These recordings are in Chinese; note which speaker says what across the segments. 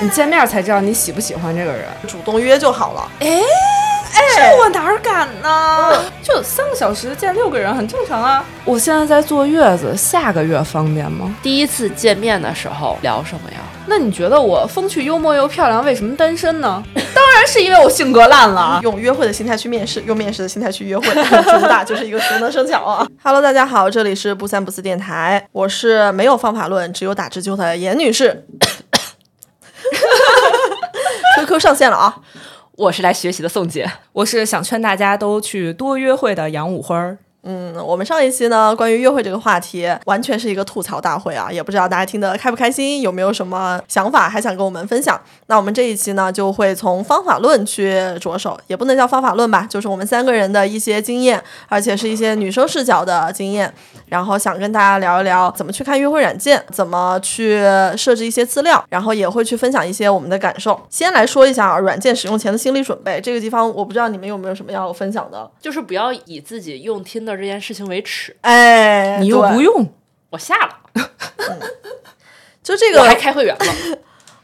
Speaker 1: 你见面才知道你喜不喜欢这个人。
Speaker 2: 主动约就好了。
Speaker 1: 哎，
Speaker 2: 这我哪儿敢呢？
Speaker 3: 嗯
Speaker 1: 就三个小时见六个人很正常啊。我现在在坐月子，下个月方便吗？
Speaker 3: 第一次见面的时候聊什么呀？
Speaker 1: 那你觉得我风趣幽默又漂亮，为什么单身 呢？当然是因为我性格烂了啊。
Speaker 2: 用约会的心态去面试，用面试的心态去约会， 主打就是一个熟能生巧啊。Hello，大家好，这里是不三不四电台，我是没有方法论，只有打直球的严女士。QQ 上线了啊！
Speaker 3: 我是来学习的宋姐，
Speaker 1: 我是想劝大家都去多约会的杨五花儿。
Speaker 2: 嗯，我们上一期呢，关于约会这个话题，完全是一个吐槽大会啊，也不知道大家听得开不开心，有没有什么想法还想跟我们分享？那我们这一期呢，就会从方法论去着手，也不能叫方法论吧，就是我们三个人的一些经验，而且是一些女生视角的经验，然后想跟大家聊一聊怎么去看约会软件，怎么去设置一些资料，然后也会去分享一些我们的感受。先来说一下啊软件使用前的心理准备，这个地方我不知道你们有没有什么要分享的？
Speaker 3: 就是不要以自己用 Tinder 这件事情为耻。
Speaker 2: 哎，
Speaker 1: 你又
Speaker 2: 对
Speaker 1: 不用，
Speaker 3: 我下了，
Speaker 2: 就这
Speaker 3: 我还
Speaker 2: 个
Speaker 3: 开会员了。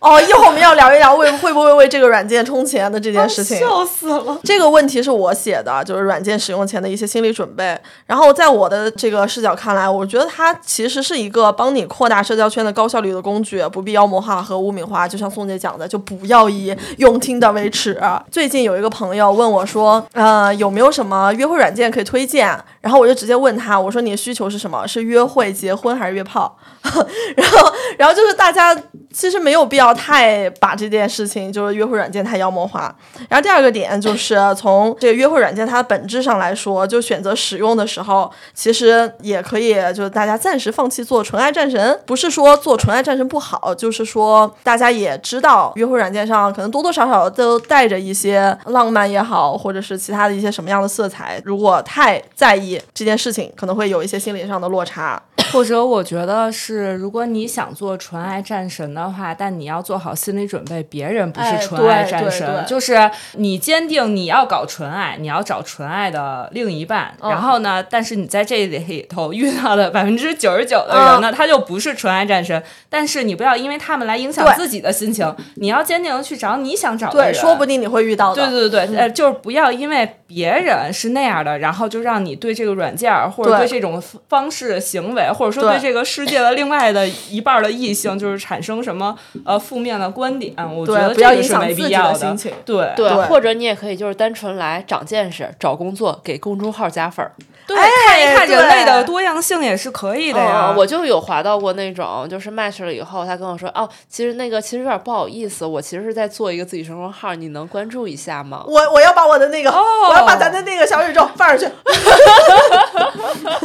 Speaker 2: 哦，一会儿我们要聊一聊为会不会为这个软件充钱的这件事
Speaker 1: 哦
Speaker 2: 情。
Speaker 1: 死了。
Speaker 2: 这个问题是我写的，就是软件使用前的一些心理准备。然后在我的这个视角看来，我觉得它其实是一个帮你扩大社交圈的高效率的工具，不必妖魔化和污名化。就像宋姐讲的，就不要以用听的为耻。啊最近有一个朋友问我说，呃，有没有什么约会软件可以推荐？然后我就直接问他，我说你的需求是什么？是约会、结婚还是约炮？ 然后，然后就是大家其实没有必要太把这件事情，就是约会软件太妖魔化。然后第二个点就是呃从这个约会软件它的本质上来说，就选择使用的时候，其实也可以就是大家暂时放弃做纯爱战神，不是说做纯爱战神不好，就是说大家也知道约会软件上可能多多少少都带着一些浪漫也好，或者是其他的一些什么样的色彩。如果太在意这件事情，可能会有一些心理上的落差。
Speaker 1: 或者我觉得是，如果你想做纯爱战神的话，但你要做好心理准备，别人不是
Speaker 2: 哎
Speaker 1: 纯爱
Speaker 2: 对
Speaker 1: 战
Speaker 2: 对
Speaker 1: 神，
Speaker 2: 对
Speaker 1: 就是你坚定你要搞纯爱，你要找纯爱的另一半。
Speaker 2: 嗯
Speaker 1: 然后呢，但是你在这里头遇到的百分之九十九的
Speaker 2: 嗯
Speaker 1: 人呢，他就不是纯爱战神。但是你不要因为他们来影响
Speaker 2: 对
Speaker 1: 自己的心情，你要坚定的去找你想找的
Speaker 2: 对，
Speaker 1: 人。
Speaker 2: 说不定你会遇到的。
Speaker 1: 对对对对，呃，就是不要因为别人是那样的，然后就让你对这个软件儿或者
Speaker 2: 对
Speaker 1: 对这种方式、行为，或者说
Speaker 2: 对
Speaker 1: 对这个世界的另外的一半儿的异性，就是产生什么呃负面的观点。我觉
Speaker 2: 对
Speaker 1: 得
Speaker 2: 不要
Speaker 1: 这个
Speaker 2: 影
Speaker 1: 是
Speaker 2: 响
Speaker 1: 没
Speaker 2: 自
Speaker 1: 必
Speaker 2: 己
Speaker 1: 要
Speaker 2: 的心情
Speaker 1: 对
Speaker 3: 对，
Speaker 2: 对
Speaker 3: 或者你也可以就是单纯来长见识、找工作、给公众号加分儿。
Speaker 1: 对，看一看
Speaker 2: 哎对哦
Speaker 1: 人类的多样性也是可以的
Speaker 2: 啊
Speaker 1: 呀。
Speaker 3: 嗯我就有滑到过那种，就是 match 了以后，他跟我说，哦，其实那个其实有点不好意思，我其实是在做一个自己生活号，你能关注一下吗？
Speaker 2: 我我要把我的那个，
Speaker 1: 哦
Speaker 2: 我要把咱的那个小宇宙放上去。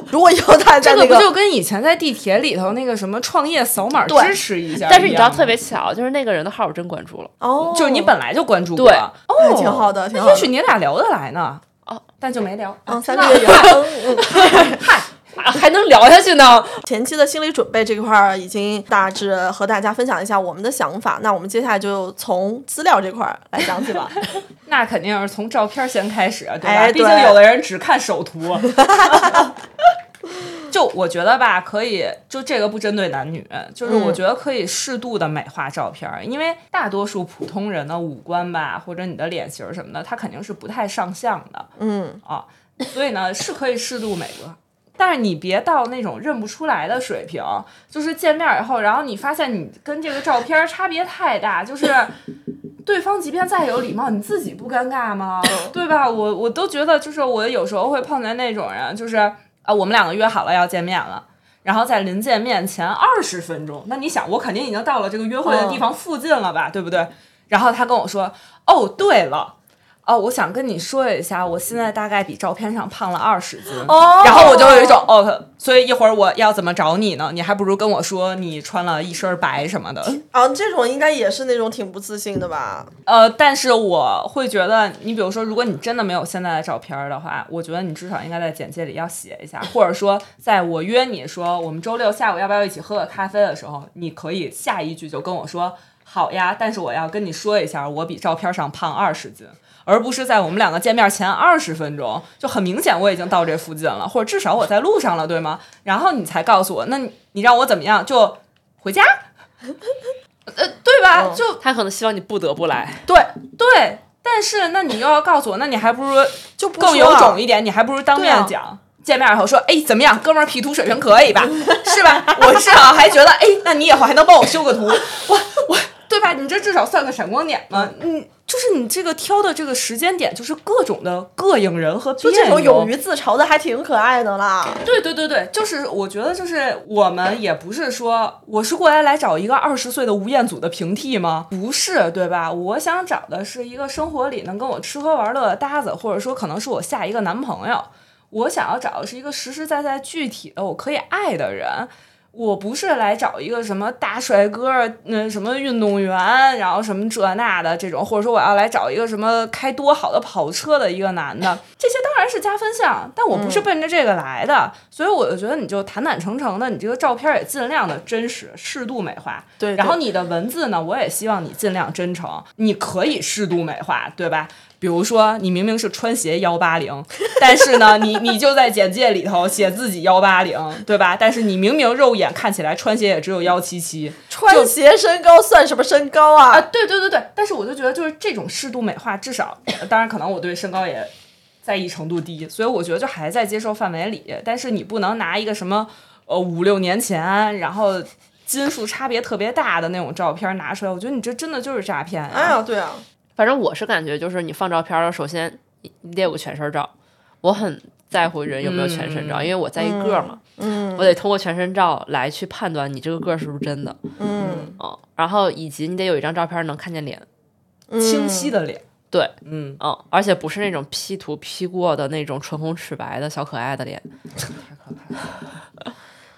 Speaker 2: 如果以后他在
Speaker 1: 这
Speaker 2: 那
Speaker 1: 个不就跟以前在地铁里头那个什么创业扫码
Speaker 2: 对
Speaker 1: 支持一下一样吗？
Speaker 3: 但是你知道特别巧，就是那个人的号我真关注了，
Speaker 2: 哦，
Speaker 1: 就是你本来就关注过，
Speaker 3: 对
Speaker 1: 哦
Speaker 2: 哎挺好的挺好
Speaker 1: 那
Speaker 2: 的
Speaker 1: 也许你俩聊得来呢。
Speaker 3: 哦，
Speaker 1: 但就没聊。啊
Speaker 2: 嗯三 个月以后，嗯 嗯
Speaker 1: 哎
Speaker 3: 啊还能聊下去呢。
Speaker 2: 前期的心理准备这块儿已经大致和大家分享一下我们的想法。那我们接下来就从资料这块儿来讲 起吧。
Speaker 1: 那肯定是从照片先开始，对吧？
Speaker 2: 哎对
Speaker 1: 毕竟有的人只看首图。 就我觉得吧，可以，就这个不针对男女，就是
Speaker 2: 嗯
Speaker 1: 我觉得可以适度的美化照片，因为大多数普通人的五官吧，或者你的脸型什么的，它肯定是不太上相的。
Speaker 2: 嗯，
Speaker 1: 啊，所以呢是可以适度美观，但是你别到那种认不出来的水平。就是见面以后，然后你发现你跟这个照片儿差别太大，就是对方即便再有礼貌，你自己不尴尬吗？对吧？我我都觉得，就是我有时候会碰见那种人，就是啊，我们两个约好了要见面了。然后在临见面前二十分钟，那你想，我肯定已经到了这个约会的地方附近了吧，对不对？然后他跟我说：“哦，对了，哦，我想跟你说一下，我现在大概比照片上胖了二十斤。”
Speaker 2: 哦
Speaker 1: 然后我就有一种哦，所以一会儿我要怎么找你呢？你还不如跟我说你穿了一身白什么的。
Speaker 2: 啊，这种应该也是那种挺不自信的吧？
Speaker 1: 呃，但是我会觉得，你比如说，如果你真的没有现在的照片儿的话，我觉得你至少应该在简介里要写一下，或者说，在我约你说我们周六下午要不要一起喝个咖啡的时候，你可以下一句就跟我说好呀，但是我要跟你说一下，我比照片上胖二十斤。而不是在我们两个见面前二十分钟，就很明显我已经到这附近了，或者至少我在路上了，对吗？然后你才告诉我，那你你让我怎么样？就回家， 呃，对吧？
Speaker 2: 嗯
Speaker 1: 就
Speaker 3: 他可能希望你不得不来，
Speaker 2: 对，
Speaker 1: 对，但是那你又要告诉我，那你还不如
Speaker 2: 就不
Speaker 1: 更
Speaker 2: 说
Speaker 1: 有
Speaker 2: 了
Speaker 1: 种一点，你还不如当面
Speaker 2: 对啊
Speaker 1: 讲。见面以后说，哎，怎么样，哥们儿 P 图水平可 以吧？是吧？我至少还觉得，哎，那你以后还能帮我修个 图，我我对吧？你这至少算个闪光点嘛。
Speaker 2: 嗯
Speaker 1: 你就是你这个挑的这个时间点，就是各种的膈应人和别
Speaker 2: 就
Speaker 1: 扭。
Speaker 2: 这种勇于自嘲的还挺可爱的啦。
Speaker 1: 对对对对，就是我觉得就是我们也不是说我是过来来找一个二十岁的吴彦祖的平替吗？不是，对吧？我想找的是一个生活里能跟我吃喝玩乐的搭子，或者说可能是我下一个男朋友。我想要找的是一个实实在在、具体的我可以爱的人。我不是来找一个什么大帅哥，嗯，什么运动员，然后什么这那的这种，或者说我要来找一个什么开多好的跑车的一个男的，这些当然是加分项，但我不
Speaker 2: 嗯
Speaker 1: 是奔着这个来的，所以我就觉得你就坦坦诚诚的，你这个照片也尽量的真实，适度美化，
Speaker 2: 对对
Speaker 1: 然后你的文字呢，我也希望你尽量真诚，你可以适度美化，对吧？比如说，你明明是穿鞋幺八零，但是呢，你你就在简介里头写自己幺八零，对吧？但是你明明肉眼看起来穿鞋也只有幺七七，
Speaker 2: 穿鞋身高算什么身高
Speaker 1: 啊，
Speaker 2: 啊？
Speaker 1: 对对对对，但是我就觉得就是这种适度美化，至少呃当然可能我对身高也在意程度低，所以我觉得就还在接受范围里。但是你不能拿一个什么呃五六年前，然后斤数差别特别大的那种照片拿出来，我觉得你这真的就是诈骗、啊。
Speaker 2: 哎呀，对啊，
Speaker 3: 反正我是感觉就是你放照片儿，首先你你得有个全身照，我很在乎人有没有全身照，因为我在意个儿嘛，
Speaker 2: 嗯
Speaker 3: 我得通过全身照来去判断你这个个儿是不是真的，
Speaker 2: 嗯，
Speaker 3: 嗯，然后以及你得有一张照片儿能看见脸，
Speaker 2: 嗯
Speaker 1: 清晰的脸，
Speaker 3: 对，
Speaker 1: 嗯，
Speaker 3: 嗯，而且不是那种 P 图 P 过的那种唇红齿白的小可爱的脸，
Speaker 2: 嗯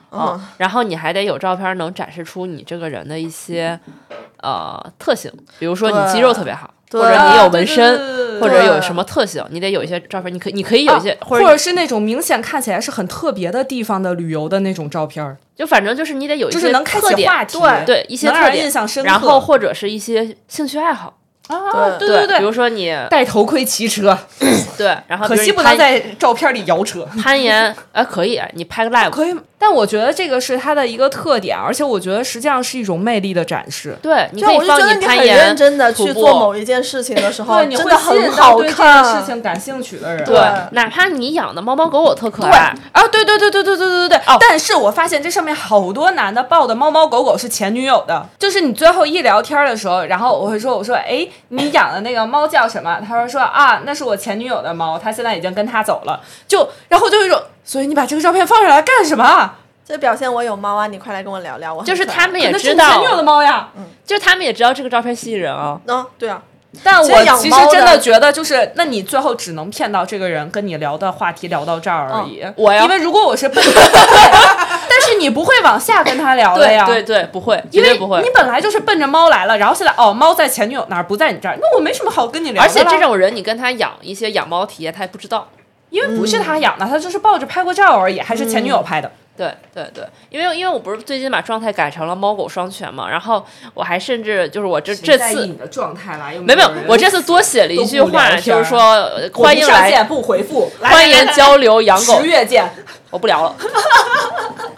Speaker 1: 哦啊
Speaker 3: 然后你还得有照片能展示出你这个人的一些呃特性，比如说你肌肉特别好，或者你有纹身，
Speaker 1: 身
Speaker 3: 或者有什么特性，你得有一些照片，你可你可以有一些，
Speaker 1: 啊或
Speaker 3: 或者
Speaker 1: 是那种明显看起来是很特别的地方的旅游的那种照片儿，
Speaker 3: 就反正就是你得有一
Speaker 1: 就是
Speaker 3: 些
Speaker 1: 能开
Speaker 3: 特
Speaker 1: 启
Speaker 3: 点，
Speaker 1: 话题，
Speaker 2: 对
Speaker 3: 对一些
Speaker 1: 能让
Speaker 3: 特
Speaker 1: 人
Speaker 3: 点
Speaker 1: 印象深刻。
Speaker 3: 然后或者是一些兴趣爱好，
Speaker 1: 啊，
Speaker 2: 对
Speaker 1: 对
Speaker 3: 比
Speaker 1: 对，
Speaker 3: 如说你
Speaker 1: 戴头盔骑车，
Speaker 3: 对，然后
Speaker 1: 可
Speaker 3: 比如
Speaker 1: 惜
Speaker 3: 你
Speaker 1: 不能
Speaker 3: 攀
Speaker 1: 在照片里摇车。
Speaker 3: 攀岩，哎，可以，你拍个 live，
Speaker 1: 可以，但我觉得这个是它的一个特点，而且我觉得实际上是一种魅力的展示。
Speaker 3: 对，你
Speaker 2: 就
Speaker 3: 可以
Speaker 2: 我就觉
Speaker 3: 帮
Speaker 2: 得你
Speaker 3: 攀
Speaker 2: 很
Speaker 3: 岩，
Speaker 2: 认真的
Speaker 3: 徒
Speaker 2: 去
Speaker 3: 步
Speaker 2: 做某一件事情的时候，
Speaker 1: 对，你
Speaker 2: 真
Speaker 1: 会
Speaker 2: 的
Speaker 1: 吸
Speaker 2: 很
Speaker 1: 引到
Speaker 2: 好
Speaker 1: 对这
Speaker 2: 看。
Speaker 1: 件事情感兴趣的人。
Speaker 3: 对
Speaker 2: 对，
Speaker 3: 哪怕你养的猫猫狗狗特可爱，
Speaker 1: 啊，对对对对对对对对对。但是我发现这上面好多男的抱的猫猫狗狗是前女友的，就是你最后一聊天的时候，然后我会说，我说，哎，你养的那个猫叫什么？他说说啊，那是我前女友的猫，它现在已经跟他走了。就然后就有一种，所以你把这个照片放上来干什么？
Speaker 2: 这表现我有猫啊，你快来跟我聊聊。我很
Speaker 3: 就是
Speaker 2: 可爱
Speaker 3: 他们也
Speaker 1: 那是
Speaker 3: 知
Speaker 1: 你前女友的
Speaker 3: 道，
Speaker 1: 猫呀。
Speaker 3: 就是他们也知道这个照片吸引人啊、
Speaker 2: 嗯，对啊，
Speaker 1: 但
Speaker 2: 其实
Speaker 1: 我
Speaker 2: 养
Speaker 1: 其实
Speaker 2: 猫
Speaker 1: 真
Speaker 2: 的
Speaker 1: 的觉得，就是那你最后只能骗到这个人跟你聊的话题聊到这儿而已。
Speaker 3: 嗯我呀
Speaker 1: 因为如果我是 笨，但是你不会往下跟他聊的呀。
Speaker 3: 对对，不会，绝
Speaker 1: 因为
Speaker 3: 对不会
Speaker 1: 你。本来就是奔着猫来了，然后现在哦，猫在前女友那儿，不在你这儿，那我没什么好跟你聊
Speaker 3: 而
Speaker 1: 的
Speaker 3: 且这
Speaker 1: 了
Speaker 3: 种人，你跟他养一些养猫体验，他也不知道。
Speaker 1: 因为不是
Speaker 3: 嗯
Speaker 1: 他养的，他就是抱着拍过照而已，还是前女友拍的。
Speaker 3: 对对对，因为因为我不是最近把状态改成了猫狗双全嘛，然后我还甚至就是我这这次
Speaker 1: 你的状态来，
Speaker 3: 没有没有，我这次多写了一
Speaker 1: 都
Speaker 3: 句
Speaker 1: 不聊
Speaker 3: 话，
Speaker 1: 天
Speaker 3: 就是
Speaker 1: 儿
Speaker 3: 说呃欢迎来，
Speaker 1: 不回复，
Speaker 3: 欢迎交流养狗
Speaker 1: 十。月 见。
Speaker 3: 我不聊了，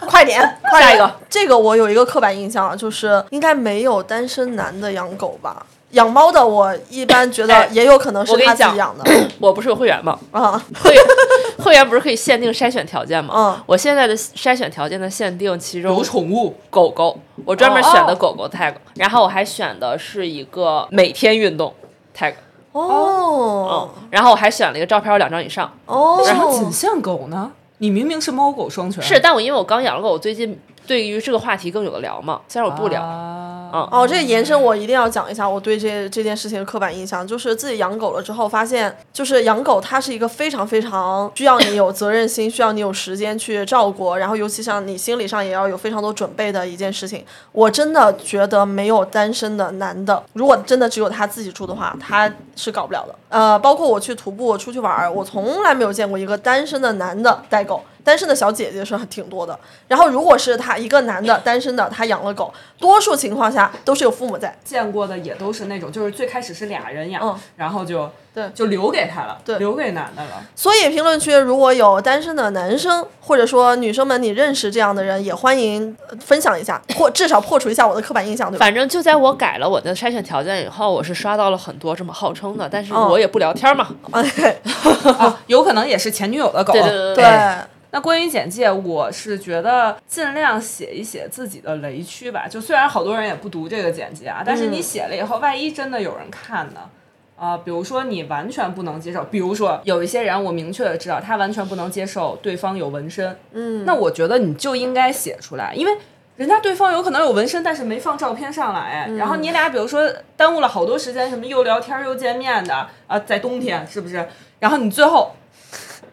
Speaker 2: 快点，快
Speaker 3: 下一
Speaker 2: 点
Speaker 3: 个。
Speaker 2: 这个我有一个刻板印象，啊就是应该没有单身男的养狗吧？养猫的，我一般觉得
Speaker 3: 哎
Speaker 2: 也有可能是
Speaker 3: 我跟你
Speaker 2: 他自
Speaker 3: 讲
Speaker 2: 己养的
Speaker 3: 我不是有会员吗？
Speaker 2: 啊。
Speaker 3: 会员会员不是可以限定筛选条件吗？
Speaker 2: 嗯
Speaker 3: 我现在的筛选条件的限定，其中
Speaker 1: 有宠物，
Speaker 3: 狗狗，我专门
Speaker 1: 哦
Speaker 3: 选的狗狗 tag，、然后我还选的是一个每天运动 tag，
Speaker 1: 嗯
Speaker 2: 哦
Speaker 3: 然后我还选了一个照片有两张以上。
Speaker 2: 哦，
Speaker 1: 为什么仅限狗呢？你明明是猫狗双全，
Speaker 3: 是，但我因为我刚养了狗，我最近对于这个话题更有的聊嘛，虽然我不嗯聊，
Speaker 1: 啊
Speaker 2: 哦，这个延伸我一定要讲一下我对这这件事情的刻板印象，就是自己养狗了之后，发现就是养狗它是一个非常非常需要你有责任心，需要你有时间去照顾，然后尤其像你心理上也要有非常多准备的一件事情。我真的觉得没有单身的男的，如果真的只有他自己住的话，他是搞不了的。呃，包括我去徒步，我出去玩儿，我从来没有见过一个单身的男的带狗。单身的小姐姐是很挺多的。然后如果是他一个男的单身的，他养了狗，多数情况下都是有父母在。
Speaker 1: 见过的也都是那种，就是最开始是俩人养，
Speaker 2: 嗯
Speaker 1: 然后就
Speaker 2: 对
Speaker 1: 就留给他了，
Speaker 2: 对
Speaker 1: 留给男的了。
Speaker 2: 所以评论区如果有单身的男生或者说女生们，你认识这样的人，也欢迎呃分享 一下，或至少破除一下我的刻板印象，对吧？
Speaker 3: 反正就在我改了我的筛选条件以后，我是刷到了很多这么号称的，但是
Speaker 2: 嗯
Speaker 3: 我也不聊天嘛。
Speaker 1: 啊，有可能也是前女友的狗。
Speaker 3: 对对对
Speaker 2: 啊对，
Speaker 1: 那关于简介，我是觉得尽量写一写自己的雷区吧。就虽然好多人也不读这个简介啊，但是你写了以后，万一真的有人看呢？啊、比如说你完全不能接受，比如说有一些人，我明确的知道他完全不能接受对方有纹身，嗯，那我觉得你就应该写出来，因为人家对方有可能有纹身，但是没放照片上来，然后你俩比如说耽误了好多时间，什么又聊天又见面的啊、在冬天是不是？然后你最后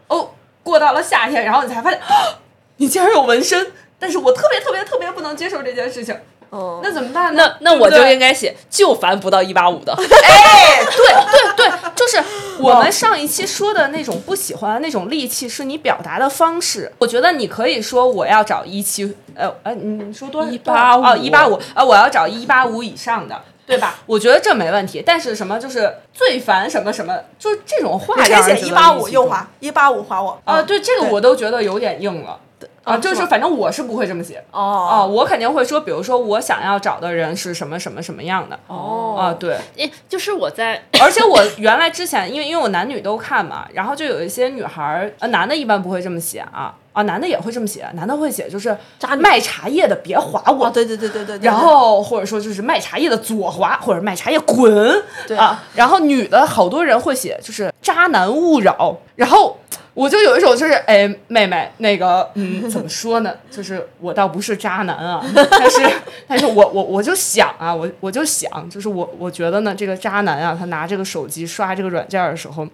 Speaker 1: 哦，过到了夏天，然后你才发现，啊你竟然有纹身。但是我特别特别特别不能接受这件事情，
Speaker 2: 嗯，
Speaker 1: 那怎么办呢
Speaker 3: 那？那我
Speaker 1: 对不
Speaker 3: 就
Speaker 1: 对
Speaker 3: 应该写就烦不到一八五的，
Speaker 1: 对对对，就是我们上一期说的那种不喜欢的那种戾气，是你表达的方式。我觉得你可以说我要找一七，呃呃，你你说多少
Speaker 3: 185
Speaker 1: 哦一八五啊，我要找一八五以上的。对吧？我觉得这没问题，但是什么就是最烦什么什么，就是这种话
Speaker 2: 你可以
Speaker 1: 让人
Speaker 2: 写
Speaker 1: 觉得
Speaker 2: 一八五
Speaker 1: 戾气
Speaker 2: 右
Speaker 1: 重
Speaker 2: 滑，一八五划我嗯
Speaker 1: 啊，对这个
Speaker 2: 对
Speaker 1: 我都觉得有点硬了啊，
Speaker 2: 啊
Speaker 1: 就是是
Speaker 2: 吗
Speaker 1: 反正我是不会这么写啊，
Speaker 2: 哦
Speaker 1: 我肯定会说，比如说我想要找的人是什么什么什么样的
Speaker 2: 哦
Speaker 1: 啊，对，
Speaker 3: 诶就是我在
Speaker 1: 而且我原来之前因为因为我男女都看嘛，然后就有一些女孩儿，呃，男的一般不会这么写啊，啊，男的也会这么写，男的会写就是
Speaker 2: 渣女
Speaker 1: 卖茶叶的别划我，
Speaker 2: 哦，对对对对对，对
Speaker 1: 然后或者说就是卖茶叶的左滑，或者卖茶叶滚
Speaker 2: 对
Speaker 1: 啊。然后女的好多人会写就是渣男勿扰，然后我就有一种就是哎妹妹那个嗯怎么说呢，就是我倒不是渣男啊，但是 但是我我我就想啊，我我就想就是我我觉得呢这个渣男啊，他拿这个手机刷这个软件的时候，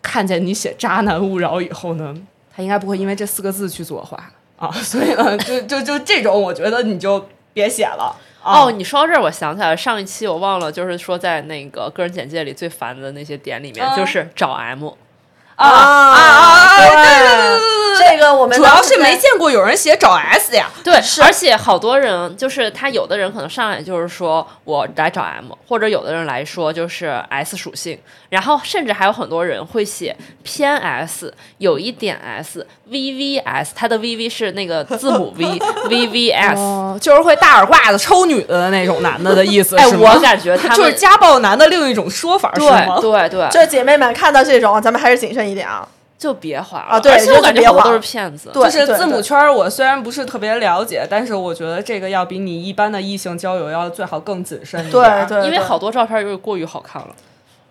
Speaker 1: 看见你写渣男勿扰以后呢，他应该不会因为这四个字去左滑。啊，所以呢，就就就这种，我觉得你就别写了。啊
Speaker 3: 哦，，你说到这儿，我想起来了，上一期我忘了，就是说在那个个人简介里最烦的那些点里面，
Speaker 1: 嗯
Speaker 3: 就是找 M，
Speaker 1: 啊
Speaker 2: 啊
Speaker 1: 啊！
Speaker 2: 对
Speaker 1: 对对对
Speaker 2: 对对，这个我们
Speaker 1: 主要
Speaker 2: 当时
Speaker 1: 是没
Speaker 2: 在
Speaker 1: 见过有人写找 S 呀。
Speaker 3: 对，而且好多人就是他，有的人可能上来就是说我来找 M，或者有的人来说就是 S 属性，然后甚至还有很多人会写偏 S，有一点 S，VVS，他的 VV 是那个字母 V，VVS。
Speaker 1: 哦，就是会大耳挂子抽女的那种男的的意 思
Speaker 3: 哎，
Speaker 1: 是吗
Speaker 3: 我感觉他
Speaker 1: 就
Speaker 3: 们
Speaker 1: 是家暴男的另一种说法，是吗？
Speaker 3: 对对对，
Speaker 2: 这姐妹们看到这种，咱们还是谨慎一点啊。
Speaker 3: 就别划了
Speaker 2: 啊对
Speaker 3: 而且
Speaker 2: 就
Speaker 3: 我
Speaker 2: 是
Speaker 3: 感觉
Speaker 2: 别
Speaker 3: 好多
Speaker 2: 划
Speaker 3: 都是
Speaker 2: 了
Speaker 3: 骗子。
Speaker 2: 对
Speaker 1: 就是
Speaker 2: 对
Speaker 1: 字母
Speaker 2: 对
Speaker 1: 圈儿，我虽然不是特别了解，但是我觉得这个要比你一般的异性交友要最好更谨慎一点儿。
Speaker 2: 对对，
Speaker 3: 因为
Speaker 2: 对
Speaker 3: 好多照片儿又过于好看了。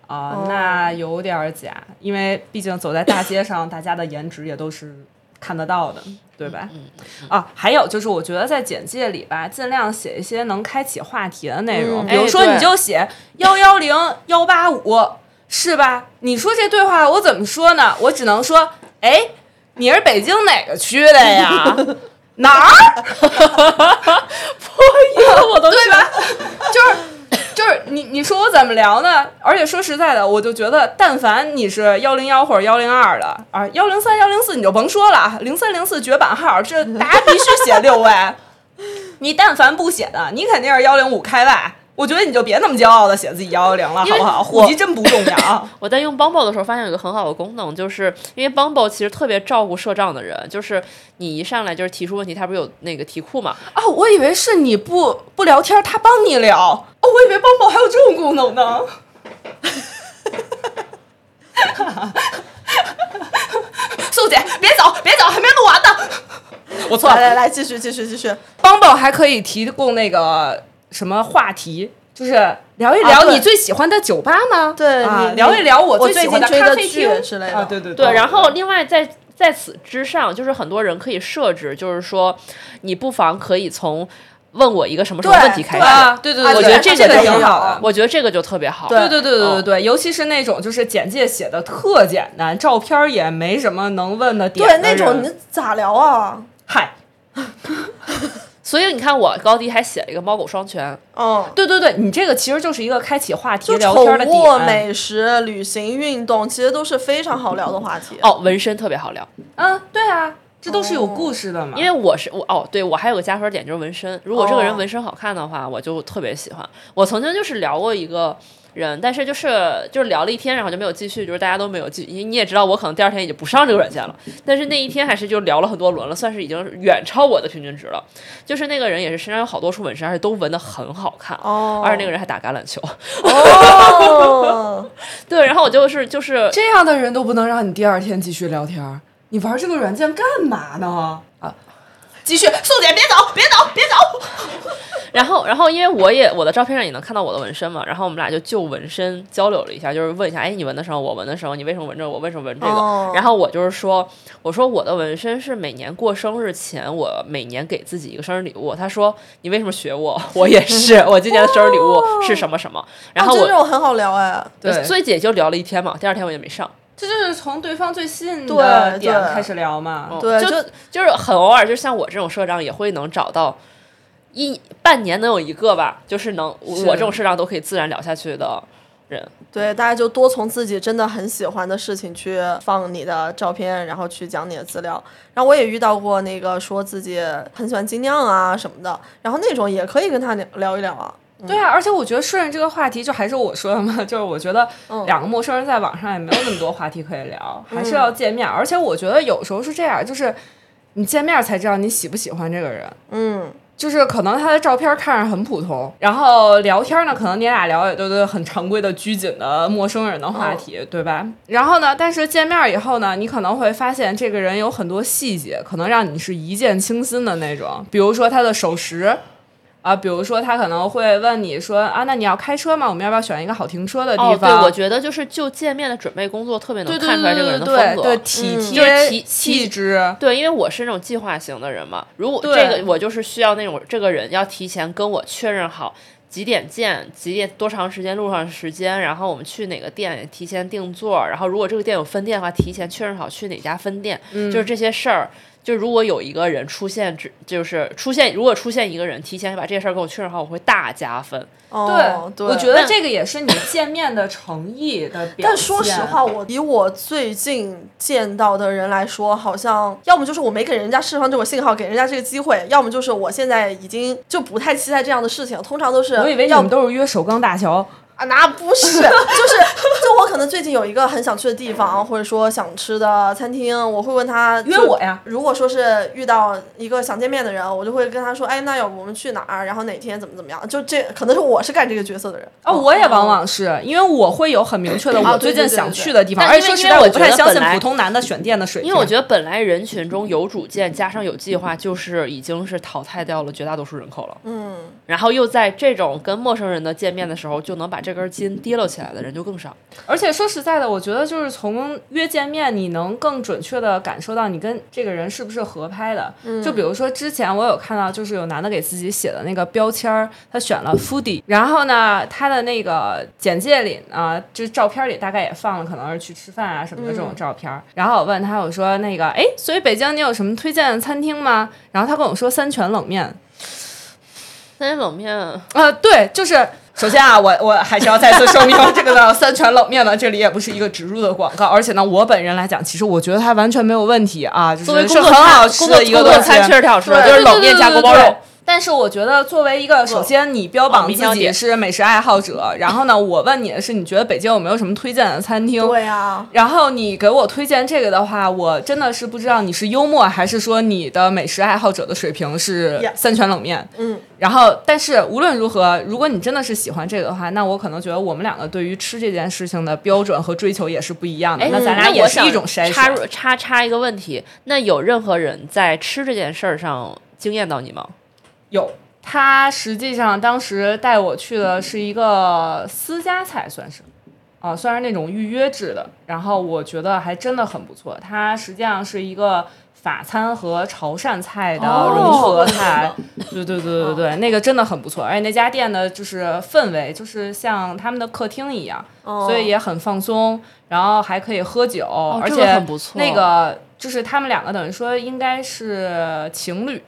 Speaker 1: 啊、
Speaker 2: 哦
Speaker 1: 那有点儿假，因为毕竟走在大街上，大家的颜值也都是看得到的，对吧？啊，还有就是，我觉得在简介里吧，尽量写一些能开启话题的内容，
Speaker 2: 嗯
Speaker 1: 比如
Speaker 3: 哎
Speaker 1: 说
Speaker 3: 对
Speaker 1: 你就写幺幺零幺八五，是吧？你说这对话我怎么说呢？我只能说，哎，你是北京哪个区的呀？哪儿？
Speaker 3: 我都对吧？
Speaker 1: 就是你你说我怎么聊呢？而且说实在的，我就觉得，但凡你是幺零幺或者幺零二的啊，幺零三、幺零四你就甭说了，零三零四绝版号，这大家必须写六位。 你但凡不写的，你肯定是幺零五开外。我觉得你就别那么骄傲的写自己幺幺零了，好不好？户籍真不重要。
Speaker 3: 我在用 Bumble 的时候，发现有一个很好的功能，就是因为 Bumble 其实特别照顾社障的人，就是你一上来就是提出问题，它不是有那个题库嘛？
Speaker 1: 哦，我以为是你不不聊天，他帮你聊。哦，我以为帮宝还有这种功能呢。 素姐，别走，别走，还没录完呢。我错
Speaker 2: 来
Speaker 1: 了。
Speaker 2: 来来，继续继续继续。
Speaker 1: 帮宝还可以提供那个什么话题，就是聊一
Speaker 2: 啊
Speaker 1: 聊
Speaker 2: 对
Speaker 1: 你最喜欢的酒吧吗？
Speaker 2: 对
Speaker 1: 啊
Speaker 2: 你
Speaker 1: 聊一聊我
Speaker 2: 我
Speaker 1: 最
Speaker 2: 最
Speaker 1: 喜欢
Speaker 2: 近追
Speaker 1: 咖
Speaker 2: 的
Speaker 1: 啡
Speaker 2: 剧
Speaker 1: 厅
Speaker 2: 之类的
Speaker 1: 啊，对对
Speaker 2: 嗯
Speaker 3: 对，然后另外在在此之上，就是很多人可以设置，就是说你不妨可以从问我一个什么什么
Speaker 2: 对
Speaker 3: 问题开
Speaker 2: 对
Speaker 3: 始。
Speaker 1: 啊，对对
Speaker 3: 啊
Speaker 1: 对，
Speaker 3: 我觉得
Speaker 1: 这
Speaker 3: 这个
Speaker 1: 个
Speaker 2: 挺
Speaker 1: 挺
Speaker 2: 好
Speaker 1: 好的。
Speaker 3: 我觉得这个就特别好。
Speaker 2: 对
Speaker 1: 对对对对对
Speaker 3: 嗯
Speaker 1: 对，尤其是那种就是简介写的特简单，照片儿也没什么能问的点
Speaker 2: 对，
Speaker 1: 的
Speaker 2: 那
Speaker 1: 人
Speaker 2: 种你咋聊啊？
Speaker 1: 嗨，
Speaker 3: 所以你看，我高低还写了一个猫狗双全，
Speaker 2: 嗯，
Speaker 1: 对对对，你这个其实就是一个开启话题
Speaker 2: 就
Speaker 1: 聊
Speaker 2: 宠
Speaker 1: 天的
Speaker 2: 物、
Speaker 1: 点。嗯啊
Speaker 2: 美食、
Speaker 1: 哦
Speaker 2: 旅行、运动，其实都是非常好聊的话题。
Speaker 3: 哦，纹身特别好聊。
Speaker 1: 嗯，对啊，这都是有故事的嘛。
Speaker 3: 因为我是我哦，对我还有个加分点就是纹身。如果这个
Speaker 2: 哦
Speaker 3: 人纹身好看的话，我就特别喜欢。我曾经就是聊过一个人，但是就是就是聊了一天，然后就没有继续，就是大家都没有继续。你你也知道，我可能第二天已经不上这个软件了，但是那一天还是就聊了很多轮了，算是已经远超我的平均值了。就是那个人也是身上有好多处纹身，而且都纹的很好看，
Speaker 2: 哦
Speaker 3: 而且那个人还打橄榄球。
Speaker 2: 哦，
Speaker 3: 对，然后我就是就是
Speaker 1: 这样的人都不能让你第二天继续聊天儿，你玩这个软件干嘛呢？啊
Speaker 2: 继续，宋姐别走，别走，别走。
Speaker 3: 然后，然后因为我也我的照片上也能看到我的纹身嘛，然后我们俩就就纹身交流了一下，就是问一下，哎，你纹的时候，我纹的时候，你为什么纹这个，我为什么纹这个？
Speaker 2: 哦
Speaker 3: 然后我就是说，我说我的纹身是每年过生日前，我每年给自己一个生日礼物。他说你为什么学我？我也是，我今年的生日礼物是什么什么。然后
Speaker 2: 哦、
Speaker 3: 我
Speaker 2: 就这种很好聊哎，
Speaker 1: 对，
Speaker 3: 所以姐就聊了一天嘛，第二天我也没上。
Speaker 1: 这就是从对方最吸引你
Speaker 2: 对
Speaker 1: 的点
Speaker 2: 对
Speaker 1: 开始聊嘛。
Speaker 2: 对
Speaker 3: 就
Speaker 2: 就
Speaker 3: 就是很偶尔，就像我这种社长也会能找到一半年能有一个吧，就是能
Speaker 1: 是
Speaker 3: 我这种社长都可以自然聊下去的人。
Speaker 2: 对，大家就多从自己真的很喜欢的事情去放你的照片，然后去讲你的资料。然后我也遇到过那个说自己很喜欢精酿啊什么的，然后那种也可以跟他聊聊一聊啊。
Speaker 1: 对啊，而且我觉得顺着这个话题，就还是我说的嘛，就是我觉得两个陌生人在网上也没有那么多话题可以聊，还是要见面。而且我觉得有时候是这样，就是你见面才知道你喜不喜欢这个人。
Speaker 2: 嗯，
Speaker 1: 就是可能他的照片看着很普通，然后聊天呢，可能你俩聊也都是很常规的拘谨的陌生人的话题，对吧？然后呢，但是见面以后呢，你可能会发现这个人有很多细节，可能让你是一见倾心的那种，比如说他的手识。啊，比如说他可能会问你说啊，那你要开车吗？我们要不要选一个好停车的地
Speaker 3: 哦，对，
Speaker 1: 方？
Speaker 3: 我觉得就是就见面的准备工作特别能
Speaker 1: 对对
Speaker 3: 看出来这
Speaker 1: 对
Speaker 3: 个人
Speaker 1: 对对
Speaker 3: 的风
Speaker 1: 对
Speaker 3: 格。
Speaker 1: 对，体
Speaker 2: 嗯
Speaker 3: 就是
Speaker 1: 贴
Speaker 3: 体
Speaker 1: 气
Speaker 3: 体
Speaker 1: 质，
Speaker 3: 对，因为我是那种计划型的人嘛，如果
Speaker 1: 对
Speaker 3: 这个我就是需要那种这个人要提前跟我确认好几点见，几点多长时间路上时间，然后我们去哪个店提前定座，然后如果这个店有分店的话，提前确认好去哪家分店，
Speaker 1: 嗯
Speaker 3: 就是这些事儿。就如果有一个人出现，只就是出现，如果出现一个人提前把这事儿跟我确认好，我会大加分。
Speaker 2: 哦，对，
Speaker 1: 我觉得
Speaker 3: 但
Speaker 1: 这个也是你见面的诚意的表现。
Speaker 2: 但说实话，我以我最近见到的人来说，好像要么就是我没给人家释放这个信号，给人家这个机会，要么就是我现在已经就不太期待这样的事情。通常都是
Speaker 1: 我以为你
Speaker 2: 要
Speaker 1: 们都是约首钢大桥。
Speaker 2: 啊，那不是， 就是就我可能最近有一个很想去的地方，或者说想吃的餐厅，我会问他
Speaker 1: 约
Speaker 2: 就
Speaker 1: 我呀
Speaker 2: 如果说是遇到一个想见面的人，我就会跟他说，哎，那要不我们去哪儿？然后哪天怎么怎么样？就这可能是我是干这个角色的人。
Speaker 1: 哦，我也往往是因为我会有很明确的我最近想去的地方，
Speaker 3: 啊
Speaker 1: 而
Speaker 3: 哦对
Speaker 1: 且
Speaker 3: 对
Speaker 1: 说
Speaker 3: 对对
Speaker 1: 实
Speaker 3: 但
Speaker 1: 在，
Speaker 3: 因为
Speaker 1: 不太
Speaker 3: 我觉得
Speaker 1: 相信
Speaker 3: 本来
Speaker 1: 普通男的选店的水平。
Speaker 3: 因为我觉得本来人群中有主见加上有计划，就是已经是淘汰掉了绝大多数人口了。
Speaker 2: 嗯，
Speaker 3: 然后又在这种跟陌生人的见面的时候，就能把这根筋提溜起来的人就更少。
Speaker 1: 而且说实在的，我觉得就是从约见面，你能更准确的感受到你跟这个人是不是合拍的。就比如说之前我有看到，就是有男的给自己写的那个标签儿，他选了 foodie，然后呢，他的那个简介里啊，就是照片里大概也放了，可能是去吃饭啊什么的这种照片儿。然后我问他，我说那个，哎，所以北京你有什么推荐的餐厅吗？然后他跟我说三全冷面。
Speaker 3: 三鲜冷面，
Speaker 1: 呃，对，就是首先啊，我我还是要再次声明，这个呢三全冷面呢，这里也不是一个植入的广告，而且呢，我本人来讲，其实我觉得它完全没有问题啊，就
Speaker 3: 作为
Speaker 1: 是
Speaker 3: 工
Speaker 1: 是
Speaker 3: 作
Speaker 1: 很好
Speaker 3: 餐，
Speaker 1: 吃
Speaker 3: 工作
Speaker 1: 的一个东
Speaker 3: 工作
Speaker 1: 西。
Speaker 3: 餐确实挺好吃的，就是冷面加锅
Speaker 1: 对
Speaker 3: 包
Speaker 1: 对对
Speaker 3: 肉
Speaker 1: 对。但是我觉得，作为一个首先你标榜
Speaker 3: 民
Speaker 1: 自
Speaker 3: 调
Speaker 1: 己
Speaker 3: 点
Speaker 1: 是美食爱好者，然后呢，我问你的是，你觉得北京有没有什么推荐的餐厅？
Speaker 2: 对啊，
Speaker 1: 然后你给我推荐这个的话，我真的是不知道你是幽默，还是说你的美食爱好者的水平是
Speaker 2: Yeah
Speaker 1: 三全冷面。
Speaker 2: 嗯，
Speaker 1: 然后但是无论如何，如果你真的是喜欢这个的话，那我可能觉得我们两个对于吃这件事情的标准和追求也是不一样的。
Speaker 3: 哎，
Speaker 1: 那咱俩
Speaker 3: 我
Speaker 1: 也是
Speaker 3: 想
Speaker 1: 一种筛
Speaker 3: 插
Speaker 1: 选
Speaker 3: 入。插插一个问题，那有任何人在吃这件事儿上惊艳到你吗？
Speaker 1: 有。他实际上当时带我去的是一个私家菜，算是，啊，算是那种预约制的。然后我觉得还真的很不错。它实际上是一个法餐和潮汕菜的
Speaker 2: 哦
Speaker 1: 融合菜，对对对对
Speaker 3: 哦
Speaker 1: 对，那个真的很不错。而且那家店的就是氛围，就是像他们的客厅一样，
Speaker 3: 哦
Speaker 1: 所以也很放松，然后还可以喝酒，而
Speaker 3: 这
Speaker 1: 且
Speaker 3: 个很不错
Speaker 1: 那个就是他们两个等于说应该是情侣，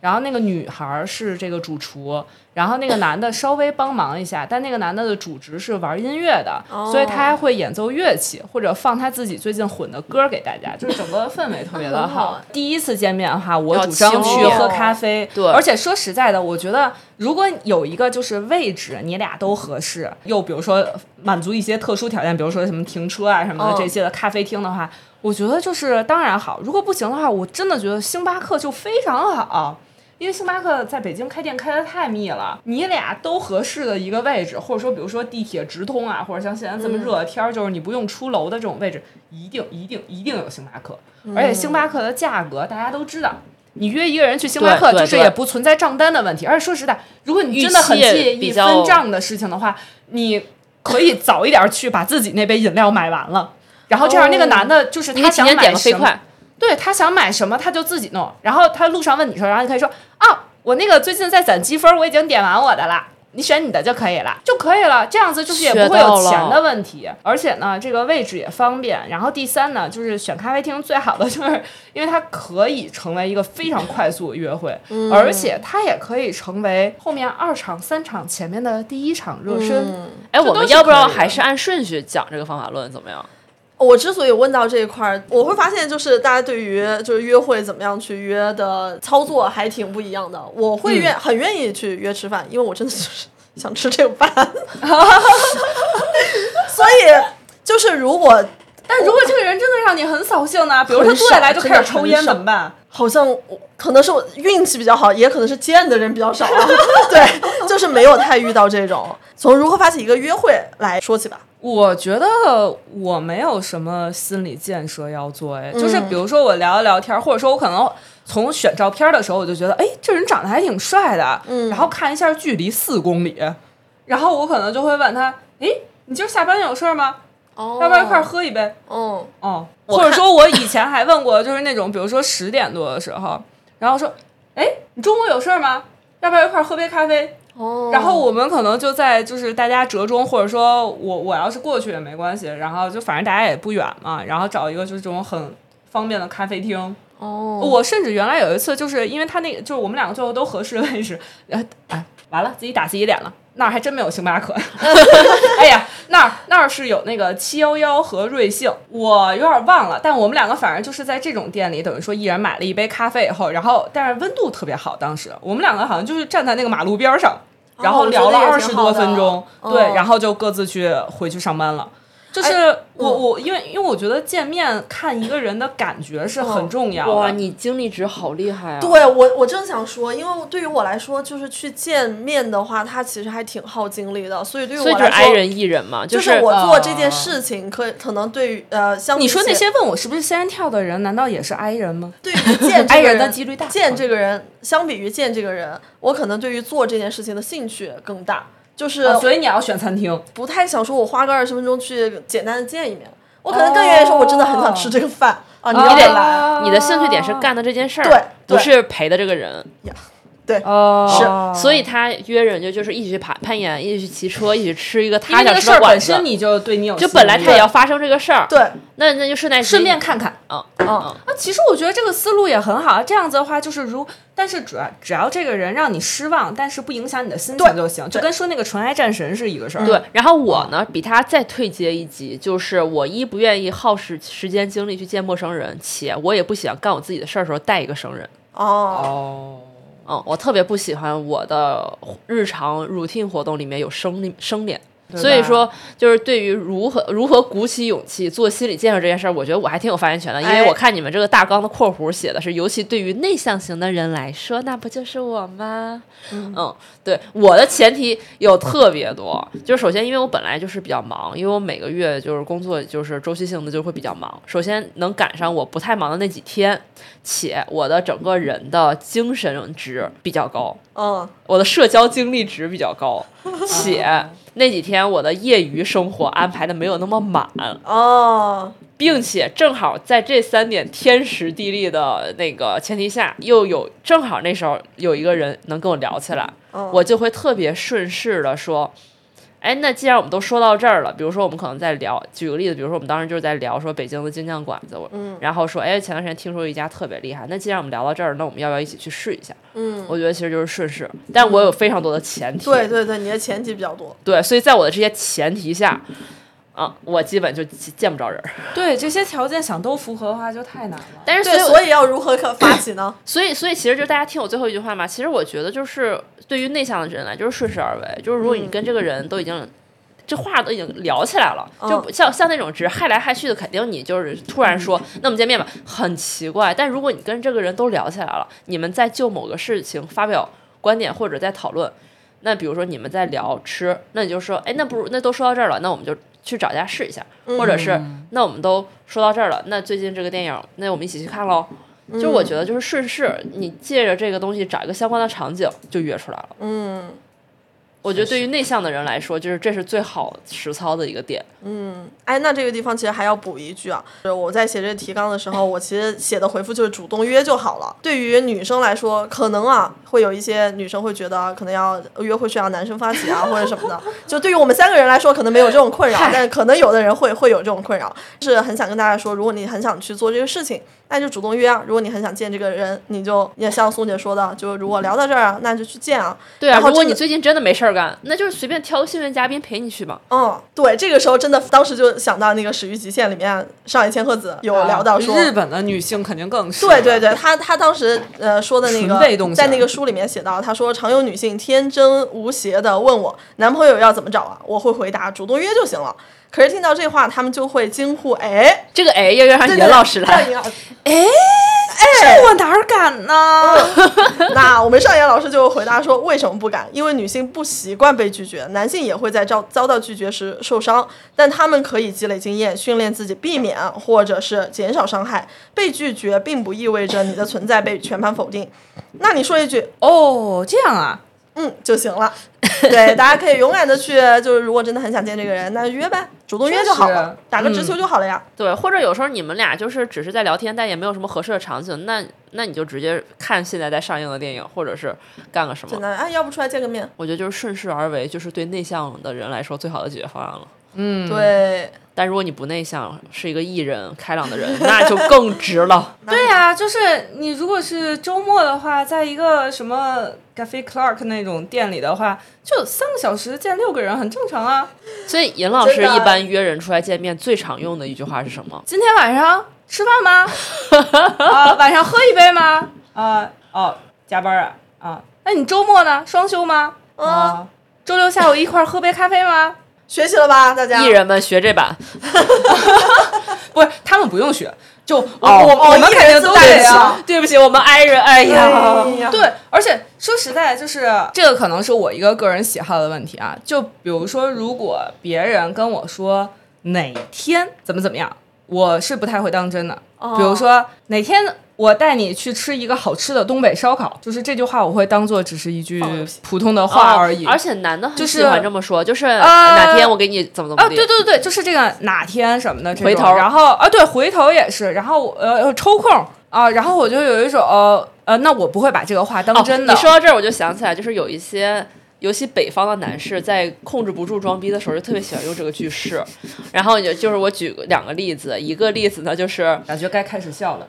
Speaker 1: 然后那个女孩儿是这个主厨，然后那个男的稍微帮忙一下，但那个男的的主职是玩音乐的，所以他还会演奏乐器或者放他自己最近混的歌给大家，就是整个氛围特别的
Speaker 2: 好
Speaker 1: 好。第一次见面的话，我
Speaker 3: 要
Speaker 1: 主张
Speaker 3: 亲
Speaker 1: 去
Speaker 3: 密
Speaker 1: 喝咖啡，
Speaker 3: 对
Speaker 1: 而且说实在的，我觉得如果有一个就是位置你俩都合适，又比如说满足一些特殊条件，比如说什么停车啊什么的
Speaker 2: 嗯
Speaker 1: 这些的咖啡厅的话，我觉得就是当然好。如果不行的话，我真的觉得星巴克就非常好。因为星巴克在北京开店开的太密了，你俩都合适的一个位置，或者说比如说地铁直通啊，或者像现在这么热的天儿，就是你不用出楼的这种位置，一定一定一定有星巴克，而且星巴克的价格大家都知道。你约一个人去星巴克，
Speaker 3: 对对
Speaker 1: 就是
Speaker 3: 对
Speaker 1: 也不存在账单的问题。而且说实在，如果你真的很
Speaker 3: 预期
Speaker 1: 介
Speaker 3: 也
Speaker 1: 意
Speaker 3: 比较
Speaker 1: 分账的事情的话，你可以早一点去把自己那杯饮料买完了，然后这样那个男的就是
Speaker 3: 你给
Speaker 1: 他
Speaker 3: 提
Speaker 1: 想
Speaker 3: 前
Speaker 1: 买
Speaker 3: 点个飞
Speaker 1: 什么，
Speaker 3: 快，
Speaker 1: 对他想买什么他就自己弄，然后他路上问你说，然后你可以说啊，我那个最近在攒积分，我已经点完我的啦。你选你的就可以了，就可以了。这样子就是也
Speaker 3: 学
Speaker 1: 不会有
Speaker 3: 到了
Speaker 1: 钱的问题，而且呢，这个位置也方便。然后第三呢，就是选咖啡厅最好的就是，因为它可以成为一个非常快速的约会，
Speaker 2: 嗯
Speaker 1: 而且它也可以成为后面二场、三场前面的第一场热身。
Speaker 2: 嗯
Speaker 3: 哎，
Speaker 1: 这
Speaker 3: 我
Speaker 1: 都
Speaker 3: 们
Speaker 1: 是
Speaker 3: 要不
Speaker 1: 可
Speaker 3: 要
Speaker 1: 以的
Speaker 3: 还是按顺序讲这个方法论怎么样？
Speaker 2: 我之所以问到这一块儿，我会发现就是大家对于就是约会怎么样去约的操作还挺不一样的。我会愿、很愿意去约吃饭，因为我真的就是 想吃这个饭，所以就是如果
Speaker 1: 但如果这个人真的让你很扫兴呢，比如他
Speaker 2: 很
Speaker 1: 坐
Speaker 2: 少
Speaker 1: 下来就
Speaker 2: 真
Speaker 1: 开
Speaker 2: 的
Speaker 1: 始抽
Speaker 2: 很
Speaker 1: 烟
Speaker 2: 少
Speaker 1: 怎么办？
Speaker 2: 好像我可能是我运气比较好，也可能是见的人比较少啊。对，就是没有太遇到这种。从如何发起一个约会来说起吧。
Speaker 1: 我觉得我没有什么心理建设要做，哎，就是比如说我聊一聊天，或者说我可能从选照片的时候，我就觉得，哎，这人长得还挺帅的，嗯然后看一下距离四公里，然后我可能就会问他，哎，你今儿下班有事儿吗？
Speaker 2: 哦
Speaker 1: 要不要一块儿？喝一杯？
Speaker 2: 嗯，
Speaker 1: 哦，或者说我以前还问过，就是那种比如说十点多的时候，然后说，哎，你中午有事儿吗？要不要一块儿喝杯咖啡？
Speaker 2: 哦
Speaker 1: 然后我们可能就在就是大家折中，或者说我我要是过去也没关系，然后就反正大家也不远嘛，然后找一个就是这种很方便的咖啡厅。
Speaker 2: 哦，
Speaker 1: 我甚至原来有一次，就是因为他那个就是我们两个最后都合适位置，呃，哎，完了自己打自己脸了。那儿还真没有星巴克， 哎呀，那儿那儿是有那个七幺幺和瑞幸，我有点忘了，但我们两个反正就是在这种店里，等于说一人买了一杯咖啡以后，然后但是温度特别好，当时我们两个好像就是站在那个马路边儿上，然后
Speaker 2: 哦我觉
Speaker 1: 聊
Speaker 2: 得
Speaker 1: 了
Speaker 2: 也
Speaker 1: 二
Speaker 2: 挺
Speaker 1: 十
Speaker 2: 好
Speaker 1: 多
Speaker 2: 的
Speaker 1: 分钟，
Speaker 2: 哦
Speaker 1: 对，然后就各自去回去上班了。就是
Speaker 2: 哎
Speaker 1: 我、我因为因为我觉得见面看一个人的感觉是
Speaker 2: 哦
Speaker 1: 很重要的，
Speaker 3: 你经历值好厉害啊！
Speaker 2: 对我我正想说，因为对于我来说，就是去见面的话，它其实还挺耗精力的，所以对于我
Speaker 3: 所以
Speaker 2: 来
Speaker 3: 就是
Speaker 2: 说，
Speaker 3: i 人 e 人嘛，就
Speaker 2: 就是是我
Speaker 1: 呃
Speaker 2: 做这件事情可可能对于呃，像
Speaker 1: 你说那些问我是不是仙人跳的人，难道也是 I 人吗？
Speaker 2: 对于 见
Speaker 1: i
Speaker 2: 这个
Speaker 1: 人的几率大。
Speaker 2: 见这个人，相比于见这个人，我可能对于做这件事情的兴趣更大，就是
Speaker 1: 啊所以你要选餐厅。
Speaker 2: 不太想说我花个二十分钟去简单的见一面，我可能更愿意说我真的很想吃这个饭啊，你
Speaker 1: 哦
Speaker 2: 要不要来？
Speaker 1: 啊
Speaker 3: 你的兴趣点是干的这件事儿，
Speaker 2: 对
Speaker 3: 不
Speaker 2: 对
Speaker 3: 是陪的这个人。
Speaker 1: 哦
Speaker 3: 所以他约人就就是一起去攀攀岩，一起去骑车，一起吃一个
Speaker 1: 因
Speaker 3: 他
Speaker 1: 为这
Speaker 3: 想
Speaker 1: 个
Speaker 3: 吃
Speaker 1: 事
Speaker 3: 的
Speaker 1: 儿
Speaker 3: 馆
Speaker 1: 本
Speaker 3: 子。
Speaker 1: 身你就对你有吸
Speaker 3: 就
Speaker 1: 引力，
Speaker 3: 本来他也要发生这个事儿，
Speaker 2: 对，
Speaker 3: 那那就顺带
Speaker 1: 顺便看看。
Speaker 3: 啊
Speaker 2: 嗯
Speaker 3: 嗯
Speaker 1: 啊，其实我觉得这个思路也很好。啊这样子的话，就是如，但是主要只要这个人让你失望，但是不影响你的心情
Speaker 2: 对
Speaker 1: 就行，就跟说那个纯爱战神是一个事儿。
Speaker 3: 对，然后我呢，比他再退阶一级，就是我一不愿意耗时时间精力去见陌生人，且我也不喜欢干我自己的事儿的时候带一个生人。
Speaker 2: 哦，
Speaker 1: 哦，
Speaker 3: 嗯，我特别不喜欢我的日常 routine 活动里面有生力生脸，
Speaker 1: 对
Speaker 3: 所以
Speaker 1: 吧
Speaker 3: 说就是对于如何如何鼓起勇气做心理建设这件事儿，我觉得我还挺有发言权的，因为
Speaker 2: 哎
Speaker 3: 我看你们这个大纲的括弧写的是，尤其对于内向型的人来说，那不就是我吗？嗯对，我的前提有特别多，就是首先因为我本来就是比较忙，因为我每个月就是工作就是周期性的就会比较忙，首先能赶上我不太忙的那几天，且我的整个人的精神值比较高，
Speaker 2: 嗯，
Speaker 3: 我的社交精力值比较高，且那几天我的业余生活安排的没有那么满，
Speaker 2: 哦，
Speaker 3: 并且正好在这三点天时地利的那个前提下，又有正好那时候有一个人能跟我聊起来，
Speaker 2: 嗯
Speaker 3: 我就会特别顺势的说。哎，那既然我们都说到这儿了，比如说我们可能在聊，举个例子，比如说我们当时就是在聊说北京的金酱馆子，我
Speaker 2: 嗯
Speaker 3: 然后说，哎，前段时间听说一家特别厉害，那既然我们聊到这儿，那我们要不要一起去试一下？
Speaker 2: 嗯，
Speaker 3: 我觉得其实就是顺势，但我有非常多的前提，
Speaker 2: 对对对，你的前提比较多，
Speaker 3: 对所以在我的这些前提下，啊，我基本就见不着人儿。
Speaker 1: 对这些条件想都符合的话就太难了。
Speaker 3: 但是所
Speaker 2: 对，
Speaker 3: 以
Speaker 2: 所以要如何可发起 呢？
Speaker 3: 所以，所以其实就大家听我最后一句话嘛，其实我觉得就是对于内向的人来，就是顺势而为，就是如果你跟这个人都已经。这话都已经聊起来了，就不像像那种只是害来害去的，肯定你就是突然说，那我们见面吧，很奇怪。但如果你跟这个人都聊起来了，你们在就某个事情发表观点或者在讨论，那比如说你们在聊吃，那你就说，哎，那不如那都说到这儿了，那我们就去找家试一下，或者是那我们都说到这儿了，那最近这个电影，那我们一起去看喽。就是我觉得就是顺势，你借着这个东西找一个相关的场景就约出来了。
Speaker 2: 嗯
Speaker 3: 我觉得对于内向的人来说，就是这是最好实操的一个点。
Speaker 2: 哎，那这个地方其实还要补一句啊，就是我在写这提纲的时候，我其实写的回复就是主动约就好了。对于女生来说，可能啊会有一些女生会觉得可能要约会是要男生发起啊或者什么的。就对于我们三个人来说，可能没有这种困扰，但可能有的人会会有这种困扰。是很想跟大家说，如果你很想去做这个事情，那就主动约啊。如果你很想见这个人，你就也像宋姐说的，就如果聊到这儿啊，那就去见啊。
Speaker 3: 对啊，
Speaker 2: 然后
Speaker 3: 如果
Speaker 2: 这
Speaker 3: 你
Speaker 2: 个
Speaker 3: 最近真的没事儿干，那就是随便挑个幸运嘉宾陪你去嘛。
Speaker 2: 嗯，对，这个时候真的当时就想到那个《始于极限》里面上野千鹤子有聊到说，
Speaker 1: 啊日本的女性肯定更是
Speaker 2: 对对对，他他当时呃说的那
Speaker 1: 纯被动
Speaker 2: 个，
Speaker 1: 型
Speaker 2: 在那个书里面写到，他说常有女性天真无邪的问我男朋友要怎么找啊，我会回答主动约就行了。可是听到这话，他们就会惊呼：“哎，
Speaker 3: 这个哎，要让
Speaker 2: 对
Speaker 3: 袁老师来。
Speaker 2: 对
Speaker 1: 这哎我哪儿敢呢？
Speaker 2: 那我们上野老师就回答说：“为什么不敢？因为女性不习惯被拒绝，男性也会在遭遭到拒绝时受伤，但他们可以积累经验，训练自己避免或者是减少伤害。被拒绝并不意味着你的存在被全盘否定。 那你说一句
Speaker 1: 哦，这样啊，
Speaker 2: 嗯就行了。对，大家可以勇敢的去，就是如果真的很想见这个人，那就约呗，主动约就好
Speaker 1: 确实
Speaker 2: 了，打个直球就好了呀。
Speaker 3: 对，或者有时候你们俩就是只是在聊天，但也没有什么合适的场景，那那你就直接看现在在上映的电影，或者是干个什
Speaker 2: 真
Speaker 3: 么。
Speaker 2: 的，哎，要不出来见个面？
Speaker 3: 我觉得就是顺势而为，就是对内向的人来说最好的解决方案了。
Speaker 1: 嗯
Speaker 2: 对，
Speaker 3: 但如果你不内向，是一个艺人、开朗的人，那就更值了。
Speaker 1: 对呀、就是你如果是周末的话，在一个什么 Cafe Clark 那种店里的话，就三个小时见六个人很正常啊。
Speaker 3: 所以尹老师
Speaker 2: 真的
Speaker 3: 一般约人出来见面最常用的一句话是什么？
Speaker 1: 今天晚上吃饭吗？ 啊、晚上喝一杯吗？啊、哦，加班啊啊，那你周末呢？双休吗？
Speaker 2: 嗯
Speaker 1: 啊、周六下午一块儿喝杯咖啡吗？
Speaker 2: 学习了吧，大家？
Speaker 3: 艺人们学这版，
Speaker 1: 不是，他们不用学，就我、
Speaker 3: 哦
Speaker 1: 我
Speaker 2: 哦
Speaker 1: 我们
Speaker 2: 一
Speaker 1: 肯定
Speaker 2: 人
Speaker 1: 都
Speaker 2: 自带
Speaker 1: 得
Speaker 2: 的
Speaker 1: 学
Speaker 2: 呀。
Speaker 3: 对不起，我们 i 人，哎呀，
Speaker 2: 哎 呀
Speaker 1: 对，而且说实在，就是这个可能是我一个个人喜好的问题啊。就比如说，如果别人跟我说哪天怎么怎么样，我是不太会当真的。
Speaker 3: 哦
Speaker 1: 比如说哪天我带你去吃一个好吃的东北烧烤，就是这句话我会当做只是一句
Speaker 2: 放个屁
Speaker 1: 普通的话而已。
Speaker 3: 哦而且男的很
Speaker 1: 就是呃
Speaker 3: 喜欢这么说，就是哪天我给你怎么怎
Speaker 1: 啊，
Speaker 3: 么地。
Speaker 1: 对对对，就是这个哪天什么的这种
Speaker 3: 回头
Speaker 1: 然后啊，对，回头也是，然后呃抽空啊，然后我就有一种呃呃，那我不会把这个话当
Speaker 3: 哦
Speaker 1: 真的。
Speaker 3: 你说到这儿，我就想起来，就是有一些。尤其北方的男士在控制不住装逼的时候，就特别喜欢用这个句式。然后也就是我举两个例子，一个例子呢就是
Speaker 1: 感觉该开始笑了。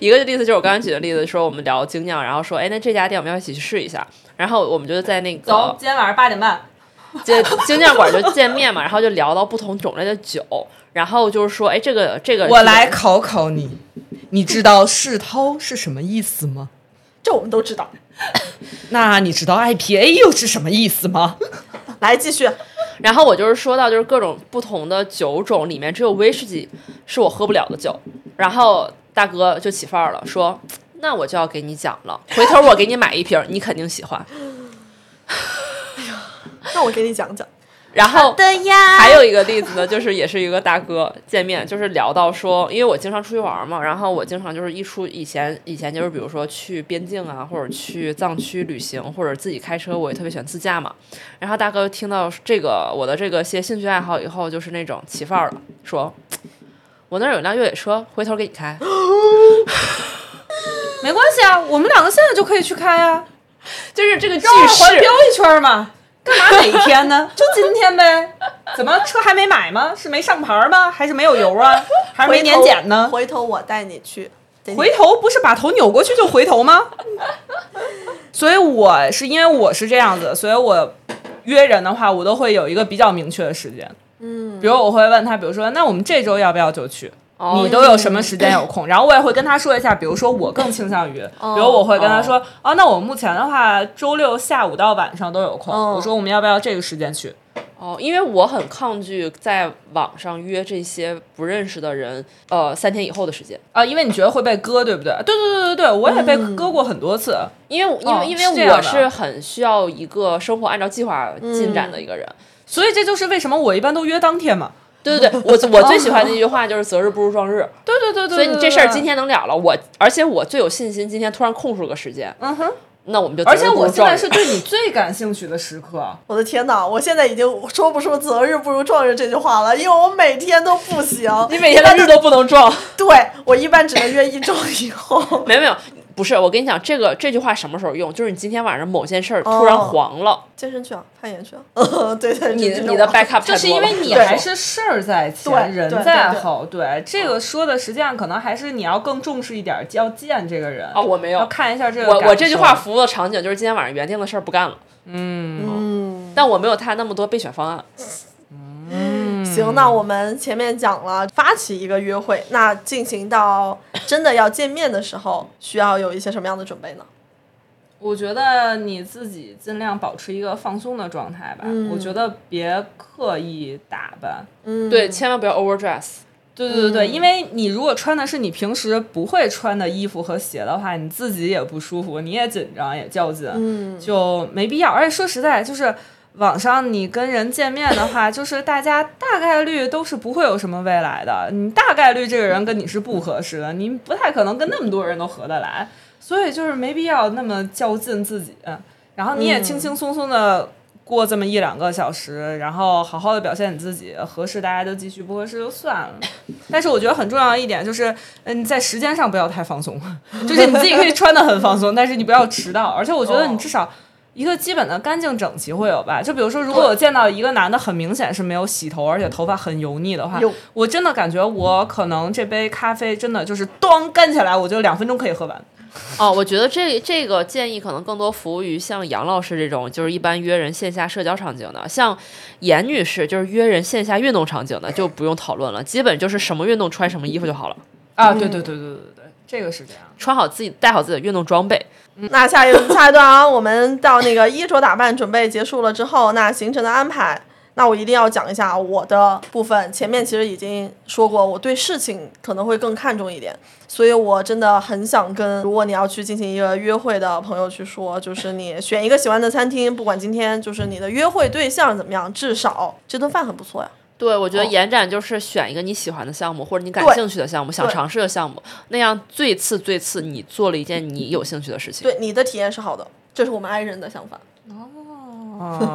Speaker 3: 一个例子就是我刚才举的例子，说我们聊精酿，然后说，哎，那这家店我们要一起去试一下。然后我们就在那
Speaker 1: 走
Speaker 3: 个，
Speaker 1: 今天晚上八点半。
Speaker 3: 精精酿馆就见面嘛，然后就聊到不同种类的酒，然后就是说，哎，这个这个
Speaker 1: 我来考考你，你知道世涛是什么意思吗？
Speaker 2: 这我们都知道。
Speaker 1: 那你知道 IPA 又是什么意思吗？
Speaker 2: 来，继续。
Speaker 3: 然后我就是说到，就是各种不同的酒种里面，只有威士忌是我喝不了的酒。然后大哥就起范儿了，说：“那我就要给你讲了，回头我给你买一瓶，你肯定喜欢。
Speaker 2: 那我给你讲讲。”
Speaker 3: 然后
Speaker 2: 的 呀
Speaker 3: 还有一个例子呢，就是也是一个大哥见面，就是聊到说，因为我经常出去玩嘛，然后我经常就是一出以前以前就是比如说去边境啊，或者去藏区旅行，或者自己开车，我也特别喜欢自驾嘛。然后大哥听到这个我的这个些兴趣爱好以后，就是那种起范儿了，说。我那儿有辆越野车，回头给你开。
Speaker 1: 没关系啊，我们两个现在就可以去开啊，
Speaker 3: 就是这个句
Speaker 1: 绕着环
Speaker 3: 式
Speaker 1: 标，一圈嘛。干嘛哪一天 呢？就今天呗。怎么车还没买吗？是没上牌儿吗？还是没有油啊？还是没年检呢？
Speaker 2: 回头我带你去。给你
Speaker 1: 回头不是把头扭过去就回头吗？所以我是因为我是这样子，所以我约人的话，我都会有一个比较明确的时间。嗯，比如我会问他，比如说，那我们这周要不要就去？
Speaker 3: 哦
Speaker 1: 你都有什么时间有空？然后我也会跟他说一下，比如说我更倾向于，比如我会跟他说，啊，那我目前的话，周六下午到晚上都有空。
Speaker 2: 哦
Speaker 1: 我说我们要不要这个时间去？
Speaker 3: 哦，因为我很抗拒在网上约这些不认识的人，呃，三天以后的时间，
Speaker 1: 啊，因为你觉得会被割，对不对？对对对对对，我也被割过很多次。
Speaker 3: 因为因为、
Speaker 1: 哦
Speaker 3: 因
Speaker 1: 是这
Speaker 3: 为
Speaker 1: 样
Speaker 3: 我
Speaker 1: 的嗯
Speaker 3: 是很需要一个生活按照计划进展的一个人。
Speaker 1: 所以这就是为什么我一般都约当天嘛。
Speaker 3: 对对对，我我最喜欢的一句话就是“择日不如撞日
Speaker 1: 对对对”，对。
Speaker 3: 所以你这事儿今
Speaker 1: 天，
Speaker 3: 天能了了，我而且我最有信心，今天突然空出个时间，
Speaker 1: 嗯哼，
Speaker 3: 那我们就择
Speaker 1: 而
Speaker 3: 日
Speaker 1: 且
Speaker 3: 不
Speaker 1: 我
Speaker 3: 如
Speaker 1: 现
Speaker 3: 撞
Speaker 1: 在
Speaker 3: 日
Speaker 1: 是对你最感兴趣的时 刻。
Speaker 2: 我的天哪！我现在已经说不出“择日不如撞日”这句话了，因为我每天都不行。
Speaker 3: 你每天的日都不能撞。
Speaker 2: 对我一般只能约一周以后。
Speaker 3: 没有没有，不是我跟你讲，这个这句话什么时候用？就是你今天晚上某件事儿突然
Speaker 2: 哦
Speaker 3: 黄了，
Speaker 2: 健身去啊，攀岩去啊。嗯， 对对，
Speaker 3: 你
Speaker 2: 就这种
Speaker 3: 你的 backup
Speaker 1: 就是因为你
Speaker 2: 对
Speaker 1: 还是事儿在前，
Speaker 2: 对
Speaker 1: 人
Speaker 2: 对
Speaker 1: 在
Speaker 2: 对对
Speaker 1: 后。对，这
Speaker 3: 嗯
Speaker 1: 个说的实际上可能还是你要更重视一点，要见这个人。
Speaker 3: 啊、哦，我没
Speaker 1: 要
Speaker 3: 有。
Speaker 1: 看一下这个
Speaker 3: 我
Speaker 1: 感
Speaker 3: 我这句话
Speaker 1: 受
Speaker 3: 服务的场景就是今天晚上原定的事儿不干了，
Speaker 2: 嗯，
Speaker 3: 但我没有他那么多备选方案。嗯
Speaker 2: 行，那我们前面讲了发起一个约会，那进行到真的要见面的时候，需要有一些什么样的准备呢？
Speaker 1: 我觉得你自己尽量保持一个放松的状态吧。
Speaker 3: 嗯
Speaker 1: 我觉得别刻意打扮。
Speaker 2: 嗯，
Speaker 3: 对，，千万不要 overdress。
Speaker 1: 对对对对，因为你如果穿的是你平时不会穿的衣服和鞋的话，你自己也不舒服，你也紧张也较劲，
Speaker 2: 嗯
Speaker 1: 就没必要。而且说实在，就是网上你跟人见面的话，就是大家大概率都是不会有什么未来的，你大概率这个人跟你是不合适的，你不太可能跟那么多人都合得来，所以就是没必要那么较劲自己。嗯然后你也轻轻松松的过这么一两个小时，然后好好的表现你自己，合适大家就继续，不合适就算了。但是我觉得很重要一点就是，嗯，在时间上不要太放松，就是你自己可以穿的很放松，但是你不要迟到。而且我觉得你至少一个基本的干净整齐会有吧。就比如说，如果我见到一个男的很明显是没有洗头，而且头发很油腻的话
Speaker 2: 哟，
Speaker 1: 我真的感觉我可能这杯咖啡真的就是咣干起来，我就两分钟可以喝完。
Speaker 3: 哦，我觉得这这个建议可能更多服务于像杨老师这种，就是一般约人线下社交场景的；像严女士，就是约人线下运动场景的，就不用讨论了，基本就是什么运动穿什么衣服就好了，
Speaker 1: 啊，对对对对对对，这个是这样。
Speaker 3: 穿好自己带好自己的运动装备。
Speaker 2: 那下一下一段啊，我们到那个衣着打扮准备结束了之后，那行程的安排，那我一定要讲一下我的部分。前面其实已经说过，我对事情可能会更看重一点，所以我真的很想跟，如果你要去进行一个约会的朋友去说，就是你选一个喜欢的餐厅，不管今天就是你的约会对象怎么样，至少这顿饭很不错呀。
Speaker 3: 对，我觉得
Speaker 2: 哦
Speaker 3: 延展就是选一个你喜欢的项目，或者你感
Speaker 2: 对
Speaker 3: 兴趣的项目，想
Speaker 2: 对
Speaker 3: 尝试的项目，那样最次最次，你做了一件你有兴趣的事情。
Speaker 2: 对，你的体验是好的，这是我们 i 人的想法，哦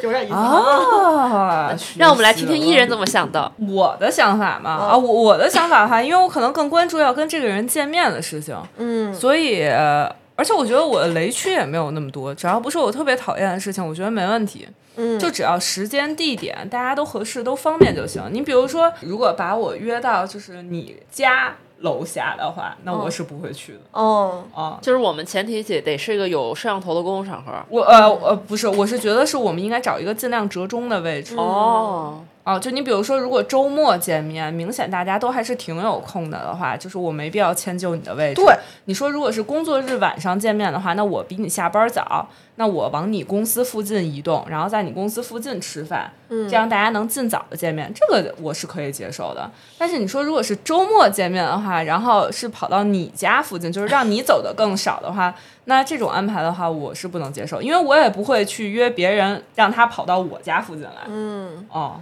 Speaker 2: 有点意思吗。
Speaker 1: 啊，
Speaker 3: 让我们来听听艺人怎么想的。
Speaker 1: 我的想法嘛
Speaker 2: 嗯
Speaker 1: 啊，我我的想法哈，因为我可能更关注要跟这个人见面的事情，
Speaker 2: 嗯，
Speaker 1: 所以呃而且我觉得我的雷区也没有那么多，只要不是我特别讨厌的事情，我觉得没问题。
Speaker 2: 嗯
Speaker 1: 就只要时间、地点大家都合适、都方便就行。你比如说，如果把我约到就是你家楼下的话，那
Speaker 2: 嗯
Speaker 1: 我是不会去的
Speaker 2: 哦，
Speaker 1: 啊。
Speaker 3: 就是我们前提得得是一个有摄像头的公共场合。
Speaker 1: 我呃呃不是，我是觉得是我们应该找一个尽量折中的位置。
Speaker 2: 嗯
Speaker 3: 哦，
Speaker 1: 哦，就你比如说，如果周末见面，明显大家都还是挺有空的的话，就是我没必要迁就你的位置。
Speaker 2: 对，
Speaker 1: 你说如果是工作日晚上见面的话，那我比你下班早，那我往你公司附近移动，然后在你公司附近吃饭，这样大家能尽早的见面，这个我是可以接受的。但是你说如果是周末见面的话，然后是跑到你家附近，就是让你走的更少的话，那这种安排的话，我是不能接受，因为我也不会去约别人让他跑到我家附近来。嗯，哦。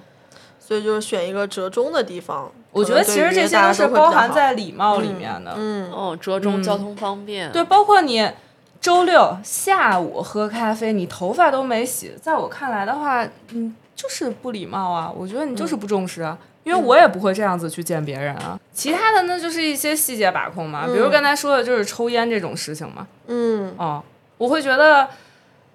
Speaker 2: 所以就是选一个折中的地方。
Speaker 1: 我觉得其实这些都
Speaker 2: 都
Speaker 1: 是包含在礼貌里面的，
Speaker 2: 嗯，
Speaker 3: 哦，折中交通方便。
Speaker 1: 对，，包括你周六下午喝咖啡，你头发都没洗，在我看来的话，嗯，就是不礼貌啊，我觉得你就是
Speaker 2: 嗯
Speaker 1: 不重视啊。因为我也不会这样子去见别人啊，其他的那就是一些细节把
Speaker 2: 嗯
Speaker 1: 控嘛，比如刚才说的就是抽烟这种事情嘛，
Speaker 2: 嗯
Speaker 1: 哦，我会觉得，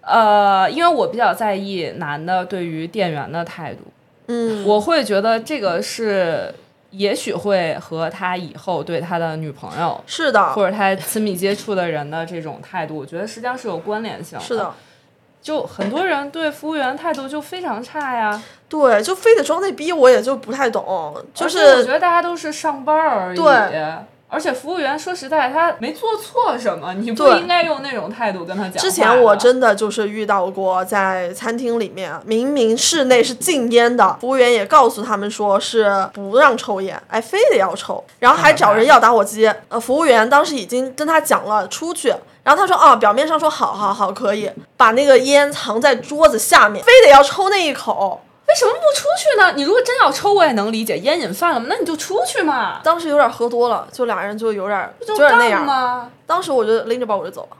Speaker 1: 呃，因为我比较在意男的对于店员的态度，
Speaker 2: 嗯，
Speaker 1: 我会觉得这个是也许会和他以后对他的女朋友
Speaker 2: 是的，
Speaker 1: 或者他亲密接触的人的这种态度，我觉得实际上是有关联性。
Speaker 2: 是的，，
Speaker 1: 就很多人对服务员态度就非常差呀，
Speaker 2: 对，就非得装那逼，我也就不太懂，就
Speaker 1: 而且我觉
Speaker 2: 是
Speaker 1: 得大家都是上班儿而已。
Speaker 2: 对
Speaker 1: 而且服务员说实在，他没做错什么，你不
Speaker 2: 对
Speaker 1: 应该用那种态度跟他讲话的。
Speaker 2: 之前我真的就是遇到过，在餐厅里面，明明室内是禁烟的，服务员也告诉他们说是不让抽烟，哎，非得要抽，然后还找人要打火机，呃，服务员当时已经跟他讲了出去。然后他说啊，表面上说好好好可以，把那个烟藏在桌子下面，非得要抽那一口，
Speaker 1: 为什么不出去呢？你如果真要抽，我也能理解，烟瘾犯了嘛，那你就出去嘛，
Speaker 2: 当时有点喝多了，就俩人就有点
Speaker 1: 就
Speaker 2: 有点那
Speaker 1: 干
Speaker 2: 样。
Speaker 1: 嘛？
Speaker 2: 当时我就拎着包我就走了，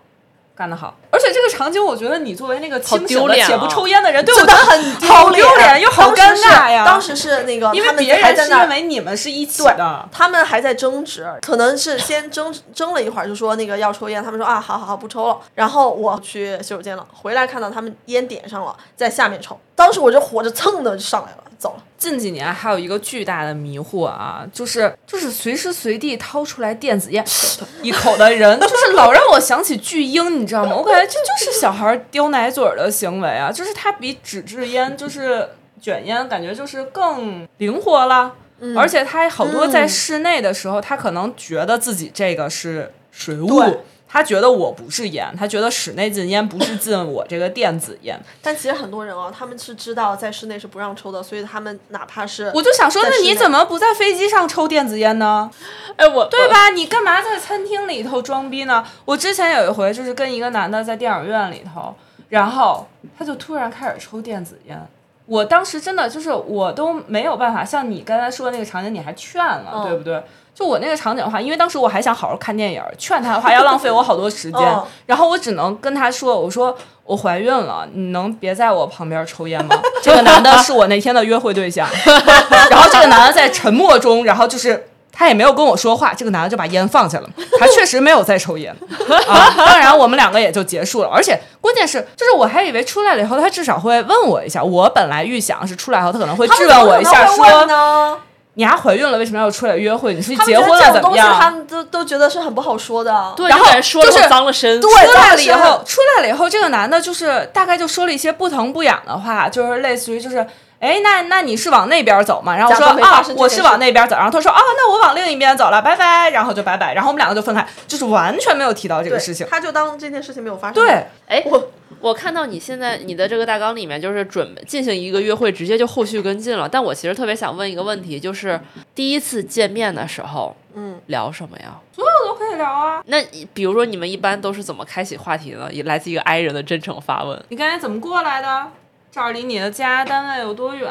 Speaker 1: 干得好！而且这个场景，我觉得你作为那个清醒
Speaker 3: 丢
Speaker 1: 的
Speaker 3: 脸啊
Speaker 1: 且不抽烟的人，对我
Speaker 2: 就
Speaker 1: 觉得
Speaker 2: 很
Speaker 1: 好丢脸又好
Speaker 2: 当时是
Speaker 1: 尴尬呀
Speaker 2: 当时是那个
Speaker 1: 因为
Speaker 2: 他们
Speaker 1: 别
Speaker 2: 还
Speaker 1: 人
Speaker 2: 在
Speaker 1: 是
Speaker 2: 那
Speaker 1: 认
Speaker 2: 儿。
Speaker 1: 为你们是一起
Speaker 2: 对
Speaker 1: 的，，
Speaker 2: 他们还在争执，可能是先争争了一会儿，就说那个要抽烟，他们说啊，好好好，不抽了。然后我去洗手间了，回来看到他们烟点上了，在下面抽。当时我就火着蹭的就上来了，走了。
Speaker 1: 近几年还有一个巨大的迷惑啊，就是就是随时随地掏出来电子烟 一口的人，就是老让我想起巨婴，你知道吗？我感觉这就是小孩叼奶嘴儿的行为啊，就是它比纸质烟就是卷烟感觉就是更灵活了，而且它好多在室内的时候，他可能觉得自己这个是水雾
Speaker 2: 对。
Speaker 1: 他觉得我不是烟，他觉得室内禁烟不是禁我这个电子烟，
Speaker 2: 但其实很多人哦，他们是知道在室内是不让抽的，所以他们哪怕是
Speaker 1: 我就想说，
Speaker 2: 在
Speaker 1: 那
Speaker 2: 室
Speaker 1: 你
Speaker 2: 内
Speaker 1: 怎么不在飞机上抽电子烟呢？
Speaker 3: 哎，我
Speaker 1: 对？吧？你干嘛在餐厅里头装逼呢？我之前有一回就是跟一个男的在电影院里头，然后他就突然开始抽电子烟。我当时真的就是我都没有办法，像你刚才说的那个场景，你还劝了，
Speaker 2: 嗯
Speaker 1: 对不对？就我那个场景的话，因为当时我还想好好看电影，劝他的话要浪费我好多时间，
Speaker 2: 嗯
Speaker 1: 然后我只能跟他说：“我说我怀孕了，你能别在我旁边抽烟吗？”这个男的是我那天的约会对象， 然后这个男的在沉默中，然后就是他也没有跟我说话，这个男的就把烟放下了，他确实没有在抽 烟啊。当然，我们两个也就结束了。而且关键是，就是我还以为出来了以后，他至少会问我一下。我本来预想是出来后他可能会质问我一下，
Speaker 2: 他们怎么可能会问
Speaker 1: 说
Speaker 2: 呢？
Speaker 1: 你还怀孕了，为什么要出来约会？你是
Speaker 2: 他们
Speaker 1: 结
Speaker 2: 觉得
Speaker 1: 婚了
Speaker 2: 这种
Speaker 1: 怎
Speaker 2: 东
Speaker 1: 么
Speaker 2: 西他
Speaker 1: 样？
Speaker 2: 们都都觉得是很不好说的。
Speaker 3: 对，
Speaker 1: 然后
Speaker 3: 有人说了
Speaker 1: 就是
Speaker 3: 我脏了身，
Speaker 2: 对
Speaker 1: 出来了以
Speaker 2: 当
Speaker 1: 后
Speaker 2: 时，
Speaker 1: 出来了以后，这个男的就是大概就说了一些不疼不痒的话，就是类似于就是。哎，那那你是往那边走吗？然后我说
Speaker 2: 假装没发
Speaker 1: 啊
Speaker 2: 生这，件
Speaker 1: 我是
Speaker 2: 事
Speaker 1: 往那边走。然后他说啊，那我往另一边走了，拜拜。然后就拜拜。然后我们两个就分开，就是完全没有提到这个
Speaker 2: 对
Speaker 1: 事情。
Speaker 2: 他就当这件事情没有发生。
Speaker 1: 对，
Speaker 3: 哎，
Speaker 2: 我
Speaker 3: 我看到你现在你的这个大纲里面就是准备进行一个约会，直接就后续跟进了。但我其实特别想问一个问题，就是第一次见面的时候，
Speaker 2: 嗯，
Speaker 3: 聊什么呀？
Speaker 1: 这都可以聊啊。
Speaker 3: 那你比如说你们一般都是怎么开启话题呢？也来自一个 I 人的真诚发问。
Speaker 1: 你刚才怎么过来的？这儿离你的家单位有多远？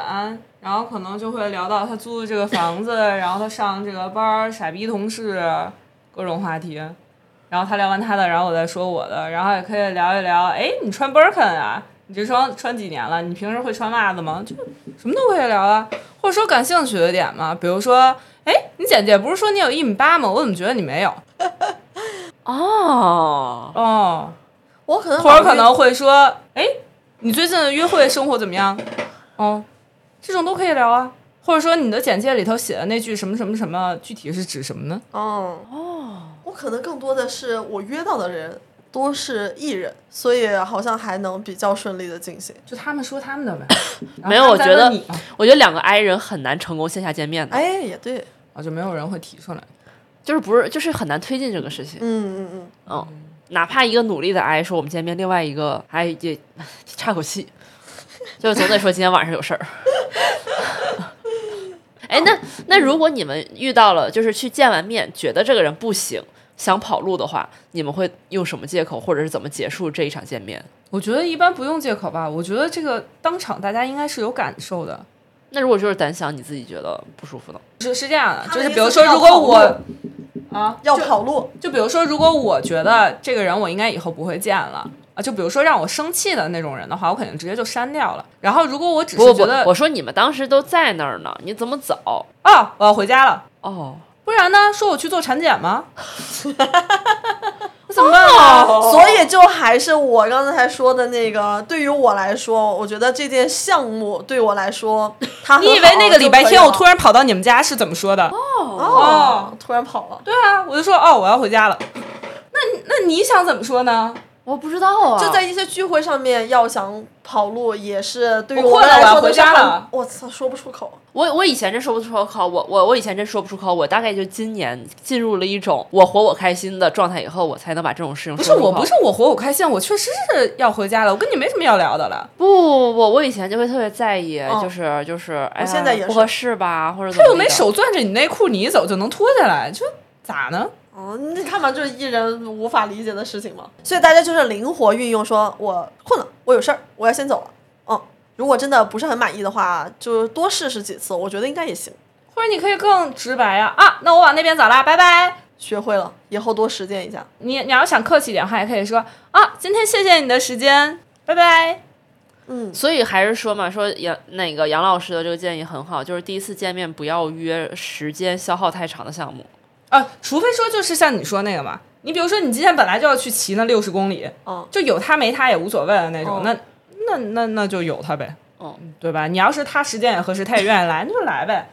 Speaker 1: 然后可能就会聊到他租的这个房子，然后他上这个班儿，傻逼同事，各种话题。然后他聊完他的，然后我再说我的，然后也可以聊一聊。哎，你穿 Birkin 啊？你这双穿几年了？你平时会穿袜子吗？就什么都可以聊啊，或者说感兴趣的点嘛，比如说，哎，你姐姐不是说你有一米八吗？我怎么觉得你没有？
Speaker 3: 哦，
Speaker 1: 哦，
Speaker 2: 我可能
Speaker 1: 或者
Speaker 2: 考
Speaker 1: 可
Speaker 2: 虑
Speaker 1: 能会说，哎，你最近的约会生活怎么样？哦，这种都可以聊啊。或者说你的简介里头写的那句什么什么什么，具体是指什么呢？
Speaker 2: 嗯哦，我可能更多的是我约到的人都是艺人，所以好像还能比较顺利的进行。
Speaker 1: 就他们说他们 的呗。然后
Speaker 3: 没有我
Speaker 1: 他
Speaker 3: 觉
Speaker 1: 们再
Speaker 3: 得
Speaker 1: 问你啊嘛
Speaker 3: 我觉得两个 I 人很难成功线下见面的，
Speaker 2: 哎，也对，
Speaker 1: 啊，就没有人会提出来。
Speaker 3: 就是不是就是很难推进这个事情。
Speaker 2: 嗯嗯嗯，
Speaker 3: 嗯，哪怕一个努力的 I 说我们见面，另外一个 I 也 差口气，就是总得说今天晚上有事儿。 哎，那那如果你们遇到了，就是去见完面，觉得这个人不行，想跑路的话，你们会用什么借口，或者是怎么结束这一场见面？
Speaker 1: 我觉得一般不用借口吧。我觉得这个当场大家应该是有感受的。
Speaker 3: 那如果就是单相，你自己觉得不舒服呢？
Speaker 1: 是是这样的，就
Speaker 2: 他们
Speaker 1: 是
Speaker 2: 意
Speaker 1: 比如
Speaker 2: 思
Speaker 1: 说，
Speaker 2: 是要
Speaker 1: 如果
Speaker 2: 跑路
Speaker 1: 我啊
Speaker 2: 要
Speaker 1: 就
Speaker 2: 跑路，
Speaker 1: 就比如说，如果我觉得这个人我应该以后不会见了啊，就比如说让我生气的那种人的话，我肯定直接就删掉了。然后如果我只
Speaker 3: 不
Speaker 1: 是
Speaker 3: 不
Speaker 1: 觉
Speaker 3: 不
Speaker 1: 得，
Speaker 3: 我说你们当时都在那儿呢，你怎么走？
Speaker 1: 啊我要回家了，
Speaker 3: 哦，
Speaker 1: 不然呢？说我去做产检吗？怎么办啊？
Speaker 2: 所以就还是我刚才说的那个，对于我来说，我觉得这件项目对我来说，它很
Speaker 1: 你以为
Speaker 2: 好
Speaker 1: 那个礼拜天我突
Speaker 2: 就可以了
Speaker 1: 然跑到你们家是怎么说的？
Speaker 2: 哦突然跑了，
Speaker 1: 对啊，我就说哦，我要回家了。那那你想怎么说呢？
Speaker 3: 我不知道啊，
Speaker 2: 就在一些聚会上面要想跑路，也是对于
Speaker 1: 我困
Speaker 2: 们
Speaker 1: 了我
Speaker 2: 来
Speaker 1: 要
Speaker 2: 说
Speaker 1: 回
Speaker 2: 都是
Speaker 1: 家
Speaker 2: 很
Speaker 1: 了
Speaker 2: 我操，说不出口。
Speaker 3: 我我以前真说不出口，我我我以前真说不出口，我大概就今年进入了一种我活我开心的状态以后，我才能把这种事情
Speaker 1: 不是
Speaker 3: 说出口
Speaker 1: 我，不是我活我开心，我确实是要回家了。我跟你没什么要聊的了。
Speaker 3: 不不不，我以前就会特别在意，就是就是，哎呀，
Speaker 2: 现在也
Speaker 3: 不
Speaker 2: 是
Speaker 3: 合适吧，或者
Speaker 1: 他
Speaker 3: 他
Speaker 1: 又没手攥着你内裤，你一走就能脱下来，就咋呢？
Speaker 2: 哦，你看嘛，就是艺人无法理解的事情嘛。所以大家就是灵活运用，说我困了，我有事儿，我要先走了。嗯，如果真的不是很满意的话，就多试试几次，我觉得应该也行。
Speaker 1: 或者你可以更直白啊啊！那我往那边走啦，拜拜。
Speaker 2: 学会了，以后多实践一下。
Speaker 1: 你你要想客气一点的话，也可以说啊，今天谢谢你的时间，拜拜。
Speaker 2: 嗯，
Speaker 3: 所以还是说嘛，说杨那个杨老师的这个建议很好，就是第一次见面不要约时间消耗太长的项目。
Speaker 1: 啊，除非说就是像你说那个嘛，你比如说你今天本来就要去骑那六十公里，
Speaker 2: 哦
Speaker 1: 就有他没他也无所谓的那种，
Speaker 2: 哦
Speaker 1: 那那那那就有他呗，嗯
Speaker 3: 哦，
Speaker 1: 对吧？你要是他时间也合适，他也愿意来，那就来呗。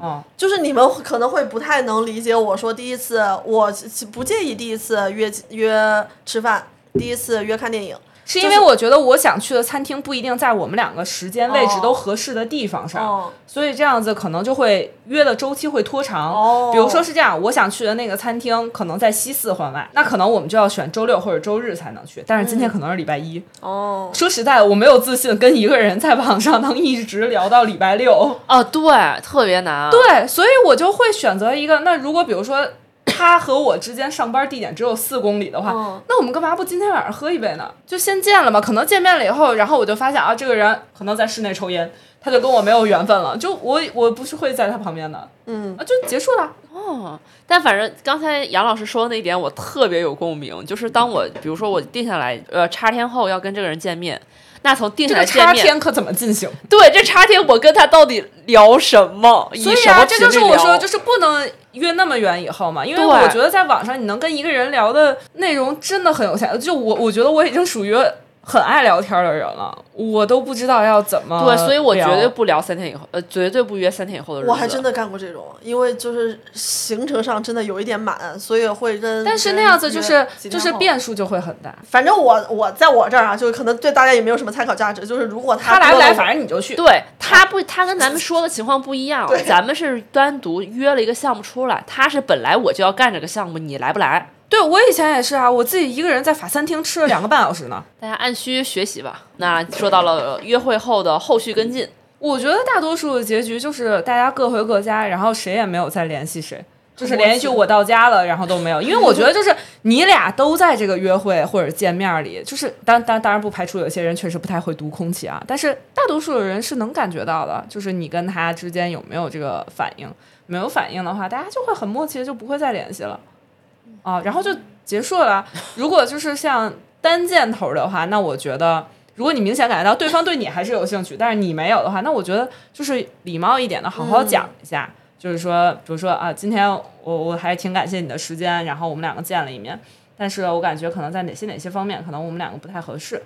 Speaker 1: 哦，
Speaker 2: 就是你们可能会不太能理解我说第一次，我不介意第一次约约吃饭，第一次约看电影。
Speaker 1: 是因为我觉得我想去的餐厅不一定在我们两个时间位置都合适的地方上，
Speaker 2: 哦
Speaker 1: 所以这样子可能就会约的周期会拖长。
Speaker 2: 哦
Speaker 1: 比如说是这样，我想去的那个餐厅可能在西四环外，那可能我们就要选周六或者周日才能去，但是今天可能是礼拜一。
Speaker 2: 哦，
Speaker 1: 说实在的，我没有自信跟一个人在网上能一直聊到礼拜六。
Speaker 3: 哦，对，特别难。
Speaker 1: 对，所以我就会选择一个。那如果比如说他和我之间上班地点只有四公里的话，
Speaker 2: 嗯
Speaker 1: 那我们干嘛不今天晚上喝一杯呢？就先见了嘛。可能见面了以后，然后我就发现啊，这个人可能在室内抽烟，他就跟我没有缘分了。就我我不是会在他旁边的，
Speaker 2: 嗯，
Speaker 1: 啊，就结束了。
Speaker 3: 哦，但反正刚才杨老师说的那一点，我特别有共鸣。就是当我比如说我定下来，呃，叉天后要跟这个人见面，那从定
Speaker 1: 这个
Speaker 3: 下来见
Speaker 1: 插
Speaker 3: 面，
Speaker 1: 天可怎么进行？
Speaker 3: 对这叉天，我跟他到底聊什么？以
Speaker 1: 所以
Speaker 3: 什
Speaker 1: 啊，
Speaker 3: 么
Speaker 1: 这就
Speaker 3: 频率
Speaker 1: 是我说，
Speaker 3: 聊
Speaker 1: 就是不能约那么远以后嘛，因为
Speaker 3: 对
Speaker 1: 我觉得在网上你能跟一个人聊的内容真的很有限。就我，我觉得我已经属于很爱聊天的人了，我都不知道要怎么
Speaker 3: 对，所以我绝对
Speaker 1: 呃聊
Speaker 3: 不聊三天以后，呃，绝对不约三天以后的日子。
Speaker 2: 我还真的干过这种，因为就是行程上真的有一点满，所以会跟。
Speaker 1: 但是那样子就是就是
Speaker 2: 变。
Speaker 1: 变数就会很大，
Speaker 2: 反正我我在我这儿啊，就是可能对大家也没有什么参考价值。就是如果
Speaker 1: 他
Speaker 2: 他
Speaker 1: 来不
Speaker 2: 多了
Speaker 1: 来，
Speaker 2: 我
Speaker 1: 反正你就去。
Speaker 3: 对他不，他跟咱们说的情况不一样
Speaker 2: 对。
Speaker 3: 咱们是单独约了一个项目出来，他是本来我就要干这个项目，你来不来？
Speaker 1: 对我以前也是啊，我自己一个人在法餐厅吃了两个半小时呢。
Speaker 3: 大家按需学习吧。那说到了约会后的后续跟进，
Speaker 1: 我觉得大多数的结局就是大家各回各家，然后谁也没有再联系谁，就是连一句“我到家了”，然后都没有。因为我觉得就是你俩都在这个约会或者见面里，就是当当当然不排除有些人确实不太会读空气啊，但是大多数的人是能感觉到的，就是你跟他之间有没有这个反应。没有反应的话，大家就会很默契，就不会再联系了啊，然后就结束了。如果就是像单箭头的话，那我觉得。如果你明显感觉到对方对你还是有兴趣，但是你没有的话，那我觉得就是礼貌一点的，好好讲一下，就是说，比如说啊，今天我我还挺感谢你的时间，然后我们两个见了一面，但是我感觉可能在哪些哪些方面，可能我们两个不太合适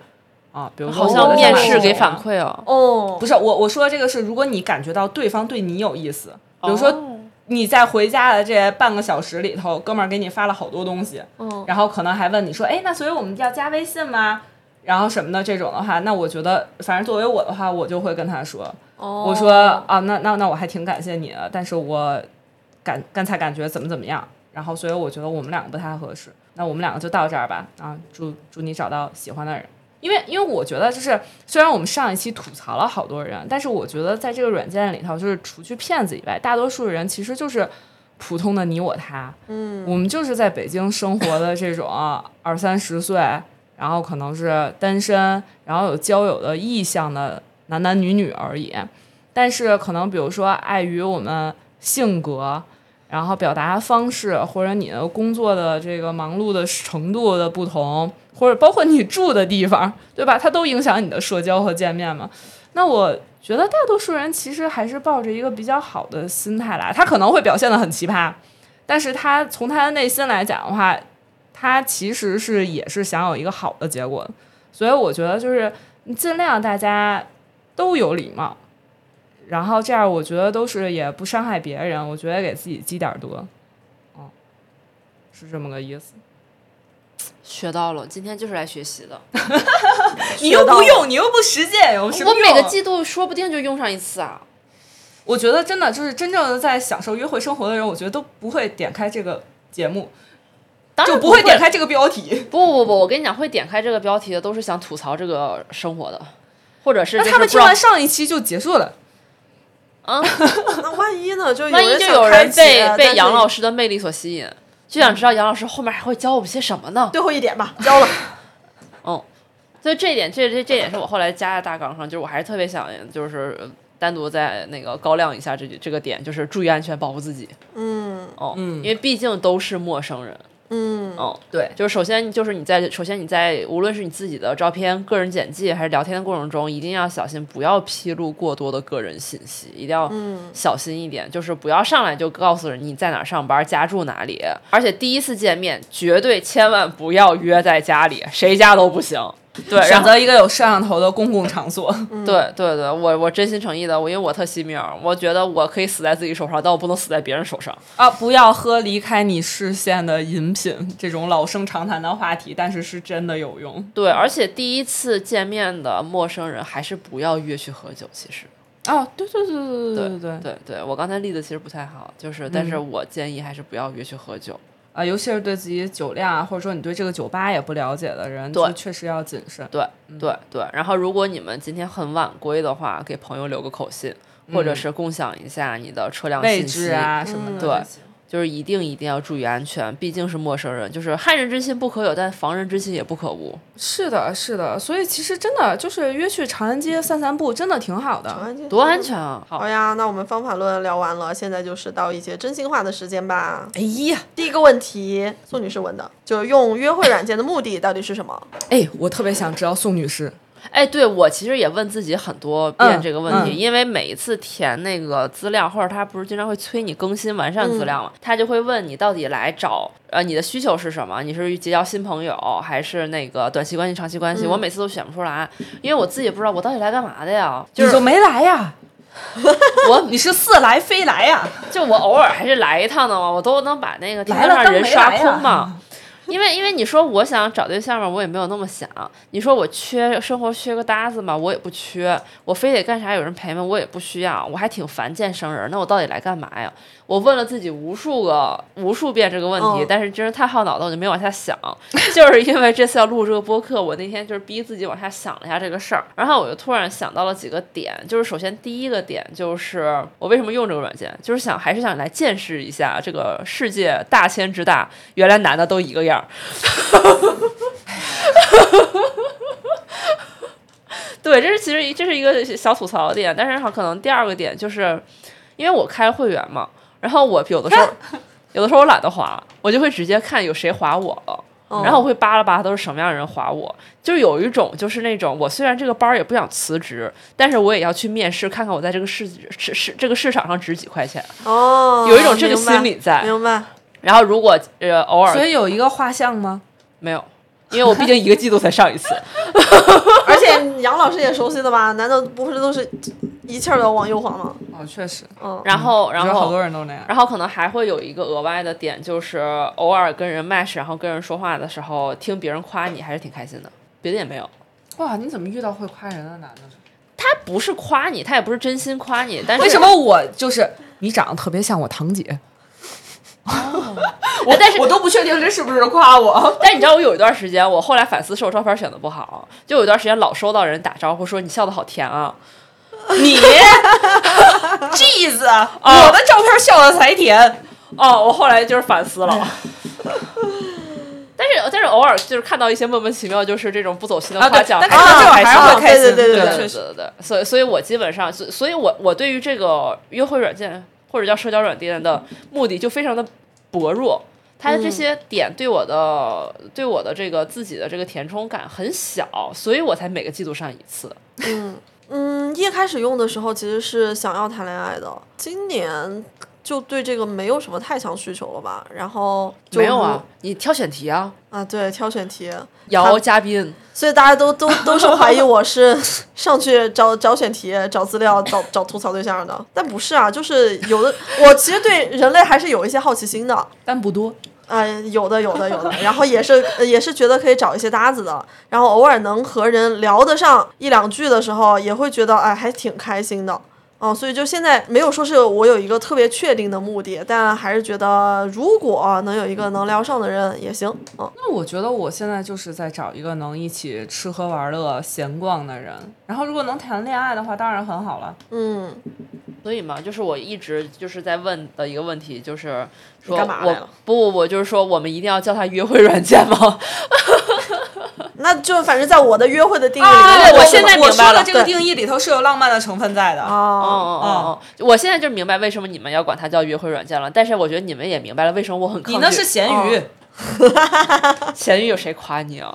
Speaker 1: 啊，比如说
Speaker 3: 好
Speaker 1: 我
Speaker 3: 像
Speaker 1: 的
Speaker 3: 面
Speaker 1: 想法
Speaker 3: 试
Speaker 1: 是
Speaker 3: 给
Speaker 1: 这样啊
Speaker 3: 反馈哦。
Speaker 2: 哦
Speaker 1: 不，是我我说的这个是，如果你感觉到对方对你有意思，比如说
Speaker 3: 哦
Speaker 1: 你在回家的这半个小时里头，哥们儿给你发了好多东西，
Speaker 2: 嗯
Speaker 1: 然后可能还问你说，哎，那所以我们要加微信吗？然后什么的这种的话，那我觉得，反正作为我的话，我就会跟他说，
Speaker 2: 哦
Speaker 1: 我说啊，那那那我还挺感谢你的，但是我感刚才感觉怎么怎么样，然后所以我觉得我们两个不太合适，那我们两个就到这儿吧啊，祝祝你找到喜欢的人。因为因为我觉得就是，虽然我们上一期吐槽了好多人，啊但是我觉得在这个软件里头，就是除去骗子以外，大多数人其实就是普通的你我他。嗯，我们就是在北京生活的这种啊二三十岁，然后可能是单身，然后有交友的意向的男男女女而已。但是可能比如说碍于我们性格，然后表达方式，或者你的工作的这个忙碌的程度的不同，或者包括你住的地方，对吧？它都影响你的社交和见面嘛。那我觉得大多数人其实还是抱着一个比较好的心态来，他可能会表现得很奇葩，但是他从他的内心来讲的话，他其实是也是想有一个好的结果的，所以我觉得就是尽量大家都有礼貌，然后这样我觉得都是也不伤害别人，我觉得给自己积点儿德，嗯，是这么个意思。
Speaker 3: 学到了，今天就是来学习的。
Speaker 1: 你又
Speaker 2: 学到
Speaker 1: 不
Speaker 2: 了
Speaker 1: 用，你又不实践，有什么
Speaker 3: 我每个
Speaker 1: 用啊
Speaker 3: 季度说不定就用上一次啊。
Speaker 1: 我觉得真的就是真正的在享受约会生活的人，我觉得都不会点开这个节目，
Speaker 3: 当然
Speaker 1: 就
Speaker 3: 不
Speaker 1: 不会点。开这个标题。
Speaker 3: 不不不，我跟你讲，会点开这个标题的都是想吐槽这个生活的，或者是
Speaker 1: 那
Speaker 3: 就是
Speaker 1: 他们
Speaker 3: 不
Speaker 1: 听
Speaker 3: 知道
Speaker 1: 完上一期就结束了，
Speaker 2: 那万一呢？就
Speaker 3: 万一就
Speaker 2: 想
Speaker 3: 有
Speaker 2: 开
Speaker 3: 人
Speaker 2: 启
Speaker 1: 啊
Speaker 3: 被
Speaker 2: 但
Speaker 3: 被
Speaker 2: 是
Speaker 3: 杨老师的魅力所吸引，就想知道杨老师后面还会教我们些什么呢？
Speaker 2: 最后一点吧，交了。
Speaker 3: 嗯，所以这一点，这这这点是我后来加在大纲上，就是我还是特别想，就是呃单独再那个高亮一下这句这个点，就是注意安全，保护自己。
Speaker 2: 嗯
Speaker 3: 哦，因为毕竟都是陌生人。
Speaker 2: 嗯，
Speaker 3: 哦，
Speaker 1: 对
Speaker 3: 就是首先就是你在首先你在无论是你自己的照片、个人简介还是聊天的过程中，一定要小心，不要披露过多的个人信息，一定要小心一点，就是不要上来就告诉人你在哪儿上班、家住哪里，而且第一次见面绝对千万不要约在家里，谁家都不行。对，然
Speaker 1: 选
Speaker 3: 后。
Speaker 1: 择一个有摄像头的公共场所。
Speaker 3: 对对对，我我真心诚意的，我因为我特惜命儿，我觉得我可以死在自己手上，但我不能死在别人手上。
Speaker 1: 啊，不要喝离开你视线的饮品，这种老生常谈的话题，但是是真的有用
Speaker 3: 对，而且第一次见面的陌生人还是不要约去喝酒，其实。
Speaker 1: 啊！对对对对对对对
Speaker 3: 对对，我刚才例子其实不太好，就是，但是
Speaker 1: 嗯
Speaker 3: 我建议还是不要约去喝酒。
Speaker 1: 啊，尤其是对自己酒量啊，或者说你对这个酒吧也不了解的人，
Speaker 3: 对
Speaker 1: 就确实要谨慎。
Speaker 3: 对嗯对对，然后如果你们今天很晚归的话，给朋友留个口信，或者是共享一下你的车辆
Speaker 1: 嗯位
Speaker 3: 信
Speaker 1: 置
Speaker 3: 息，
Speaker 1: 啊什么的，
Speaker 3: 对，就是一定一定要注意安全，毕竟是陌生人，就是害人之心不可有，但防人之心也不可无。
Speaker 1: 是的，是的。所以其实真的就是约去长安街散散步，真的挺好的。
Speaker 3: 多安全啊！好
Speaker 2: 好呀，那我们方法论聊完了，现在就是到一些真心话的时间吧。
Speaker 1: 哎呀，
Speaker 2: 第一个问题，宋女士问的，就是用约会软件的目的到底是什么？
Speaker 1: 哎，我特别想知道宋女士，
Speaker 3: 哎，对我其实也问自己很多遍
Speaker 1: 嗯
Speaker 3: 这个问题，
Speaker 1: 嗯
Speaker 3: 因为每一次填那个资料，或者他不是经常会催你更新完善资
Speaker 1: 嗯
Speaker 3: 料嘛，他就会问你到底来找呃你的需求是什么？你是结交新朋友，还是那个短期关系、长期关
Speaker 1: 嗯
Speaker 3: 系？我每次都选不出来，因为我自己也不知道我到底来干嘛的呀。就是
Speaker 1: 你就没来 呀？
Speaker 3: 我
Speaker 1: 你是似来非来 呀？
Speaker 3: 就我偶尔还是来一趟的嘛，我都能把那个地
Speaker 1: 来
Speaker 3: 方
Speaker 1: 了
Speaker 3: 上
Speaker 1: 当
Speaker 3: 人
Speaker 1: 没
Speaker 3: 刷
Speaker 1: 来呀
Speaker 3: 空嘛。因为因为你说我想找对象嘛，我也没有那么想。你说我缺生活缺个搭子嘛，我也不缺。我非得干啥有人陪吗？我也不需要。我还挺烦见生人，那我到底来干嘛呀？我问了自己无数个无数遍这个问题，
Speaker 2: 嗯
Speaker 3: 但是真是太耗脑子，我就没往下想。 就是因为这次要录这个播客，我那天就是逼自己往下想了一下这个事儿，然后我就突然想到了几个点，就是首先第一个点就是我为什么用这个软件，就是想还是想来见识一下这个世界大千之大，原来男的都一个样儿。 对，这是其实一这是一个小吐槽的点，但是好可能第二个点就是，因为我开会员嘛，然后我有的时 候有的时候我懒得划，我就会直接看有谁划我了。
Speaker 1: 哦
Speaker 3: 然后我会扒拉扒拉都是什么样的人划我，就是有一种就是那种我虽然这个班儿也不想辞职，但是我也要去面试，看看我在这个市市市这个市场上值几块钱。
Speaker 2: 哦，
Speaker 3: 有一种这个
Speaker 2: 明白
Speaker 3: 心理在
Speaker 2: 明白？
Speaker 3: 然后如果呃偶
Speaker 1: 所
Speaker 3: 尔
Speaker 1: 以有一个画像吗？
Speaker 3: 没有，因为我毕竟一个季度才上 一次，
Speaker 2: 而且杨老师也熟悉的吧？难道不是都是一气儿的往右滑吗？
Speaker 1: 哦，确实，
Speaker 2: 嗯，
Speaker 3: 然后然
Speaker 1: 我觉得好多
Speaker 3: 后
Speaker 1: 人都那样。
Speaker 3: 然后可能还会有一个额外的点，就是偶尔跟人 match，然后跟人说话的时候听别人夸你，还是挺开心的。别的也没有，
Speaker 1: 哇，你怎么遇到会夸人的男的呢？
Speaker 3: 他不是夸你，他也不是真心夸你，但是
Speaker 1: 为什么我就是你长得特别像我堂姐？
Speaker 3: 哎但是
Speaker 1: 我都不确定这是不是夸我。
Speaker 3: 但你知道我有一段时间，我后来反思是我照片选的不好，就有一段时间老收到人打招呼说你笑的好甜啊，
Speaker 1: 你，jeez，我的照片笑的才甜。
Speaker 3: 哦，我后来就是反思
Speaker 1: 哎
Speaker 3: 了。但是但是偶尔就是看到一些莫名其妙，就是这种不走心的
Speaker 1: 啊对
Speaker 3: 夸奖，
Speaker 1: 但
Speaker 3: 还
Speaker 1: 看到这种
Speaker 3: 是开心
Speaker 1: 还是会开心
Speaker 2: 对对
Speaker 1: 对
Speaker 2: 对
Speaker 1: 的
Speaker 3: 对
Speaker 1: 确
Speaker 3: 对
Speaker 1: 实
Speaker 3: 对对，所以所以我基本上，所以所以我我对于这个约会软件或者叫社交软件的目的就非常的薄弱，它的这些点对我的、对我的这个自己的这个填充感很小，所以我才每个季度上一次。
Speaker 2: 嗯嗯，一开始用的时候其实是想要谈恋爱的，今年就对这个没有什么太强需求了吧。然后就
Speaker 3: 没有啊，你挑选题啊，
Speaker 2: 啊，对，挑选题，
Speaker 3: 邀嘉宾，
Speaker 2: 所以大家都都都是怀疑我是 上去找找选题、找资料、找找吐槽对象的，但不是啊，就是有的，我其实对人类还是有一些好奇心的。
Speaker 1: 但不多。
Speaker 2: 啊、有的，有的，有的，然后也是呃也是觉得可以找一些搭子的，然后偶尔能和人聊得上一两句的时候，也会觉得哎，还挺开心的。哦，所以就现在没有说是我有一个特别确定的目的，但还是觉得如果能有一个能聊上的人也行。嗯，
Speaker 1: 那我觉得我现在就是在找一个能一起吃喝玩乐、闲逛的人。然后如果能谈恋爱的话，当然很好了。
Speaker 2: 嗯，
Speaker 3: 所以嘛，就是我一直就是在问的一个问题，就是说
Speaker 2: 干嘛
Speaker 3: 我
Speaker 2: 来了
Speaker 3: 不不不，就是说我们一定要叫它约会软件吗？
Speaker 2: 那就反正在我的约会的定义里面，
Speaker 3: 啊对
Speaker 2: 我
Speaker 3: 我
Speaker 2: 是
Speaker 3: 现在
Speaker 1: 我
Speaker 3: 明白
Speaker 1: 说的
Speaker 3: 了
Speaker 1: 这个
Speaker 2: 对
Speaker 1: 定义里头是有浪漫的成分在的。
Speaker 3: 哦
Speaker 2: 哦，
Speaker 3: 哦哦，我现在就明白为什么你们要管它叫约会软件了，但是我觉得你们也明白了为什么我很抗
Speaker 1: 你
Speaker 3: 拒。
Speaker 1: 那是咸鱼，
Speaker 3: 哦咸鱼有谁夸你啊？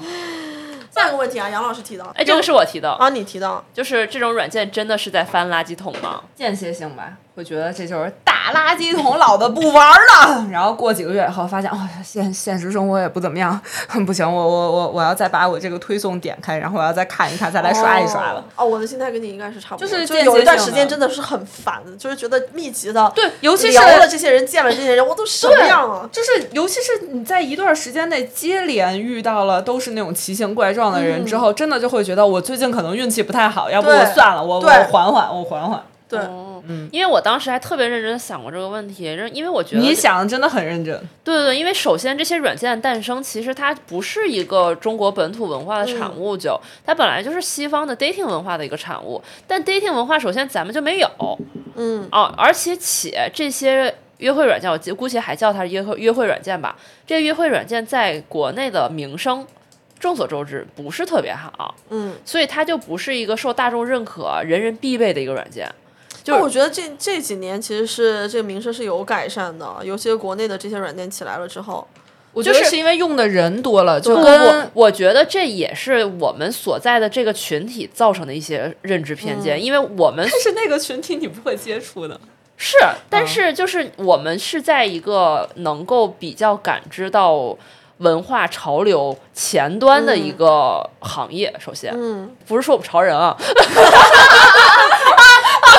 Speaker 2: 下一个问题啊，杨老师提到，
Speaker 3: 哎，这个是我提的，
Speaker 2: 啊，你提到，
Speaker 3: 就是这种软件真的是在翻垃圾桶吗？
Speaker 1: 间歇性吧，会觉得这就是大垃圾桶，老子不玩了。 然后过几个月以后，发现哦，现现实生活也不怎么样， 不行，我我我我要再把我这个推送点开，然后我要再看一看，再来刷一刷了。
Speaker 2: 哦。哦，我的心态跟你应该是差不
Speaker 1: 就
Speaker 2: 多，
Speaker 1: 是
Speaker 2: 就
Speaker 1: 间
Speaker 2: 有一
Speaker 1: 接
Speaker 2: 段
Speaker 1: 性
Speaker 2: 时间
Speaker 1: 的
Speaker 2: 真的是很烦，就是觉得密集的，
Speaker 1: 对尤其
Speaker 2: 聊
Speaker 1: 是
Speaker 2: 了这些人，见了这些人，我都什么样啊了？
Speaker 1: 就是，尤其是你在一段时间内接连遇到了都是那种奇形怪状的人之后，真的就会觉得我最近可能运气不太好，要不
Speaker 2: 对
Speaker 1: 我算了，我我
Speaker 2: 对
Speaker 1: 缓缓，我缓缓。
Speaker 2: 对，
Speaker 3: 哦，因为我当时还特别认真地想过这个问题，因为我觉得
Speaker 1: 你想的真的很认真，
Speaker 3: 对对对，因为首先这些软件的诞生，其实它不是一个中国本土文化的产物就，它本来就是西方的 dating 文化的一个产物。但 dating 文化首先咱们就没有
Speaker 2: 嗯，
Speaker 3: 哦，而且且这些约会软件，我姑且还叫它约会约会软件吧。这约会软件在国内的名声，众所周知不是特别好，
Speaker 2: 嗯，
Speaker 3: 所以它就不是一个受大众认可、人人必备的一个软件。就
Speaker 2: 那我觉得这这几年其实是这个名声是有改善的，尤其是国内的这些软件起来了之后，
Speaker 1: 我
Speaker 3: 觉得是
Speaker 1: 因为用的人多了，就
Speaker 3: 不不，我觉得这也是我们所在的这个群体造成的一些认知偏见，因为我们
Speaker 1: 是那个群体你不会接触的。
Speaker 3: 是，嗯但是就是我们是在一个能够比较感知到文化潮流前端的一个行业。首先，
Speaker 2: 嗯，
Speaker 3: 不是说我们潮人啊，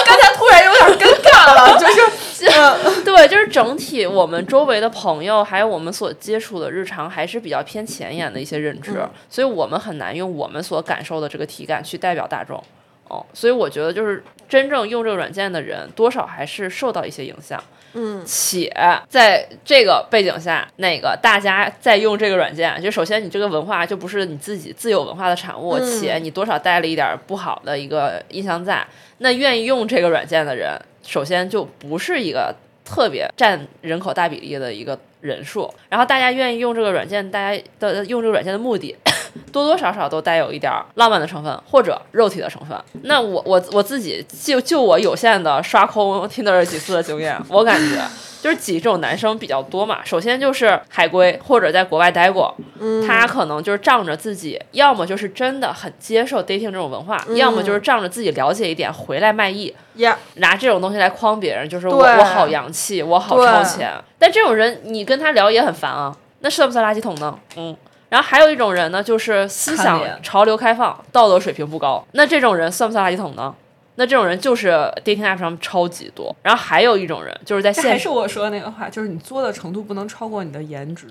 Speaker 1: 刚才突然有点尴尬了，就是，嗯
Speaker 3: 对，就是整体我们周围的朋友，还有我们所接触的日常，还是比较偏前沿的一些认知，
Speaker 2: 嗯
Speaker 3: 所以我们很难用我们所感受的这个体感去代表大众。哦，所以我觉得就是真正用这个软件的人，多少还是受到一些影响。
Speaker 2: 嗯，
Speaker 3: 且在这个背景下，那个大家在用这个软件，啊就首先你这个文化就不是你自己自有文化的产物，
Speaker 2: 嗯
Speaker 3: 且你多少带了一点不好的一个印象在。那愿意用这个软件的人，首先就不是一个特别占人口大比例的一个人数。然后大家愿意用这个软件，大家的用这个软件的目的，多多少少都带有一点儿浪漫的成分或者肉体的成分。那我我我自己就就我有限的刷空 Tinder 几次的经验，我感觉就是几这种男生比较多嘛。首先就是海归或者在国外待过，他可能就是仗着自己，要么就是真的很接受 dating 这种文化，要么就是仗着自己了解一点回来卖艺。
Speaker 2: 也
Speaker 3: 拿这种东西来诓别人，就是我
Speaker 2: 对
Speaker 3: 我好洋气，我好
Speaker 2: 对
Speaker 3: 超前。但这种人，你跟他聊也很烦啊，那算不算垃圾桶呢？嗯。然后还有一种人呢，就是思
Speaker 1: 看
Speaker 3: 想
Speaker 1: 脸
Speaker 3: 潮流开放，道德水平不高。那这种人算不算垃圾桶呢？那这种人就是 dating app 上超级多。然后还有一种人，就是在
Speaker 1: 这还
Speaker 3: 现
Speaker 1: 是
Speaker 3: 实，
Speaker 1: 我说的那个话，就是你作的程度不能超过你的颜 值，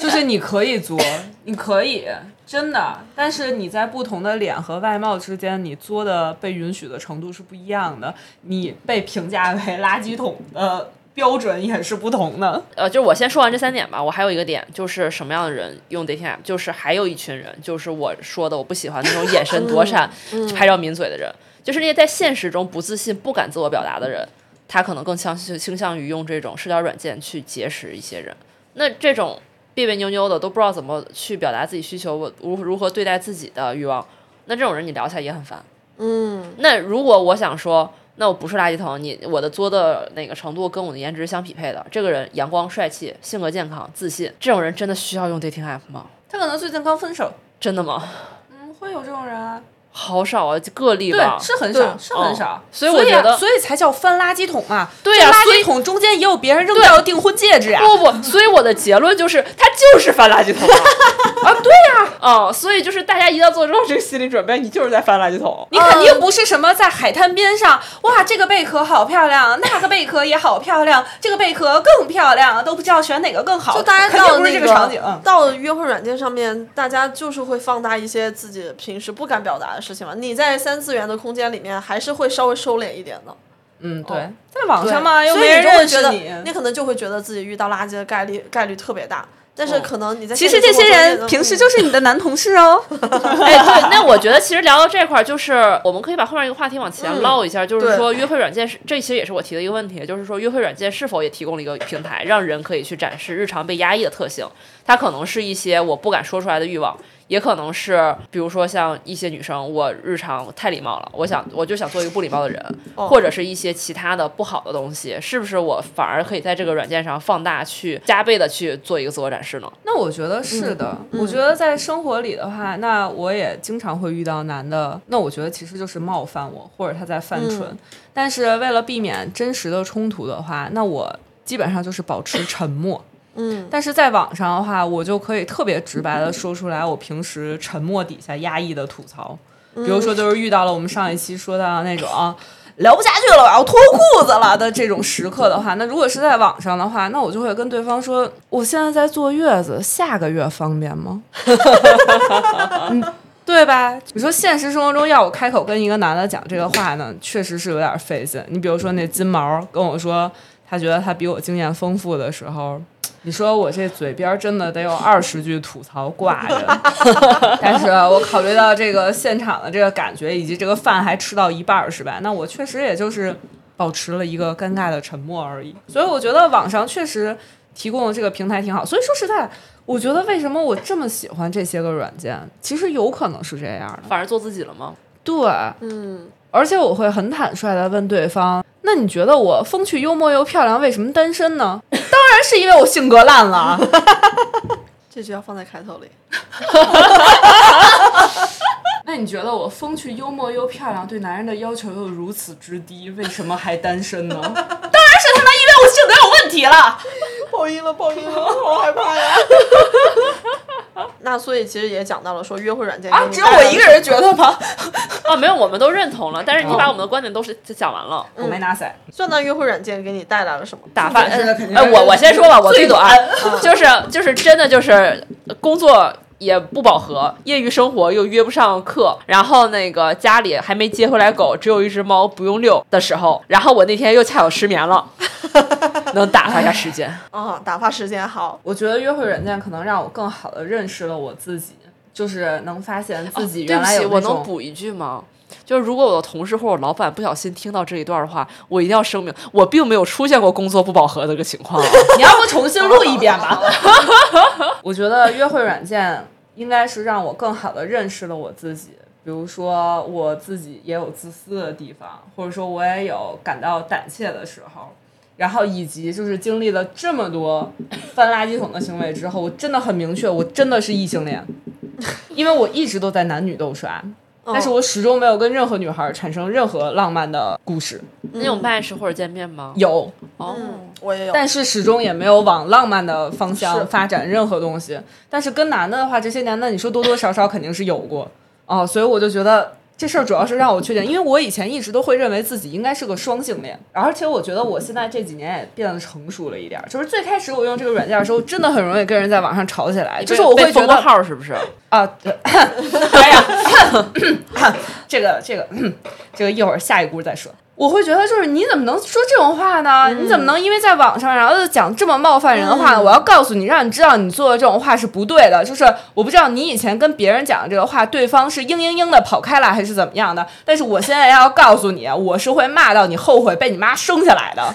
Speaker 1: 就是你可以作，你可以真的，但是你在不同的脸和外貌之间，你作的被允许的程度是不一样的，你被评价为垃圾桶的标准也是不同的。
Speaker 3: 呃，就是我先说完这三点吧。我还有一个点，就是什么样的人用 dating app，就是还有一群人，就是我说的我不喜欢那种眼神躲闪、拍照抿嘴的人，就是那些在现实中不自信、不敢自我表达的人，他可能更倾倾向于用这种社交软件去结识一些人。那这种别别扭扭的，都不知道怎么去表达自己需求，我如如何对待自己的欲望，那这种人你聊起来也很烦。
Speaker 2: 嗯
Speaker 3: 那如果我想说，那我不是垃圾桶，你我的作的那个程度跟我的颜值相匹配的，这个人阳光帅气，性格健康，自信，这种人真的需要用 dating app 吗？
Speaker 1: 他可能最近刚分手，
Speaker 3: 真的吗？
Speaker 1: 嗯，会有这种人啊。
Speaker 3: 好少啊，个例
Speaker 1: 对
Speaker 3: 吧，。
Speaker 1: 是很少，
Speaker 2: 对
Speaker 1: 是很少。
Speaker 3: 所以
Speaker 1: 所
Speaker 3: 我觉
Speaker 1: 啊
Speaker 3: 得
Speaker 1: 所以才叫翻垃圾桶嘛。
Speaker 3: 对呀
Speaker 1: 这垃
Speaker 3: 所以
Speaker 1: 圾桶中间也有别人扔掉的订婚戒指呀。
Speaker 3: 不不，所以我的结论就是，他就是翻垃圾 桶啊！对呀、哦，所以就是大家一定要做做这个心理准备，你就是在翻垃圾桶。
Speaker 1: 你肯
Speaker 2: 嗯
Speaker 1: 定不是什么在海滩边上，哇，这个贝壳好漂亮，那个贝壳也好漂亮，这个贝壳更漂亮，都不知道选哪个更好。
Speaker 2: 就大家
Speaker 1: 肯定
Speaker 2: 到
Speaker 1: 不是
Speaker 2: 那
Speaker 1: 这个场景。
Speaker 2: 到约会软件上面，大家就是会放大一些自己平时不敢表达的事情嘛。你在三次元的空间里面，还是会稍微收敛一点的。
Speaker 1: 嗯，对，在网上嘛，又
Speaker 2: 所
Speaker 1: 没
Speaker 2: 以
Speaker 1: 人
Speaker 2: 你就会
Speaker 1: 认
Speaker 2: 觉
Speaker 1: 识
Speaker 2: 得，
Speaker 1: 你
Speaker 2: 你。可能就会觉得自己遇到垃圾的概率概率特别大。但是可能你在
Speaker 1: 哦其实
Speaker 2: 现实
Speaker 1: 这
Speaker 2: 生活
Speaker 1: 些
Speaker 2: 中也
Speaker 1: 人
Speaker 2: 能
Speaker 1: 平时
Speaker 2: 嗯
Speaker 1: 就是你的男同事哦。
Speaker 3: 哎，对，那我觉得其实聊到这块儿，就是我们可以把后面一个话题往前唠一下，就是
Speaker 2: 对
Speaker 3: 说约会软件是，这其实也是我提的一个问题，就是说约会软件是否也提供了一个平台，让人可以去展示日常被压抑的特性。它可能是一些我不敢说出来的欲望，也可能是比如说像一些女生，我日常太礼貌了，我想我就想做一个不礼貌的人，或者是一些其他的不好的东西，是不是我反而可以在这个软件上放大去加倍的去做一个自我展示呢？
Speaker 1: 那我觉得是的，我觉得在生活里的话，那我也经常会遇到男的，那我觉得其实就是冒犯我，或者他在犯蠢。但是为了避免真实的冲突的话，那我基本上就是保持沉默。
Speaker 2: 嗯，
Speaker 1: 但是在网上的话，我就可以特别直白的说出来我平时沉默底下压抑的吐槽，比如说就是遇到了我们上一期说到的那种。啊聊不下去了，我要脱裤子了的这种时刻的话，那如果是在网上的话，那我就会跟对方说，我现在在坐月子，下个月方便吗？ 嗯，对吧？你说现实生活中要我开口跟一个男的讲这个话呢，确实是有点费劲。你比如说那金毛跟我说，他觉得他比我经验丰富的时候，你说我这嘴边儿真的得有二十句吐槽挂着， 但是我考虑到这个现场的这个感觉，以及这个饭还吃到一半儿是吧？那我确实也就是保持了一个尴尬的沉默而已。所以我觉得网上确实提供的这个平台挺好。所以说实在，我觉得为什么我这么喜欢这些个软件，其实有可能是这样的。
Speaker 3: 反而做自己了吗？
Speaker 1: 对，嗯，而且我会很坦率的问对方：“那你觉得我风趣幽默又漂亮，为什么单身 呢？”当然是因为我性格烂了啊。
Speaker 2: 这句要放在开头里。
Speaker 1: 那你觉得我风趣、幽默又漂亮，对男人的要求又如此之低，为什么还单身 呢？当然是他妈因为我性格有问题 了。
Speaker 2: 报应了，报应了，好害怕呀！ 那所以其实也讲到了说约会软件给你
Speaker 1: 啊只有
Speaker 2: 带
Speaker 1: 我
Speaker 2: 来
Speaker 1: 一个人觉得吗？
Speaker 3: 哦，没有，我们都认同了，但
Speaker 1: 哦
Speaker 3: 是你把我们的观点都是讲完了。
Speaker 1: 我没拿 伞。
Speaker 2: 算到约会软件给你带来了什么？
Speaker 3: 打饭，
Speaker 1: 是的肯定
Speaker 3: 哎，我
Speaker 1: 是
Speaker 3: 我先说吧，我最短
Speaker 2: 嗯，
Speaker 3: 就是就是真的就是工作也不饱和，业余生活又约不上课，然后那个家里还没接回来狗，只有一只猫不用遛的时候，然后我那天又恰好失眠 了，能打发一下时间。
Speaker 2: 啊、打发时间好。
Speaker 1: 我觉得约会软件可能让我更好的认识了我自己，就是能发现自己
Speaker 3: 对
Speaker 1: 原
Speaker 3: 不
Speaker 1: 来
Speaker 3: 起，
Speaker 1: 有
Speaker 3: 我
Speaker 1: 那
Speaker 3: 能
Speaker 1: 种。
Speaker 3: 补一句吗？就是如果我的同事或者我老板不小心听到这一段的话，我一定要声明，我并没有出现过工作不饱和的这个情 况啊。
Speaker 1: 你要不重新录一遍 吧？我觉得约会软件应该是让我更好的认识了我自己，比如说我自己也有自私的地方，或者说我也有感到胆怯的时候，然后以及就是经历了这么多翻垃圾桶的行为之后，我真的很明确，我真的是异性恋，因为我一直都在男女斗刷。但是我始终没有跟任何女孩产生任何浪漫的故事，
Speaker 3: 你有 match 或者见面吗？
Speaker 1: 有，
Speaker 3: 哦，
Speaker 2: 嗯我也有，
Speaker 1: 但是始终也没有往浪漫的方向
Speaker 2: 是
Speaker 1: 发展任何东西。但是跟男的的话，这些男的你说多多少少肯定是有过哦，所以我就觉得这事儿主要是让我确定，因为我以前一直都会认为自己应该是个双性恋，而且我觉得我现在这几年也变得成熟了一点儿。就是最开始我用这个软件的时候，真的很容易跟人在网上吵起来，就是我
Speaker 3: 被
Speaker 1: 会觉
Speaker 3: 封过
Speaker 1: 得
Speaker 3: 号是不是？
Speaker 1: 啊，对哎呀，这个这个这个一会儿下一股再说。我会觉得就是你怎么能说这种话呢？你怎么能因为在网上然后就讲这么冒犯人的话呢？我要告诉你，让你知道你做的这种话是不对的。就是我不知道你以前跟别人讲的这个话，对方是嘤嘤嘤的跑开了还是怎么样的，但是我现在要告诉你，啊我是会骂到你后悔被你妈生下来的。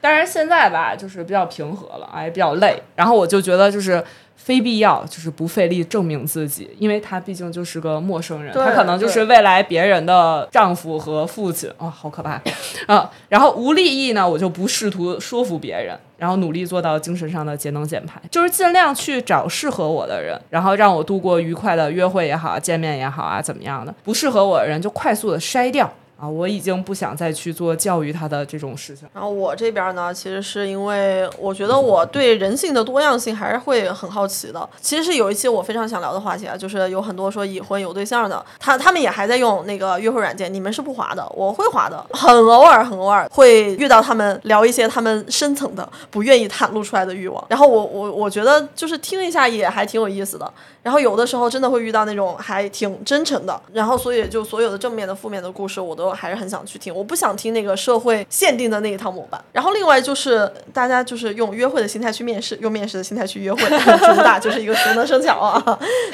Speaker 1: 当然现在吧，就是比较平和了，哎，比较累。然后我就觉得就是非必要就是不费力证明自己，因为她毕竟就是个陌生人，
Speaker 2: 对
Speaker 1: 她可能就是未来别人的丈夫和父亲啊、好可怕啊！然后无利益呢，我就不试图说服别人，然后努力做到精神上的节能减排，就是尽量去找适合我的人，然后让我度过愉快的约会也好，见面也好啊，怎么样的？不适合我的人就快速的筛掉啊！我已经不想再去做教育他的这种事情。
Speaker 2: 然后我这边呢，其实是因为我觉得我对人性的多样性还是会很好奇的。其实是有一些我非常想聊的话题啊，就是有很多说已婚有对象的，他他们也还在用那个约会软件，你们是不滑的，我会滑的，很偶尔很偶尔会遇到他们聊一些他们深层的不愿意袒露出来的欲望。然后我我我觉得就是听一下也还挺有意思的。然后有的时候真的会遇到那种还挺真诚的，然后所以就所有的正面的、负面的故事，我都还是很想去听。我不想听那个社会限定的那一套模板。然后另外就是大家就是用约会的心态去面试，用面试的心态去约会， 主打就是一个熟能生巧啊。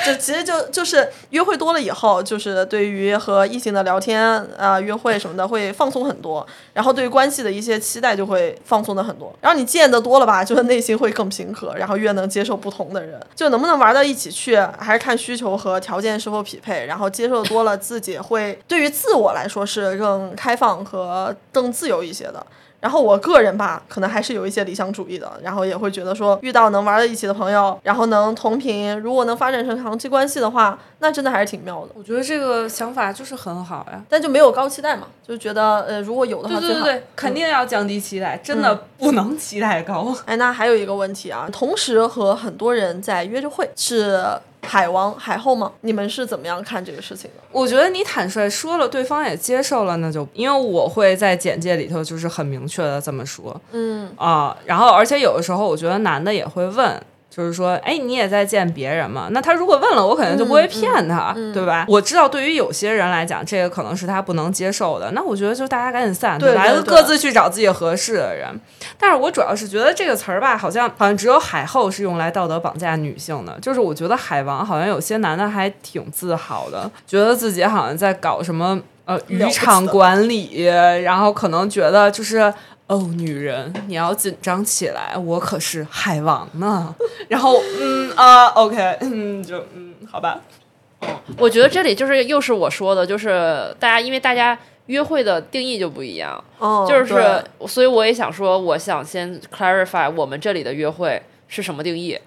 Speaker 2: 就其实就就是约会多了以后，就是对于和异性的聊天啊、约会什么的会放松很多，然后对于关系的一些期待就会放松的很多。然后你见的多了吧，就是内心会更平和，然后越能接受不同的人。就能不能玩到一起去，还是看需求和条件是否匹配。然后接受多了，自己会对于自我来说是更开放和更自由一些的。然后我个人吧，可能还是有一些理想主义的，然后也会觉得说，遇到能玩到一起的朋友，然后能同频，如果能发展成长期关系的话，那真的还是挺妙的。
Speaker 1: 我觉得这个想法就是很好呀。
Speaker 2: 但就没有高期待嘛，就觉得呃，如果有的
Speaker 1: 对
Speaker 2: 话最
Speaker 1: 对
Speaker 2: 好。
Speaker 1: 对对，肯定要降低期待，真的不能期待高。
Speaker 2: 哎，那还有一个问题啊，同时和很多人在约着会，是海王海后吗？你们是怎么样看这个事情的？
Speaker 1: 我觉得你坦率说了，对方也接受了，那就因为我会在简介里头就是很明确的这么说
Speaker 2: 嗯，
Speaker 1: 啊、然后，而且有的时候我觉得男的也会问。就是说，哎，你也在见别人吗？那他如果问了，我肯定就不会骗他，对吧？我知道，对于有些人来讲，这个可能是他不能接受的。那我觉得，就大家赶紧散，
Speaker 2: 对
Speaker 1: 吧？
Speaker 2: 对
Speaker 1: 就
Speaker 2: 对
Speaker 1: 各自去找自己合适的人。但是我主要是觉得这个词儿吧，好像好像只有海后是用来道德绑架女性的，就是我觉得海王好像有些男的还挺自豪的，觉得自己好像在搞什么呃渔
Speaker 2: 了不起的
Speaker 1: 场管理，然后可能觉得就是。哦，女人，你要紧张起来，我可是海王呢。 然后，嗯啊、o k 嗯，就嗯，好吧。
Speaker 3: 我觉得这里就是又是我说的，就是大家因为大家约会的定义就不一样，
Speaker 2: 哦，
Speaker 3: 就是
Speaker 2: 对
Speaker 3: 所以我也想说，我想先 clarify 我们这里的约会是什么定义，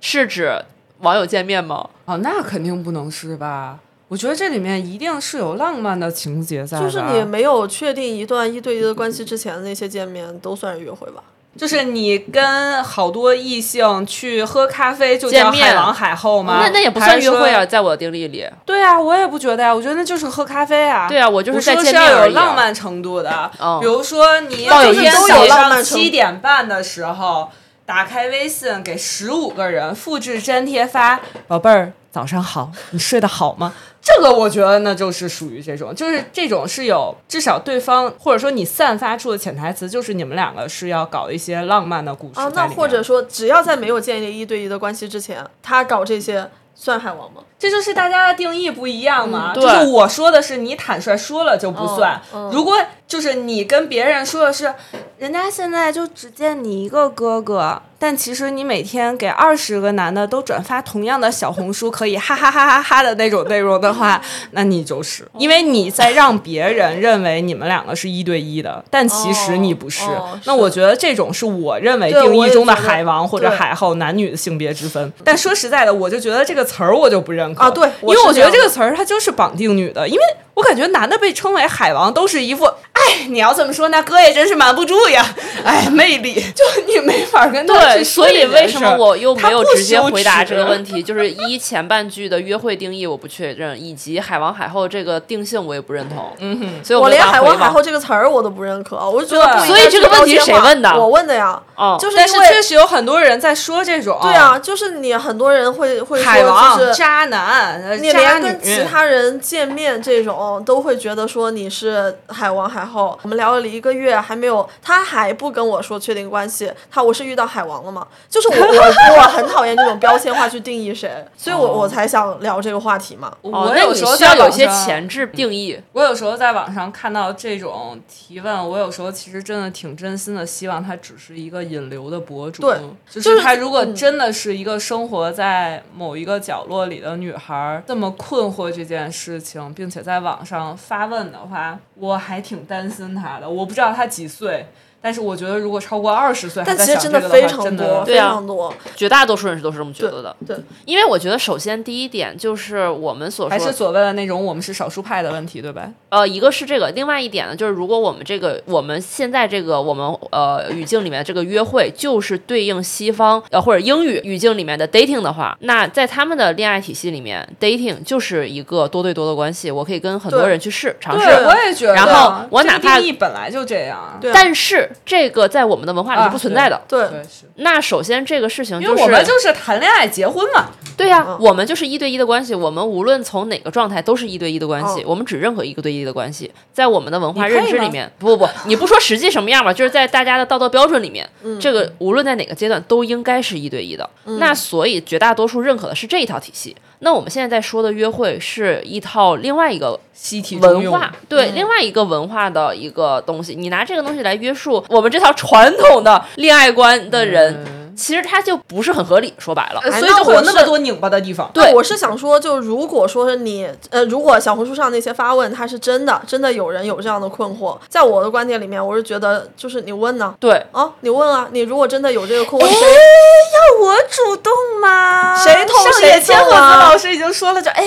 Speaker 3: 是指网友见面吗？
Speaker 1: 哦，那肯定不能是吧？我觉得这里面一定是有浪漫的啊情节在吧。
Speaker 2: 就是你没有确定一段一对一的关系之前的那些见面都算是约会吧？
Speaker 1: 就是你跟好多异性去喝咖啡，就叫
Speaker 3: 见面
Speaker 1: 海
Speaker 3: 哦
Speaker 1: 王海后吗？
Speaker 3: 那那也不算约会
Speaker 1: 还
Speaker 3: 啊，
Speaker 1: 是说。
Speaker 3: 在我的定义里。
Speaker 1: 对啊，我也不觉得呀，我觉得那就是喝咖啡啊。
Speaker 3: 对啊，我就是
Speaker 1: 我
Speaker 3: 在
Speaker 1: 说
Speaker 3: 见
Speaker 1: 是
Speaker 3: 面
Speaker 1: 要
Speaker 3: 而
Speaker 1: 有
Speaker 3: 已啊
Speaker 1: 浪漫程度的，
Speaker 3: 哦
Speaker 1: 比如说你
Speaker 3: 抱有
Speaker 1: 就是
Speaker 3: 意思
Speaker 1: 早
Speaker 3: 有
Speaker 2: 浪
Speaker 1: 上
Speaker 2: 漫程度
Speaker 1: 七点半的时候打开微信给十五个人复制粘贴发，宝贝儿早上好，你睡得好吗？ 这个我觉得那就是属于这种，就是这种是有至少对方或者说你散发出的潜台词就是你们两个是要搞一些浪漫的故事在
Speaker 3: 哦
Speaker 2: 啊
Speaker 1: 里，面、
Speaker 2: 那或者说，只要在没有建立一对一的关系之前，他搞这些算海王吗？
Speaker 1: 这就是大家的定义不一样嘛。
Speaker 3: 对
Speaker 1: 就是我说的是你坦率说了就不算，
Speaker 2: 嗯嗯嗯
Speaker 1: 如果就是你跟别人说的是，人家现在就只见你一个哥哥，但其实你每天给二十个男的都转发同样的小红书，可以哈哈哈哈哈的那种内容的 话，那你
Speaker 2: 哦
Speaker 1: 就是因为你在让别人认为你们两个是一对一的，但其实你不是。
Speaker 2: 哦哦
Speaker 1: 那
Speaker 2: 是
Speaker 1: 我觉得这种是我认为
Speaker 2: 对
Speaker 1: 定
Speaker 2: 我
Speaker 1: 义
Speaker 2: 也
Speaker 1: 中的
Speaker 2: 觉得
Speaker 1: 海王或者
Speaker 2: 对
Speaker 1: 海后男女的性别之分。但说实在的，我就觉得这个词儿我就不认可
Speaker 2: 啊对
Speaker 1: 因
Speaker 2: 我
Speaker 1: 为
Speaker 2: 是
Speaker 1: 我觉
Speaker 2: 这
Speaker 1: 得
Speaker 2: 样
Speaker 1: 这个
Speaker 2: 的
Speaker 1: 词儿它就是绑定女的，因为我感觉男的被称为海王都是一副，哎，你要这么说，那哥也真是瞒不住呀，哎，魅力，就你没法跟他
Speaker 3: 对，
Speaker 1: 去说
Speaker 3: 所以
Speaker 1: 这件
Speaker 3: 为什么
Speaker 1: 事儿
Speaker 3: 我又
Speaker 1: 他
Speaker 3: 没有
Speaker 1: 不
Speaker 3: 直接
Speaker 1: 羞
Speaker 3: 回答
Speaker 1: 耻
Speaker 3: 这个问题？就是一前半句的约会定义我不确认，以及海王海后这个定性我也不认同。嗯哼，所以
Speaker 2: 我
Speaker 3: 没有
Speaker 2: 连
Speaker 3: 办法
Speaker 2: 海
Speaker 3: 回
Speaker 2: 王
Speaker 3: 王
Speaker 2: 海后这个词儿我都不认可，我就觉得不
Speaker 1: 对
Speaker 2: 应该
Speaker 3: 所以这个
Speaker 2: 去标
Speaker 3: 问题
Speaker 2: 签
Speaker 3: 谁
Speaker 2: 化
Speaker 3: 问的
Speaker 2: 我问的呀，
Speaker 3: 哦
Speaker 2: 就是
Speaker 1: 但是
Speaker 2: 因为
Speaker 1: 确实有很多人在说这种，
Speaker 2: 对啊，就是你很多人会会
Speaker 1: 海
Speaker 2: 说，
Speaker 1: 王、
Speaker 2: 就是
Speaker 1: 渣男、呃
Speaker 2: 你
Speaker 1: 渣
Speaker 2: 连
Speaker 1: 女
Speaker 2: 跟其他人见面这种都会觉得说你是海王海后。我们聊了一个月，还没有，他还不跟我说确定关系，他我是遇到海王了吗？就是我我 我很讨厌这种标签化去定义谁，所以我我才想聊这个话题嘛。
Speaker 3: 哦，
Speaker 1: 我
Speaker 3: 那
Speaker 1: 有
Speaker 3: 你
Speaker 1: 时候
Speaker 3: 需
Speaker 1: 在
Speaker 3: 要有
Speaker 1: 网
Speaker 3: 一些
Speaker 1: 上
Speaker 3: 前置定义。
Speaker 1: 我有时候在网上看到这种提问，我有时候其实真的挺真心的，希望它只是一个引流的博主，
Speaker 2: 对
Speaker 1: 就是嗯她如果真的是一个生活在某一个角落里的女孩，这么困惑这件事情，并且在网上发问的话，我还挺担心她的。我不知道她几岁，但是我觉得如果超过二十岁，
Speaker 2: 但
Speaker 1: 还
Speaker 2: 其
Speaker 1: 在
Speaker 2: 实
Speaker 1: 想
Speaker 2: 真
Speaker 1: 这
Speaker 2: 的
Speaker 1: 个
Speaker 2: 非
Speaker 1: 话
Speaker 2: 常
Speaker 1: 真
Speaker 2: 多，
Speaker 1: 的
Speaker 2: 非常多。
Speaker 3: 绝大多数人是都是这么觉得的。
Speaker 2: 对，
Speaker 3: 因为我觉得，首先第一点就是我们所
Speaker 1: 还
Speaker 3: 说
Speaker 1: 是所谓的那种我们是少数派的问题，对吧？
Speaker 3: 呃，一个是这个，另外一点呢，就是如果我们这个我们现在这个我们呃语境里面这个约会，就是对应西方呃或者英语语境里面的 dating 的话，那在他们的恋爱体系里面，dating 就是一个多对多的关系，我可以跟很多
Speaker 2: 对
Speaker 3: 人去试尝试。
Speaker 1: 对，我也觉得。
Speaker 3: 然后我
Speaker 1: 这个
Speaker 3: 哪怕
Speaker 1: 定义本来就这样，
Speaker 2: 对啊
Speaker 3: 但是这个在我们的文化里
Speaker 1: 啊
Speaker 3: 是不存在的。
Speaker 2: 对
Speaker 1: 对是，
Speaker 3: 那首先这个事情
Speaker 1: 因
Speaker 3: 就
Speaker 1: 为
Speaker 3: 是
Speaker 1: 我们就是谈恋爱结婚嘛，
Speaker 3: 对呀、
Speaker 2: 嗯
Speaker 3: 我们就是一对一的关系。我们无论从哪个状态，都是一对一的关系。
Speaker 2: 嗯
Speaker 3: 我们只认可一个对一的关系，在我们的文化
Speaker 1: 你配
Speaker 3: 认知
Speaker 1: 吗
Speaker 3: 里面，不 不不，你不说实际什么样吧，就是在大家的道德标准里面，
Speaker 1: 嗯
Speaker 3: 这个无论在哪个阶段，都应该是一对一的。那所以绝大多数认可的是这一套体系。那我们现在在说的约会是一套另外一个
Speaker 1: 习题中
Speaker 3: 文
Speaker 1: 用嗯
Speaker 3: 化，对、另外一个文化的一个东西，你拿这个东西来约束我们这套传统的恋爱观的人，其实它就不是很合理。说白了，
Speaker 1: 嗯呃
Speaker 2: 哎
Speaker 1: 所以
Speaker 2: 那
Speaker 1: 就会
Speaker 2: 我
Speaker 1: 有那么
Speaker 2: 是
Speaker 1: 多拧巴的地方。
Speaker 3: 对
Speaker 2: 那我是想说，就如果说是你，呃，如果小红书上那些发问，它是真的，真的有人有这样的困惑，在我的观点里面，我是觉得就是你问呢、
Speaker 3: 对，
Speaker 2: 啊，你问啊，你如果真的有这个困惑，谁
Speaker 1: 要我主动吗？
Speaker 2: 谁捅
Speaker 1: 上
Speaker 2: 谁
Speaker 1: 野千
Speaker 2: 中
Speaker 1: 鹤子
Speaker 2: 啊
Speaker 1: 老师已经说了就，哎，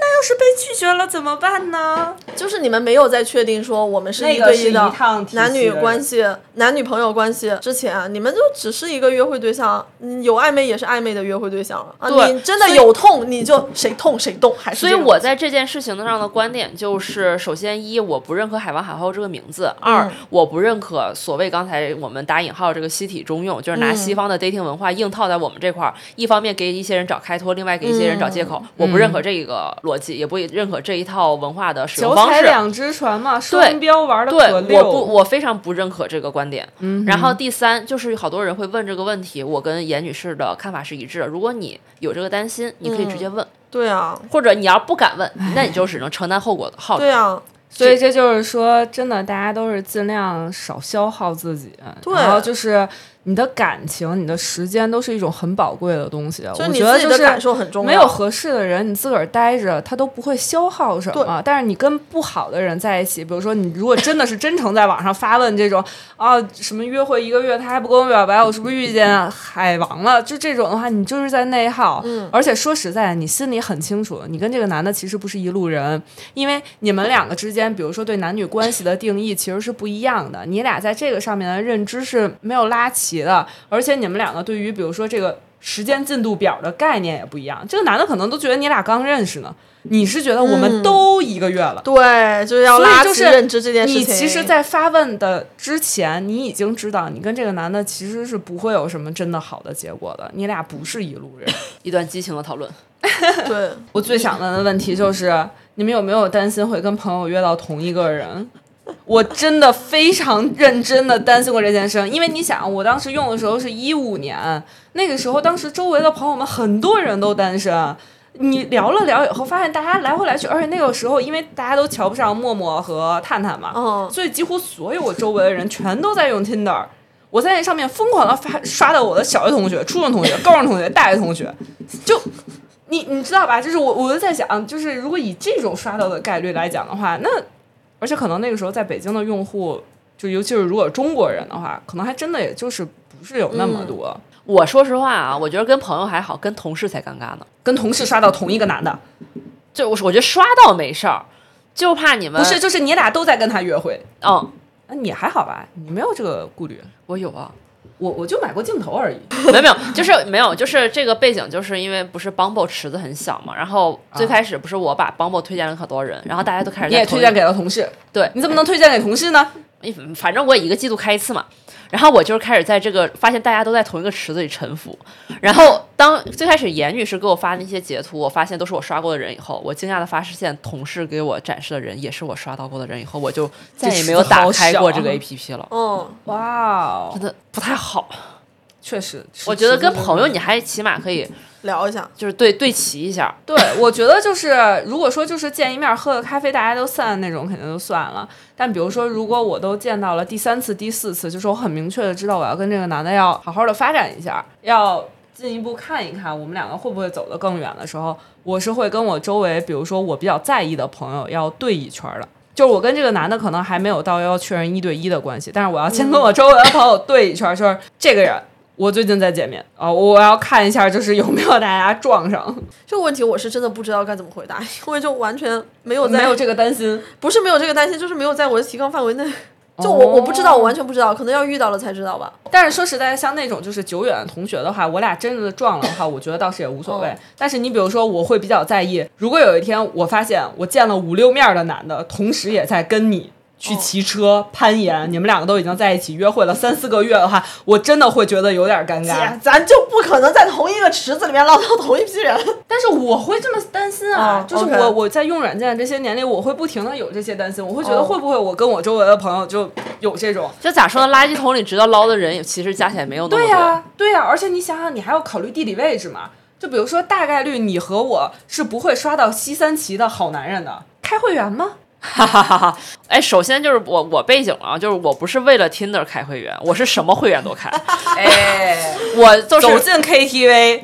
Speaker 1: 那要是被拒绝了怎么办呢？
Speaker 2: 就是你们没有在确定说我们是
Speaker 1: 那
Speaker 2: 一
Speaker 1: 个
Speaker 2: 对
Speaker 1: 是一
Speaker 2: 的
Speaker 1: 趟体
Speaker 2: 男
Speaker 1: 系
Speaker 2: 女
Speaker 1: 的
Speaker 2: 关
Speaker 1: 人
Speaker 2: 系、男女朋友关系之前，你们就只是一个约会对象，嗯有暧昧也是暧昧的约会对象了啊。
Speaker 3: 对
Speaker 2: 你真的有痛你就谁痛谁动，还是
Speaker 3: 所以
Speaker 2: 这样
Speaker 3: 我在这件事情上的观点就是：首先，一我不认可“海王海后”这个名字；
Speaker 1: 嗯
Speaker 3: 二我不认可所谓刚才我们打引号这个“西体中用”，就是拿西方的 dating 文化硬套在我们这块儿，一方面给一些人找开脱，另外给一些人找借口。我不认可这个逻辑，也不认可这一套文化的使用
Speaker 1: 脚
Speaker 3: 方
Speaker 1: 踩
Speaker 3: 式。
Speaker 1: 两只船嘛，双标玩的
Speaker 3: 对，
Speaker 1: 可溜。
Speaker 3: 我不，我非常不认可这个观点。嗯，然后第三就是好多人会问这个问题，我跟严女士的看法是一致的。如果你有这个担心，你可以直接问，
Speaker 2: 对啊，
Speaker 3: 或者你要不敢问，那你就只能承担后果的后果。
Speaker 2: 对啊，
Speaker 1: 所以这就是说，真的，大家都是尽量少消耗自己，
Speaker 2: 对
Speaker 1: 然后就是你的感情、你的时间都是一种很宝贵的东西。
Speaker 2: 就是
Speaker 1: 我
Speaker 2: 你
Speaker 1: 觉得
Speaker 2: 自己
Speaker 1: 就
Speaker 2: 的
Speaker 1: 是
Speaker 2: 感受很重要。
Speaker 1: 没有合适的人，你自个儿待着，他都不会消耗什么。但是你跟不好的人在一起，比如说你如果真的是真诚在网上发问这种 啊，什么约会一个月他还不跟我表白，我是不是遇见啊 海王了？就这种的话，你就是在内耗。而且说实在，你心里很清楚，你跟这个男的其实不是一路人，因为你们两个之间，比如说对男女关系的定义其实是不一样的，你俩在这个上面的认知是没有拉齐的，而且你们两个对于比如说这个时间进度表的概念也不一样，这个男的可能都觉得你俩刚认识呢，你是觉得我们都一个月了。
Speaker 2: 对，就是要
Speaker 1: 所
Speaker 2: 拉
Speaker 1: 以就是
Speaker 2: 起认知这件事情。
Speaker 1: 你其实，在发问的之前，你已经知道你跟这个男的其实是不会有什么真的好的结果的，你俩不是一路人。
Speaker 3: 一段激情的讨论。
Speaker 2: 对，
Speaker 1: 我最想问的问题就是，你们有没有担心会跟朋友约到同一个人？我真的非常认真的担心过这件事，因为你想，我当时用的时候是一五年，那个时候当时周围的朋友们很多人都单身。你聊了聊以后，发现大家来回来去，而且那个时候因为大家都瞧不上默默和探探嘛，
Speaker 2: 嗯，
Speaker 1: 所以几乎所有我周围的人全都在用 Tinder。我在那上面疯狂的发刷到我的小学同学、初中同学、高中同学、大学同学，就你你知道吧？就是我我就在想，就是如果以这种刷到的概率来讲的话，那而且可能那个时候在北京的用户，就尤其是如果中国人的话，可能还真的也就是不是有那么多。
Speaker 3: 我说实话啊，我觉得跟朋友还好，跟同事才尴尬呢。
Speaker 1: 跟同事刷到同一个男的，
Speaker 3: 就我我觉得刷到没事儿，就怕你们
Speaker 1: 不是，就是你俩都在跟他约会，
Speaker 3: 嗯，
Speaker 1: 那你还好吧？你没有这个顾虑，
Speaker 3: 我有啊，
Speaker 1: 我我就买过镜头而已。
Speaker 3: 没有没有，就是没有，就是这个背景，就是因为不是 Bumble 池子很小嘛，然后最开始不是我把 Bumble 推荐了很多人，然后大家都开始
Speaker 1: 你也
Speaker 3: 在
Speaker 1: 推
Speaker 3: 同一
Speaker 1: 荐给了同事，
Speaker 3: 对
Speaker 1: 你怎么能推荐给同事呢？
Speaker 3: 嗯反正我一个季度开一次嘛，然后我就是开始在这个发现大家都在同一个池子里沉浮，然后当最开始严女士给我发那些截图，我发现都是我刷过的人以后，我惊讶的发现同事给我展示的人也是我刷到过的人以后，我就再也没有打开过这个
Speaker 1: 这
Speaker 3: APP 了，
Speaker 2: 嗯，
Speaker 1: 哇
Speaker 3: 真
Speaker 1: 哦，
Speaker 3: 的不太好。
Speaker 1: 确实，
Speaker 3: 我觉得跟朋友你还起码可以
Speaker 2: 聊一下。
Speaker 3: 就是对对齐一下。
Speaker 1: 对，我觉得就是，如果说就是见一面喝个咖啡，大家都散那种，肯定就算了。但比如说，如果我都见到了第三次、第四次，就是我很明确的知道我要跟这个男的要好好的发展一下，要进一步看一看我们两个会不会走得更远的时候，我是会跟我周围，比如说我比较在意的朋友要对一圈儿的。就是我跟这个男的可能还没有到要确认一对一的关系，但是我要先跟我周围的朋友对一圈儿，就是这个人。我最近在见面啊、我要看一下，就是有没有大家撞上。
Speaker 2: 这个问题我是真的不知道该怎么回答，因为就完全没有在
Speaker 1: 没有这个担心。
Speaker 2: 不是没有这个担心，就是没有在我的提纲范围内。
Speaker 1: 哦
Speaker 2: 就我我不知道，我完全不知道，可能要遇到了才知道吧。
Speaker 1: 但是说实在，像那种就是久远的同学的话，我俩真的撞了的话，我觉得倒是也无所谓。
Speaker 2: 嗯
Speaker 1: 但是你比如说，我会比较在意，如果有一天我发现我见了五六面的男的，同时也在跟你。去骑车、攀岩，你们两个都已经在一起约会了三四个月的话，我真的会觉得有点尴尬
Speaker 2: 姐。，咱就不可能在同一个池子里面捞到同一批人。
Speaker 1: 但是我会这么担心啊，
Speaker 2: 哦
Speaker 1: 就是我
Speaker 2: OK
Speaker 1: 我在用软件这些年里，我会不停的有这些担心，我会觉得
Speaker 2: 哦
Speaker 1: 会不会我跟我周围的朋友就有这种
Speaker 3: 就咋说呢？垃圾桶里直到捞的人，也其实加起来没有那么
Speaker 1: 对
Speaker 3: 多。
Speaker 1: 呀、对呀、而且你想想，你还要考虑地理位置嘛。就比如说，大概率你和我是不会刷到西三旗的好男人的。开会员吗？
Speaker 3: 哎，首先就是我我背景啊，就是我不是为了 Tinder 开会员，我是什么会员都开，
Speaker 1: 哎，
Speaker 3: 我 就
Speaker 1: 走
Speaker 3: 是
Speaker 1: 进 KTV，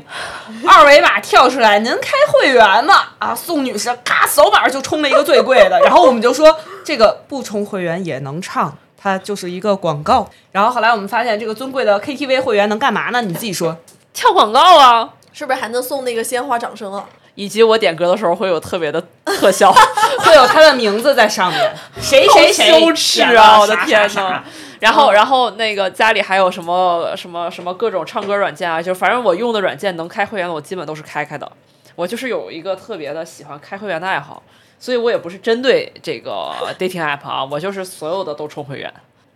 Speaker 1: 二维码跳出来，您开会员吗？啊，宋女士咔扫码就充了一个最贵 的，然后我们就说这个不充会员也能唱，它就是一个广告。然后后来我们发现，这个尊贵的 KTV 会员能干嘛呢？你自己说。
Speaker 3: 跳广告啊，
Speaker 2: 是不是还能送那个鲜花掌声啊？
Speaker 3: 以及我点歌的时候会有特别的特效，
Speaker 1: 会有他的名字在上面，谁谁谁
Speaker 3: 好羞耻
Speaker 1: 点
Speaker 3: 啊！
Speaker 1: 了
Speaker 3: 我的
Speaker 1: 啥
Speaker 3: 天
Speaker 1: 啥
Speaker 3: 呐
Speaker 1: 啥。
Speaker 3: 然后，然后那个家里还有什么什么什么各种唱歌软件啊，就是反正我用的软件能开会员的，我基本都是开开的。我就是有一个特别的喜欢开会员的爱好，所以我也不是针对这个 dating app 啊，我就是所有的都充会员。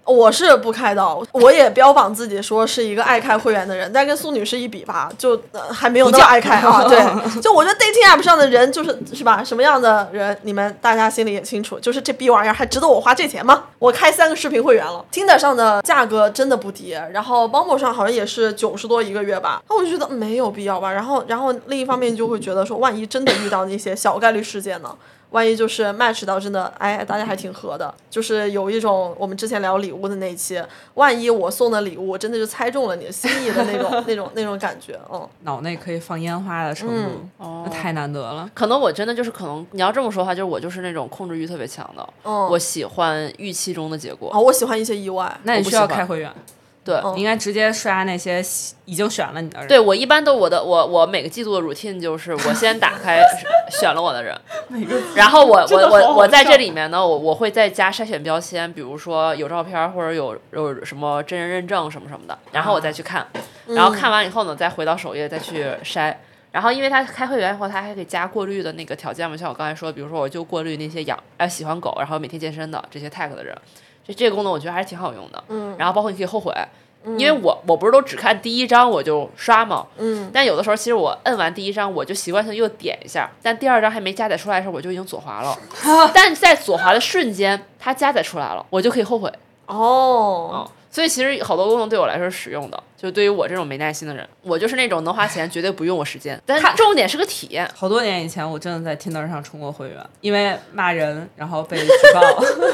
Speaker 2: 我是不开的，我也标榜自己说是一个爱开会员的人，但跟苏女士一比吧，就、呃还没有那
Speaker 1: 不
Speaker 2: 么
Speaker 1: 叫
Speaker 2: 爱开啊。对，就我觉得 dating app 上的人就是是吧，什么样的人，你们大家心里也清楚，就是这逼玩意儿还值得我花这钱吗？我开三个视频会员了，Tinder 上的价格真的不低，然后 Bumble 上好像也是九十多一个月吧，那我就觉得嗯没有必要吧。然后，然后另一方面就会觉得说，万一真的遇到那些小概率事件呢？万一就是 match 到真的，哎，大家还挺合的，就是有一种我们之前聊礼物的那一期，万一我送的礼物真的就猜中了你的心意的 那种那种那种感觉，嗯，
Speaker 1: 脑内可以放烟花的程度，
Speaker 3: 哦
Speaker 1: 那太难得了。
Speaker 3: 可能我真的就是可能你要这么说的话，就是我就是那种控制欲特别强的，
Speaker 2: 嗯
Speaker 3: 我喜欢预期中的结果。
Speaker 2: 啊，我喜欢一些意外，
Speaker 1: 那你
Speaker 3: 不
Speaker 1: 需要
Speaker 3: 喜欢
Speaker 1: 开会员，嗯
Speaker 3: 对
Speaker 1: 你应该直接刷那些喜已经选了你的人。
Speaker 3: 对，我一般都我的我我每个季度的 routine 就是我先打开 选了我的人， 然后我我
Speaker 1: 真的好
Speaker 3: 我
Speaker 1: 好
Speaker 3: 我在
Speaker 1: 笑
Speaker 3: 这里面呢，我我会再加筛选标签，比如说有照片儿或者有有什么真人认证什么什么的，然后我再去看，
Speaker 1: 嗯
Speaker 3: 然后看完以后呢，再回到首页再去筛。然后，因为他开会员以后，他还可以加过滤的那个条件嘛，像我刚才说，比如说我就过滤那些养呃喜欢狗，然后每天健身的这些 tag 的人，这这个功能我觉得还是挺好用的。嗯，然后包括你可以后悔，
Speaker 1: 嗯
Speaker 3: 因为我我不是都只看第一张我就刷嘛，
Speaker 2: 嗯，
Speaker 3: 但有的时候其实我摁完第一张，我就习惯性又点一下，但第二张还没加载出来的时候，我就已经左 滑了。但在左滑的瞬间，它加载出来了，我就可以后悔啊、
Speaker 2: 哦，
Speaker 3: 所以其实好多功能对我来说是实用的，就对于我这种没耐心的人，我就是那种能花钱绝对不用我时间，但
Speaker 1: 看
Speaker 3: 重点是个体验。
Speaker 1: 好多年以前，我真的在 Tinder 上充过会员，因为骂人，然后被举报，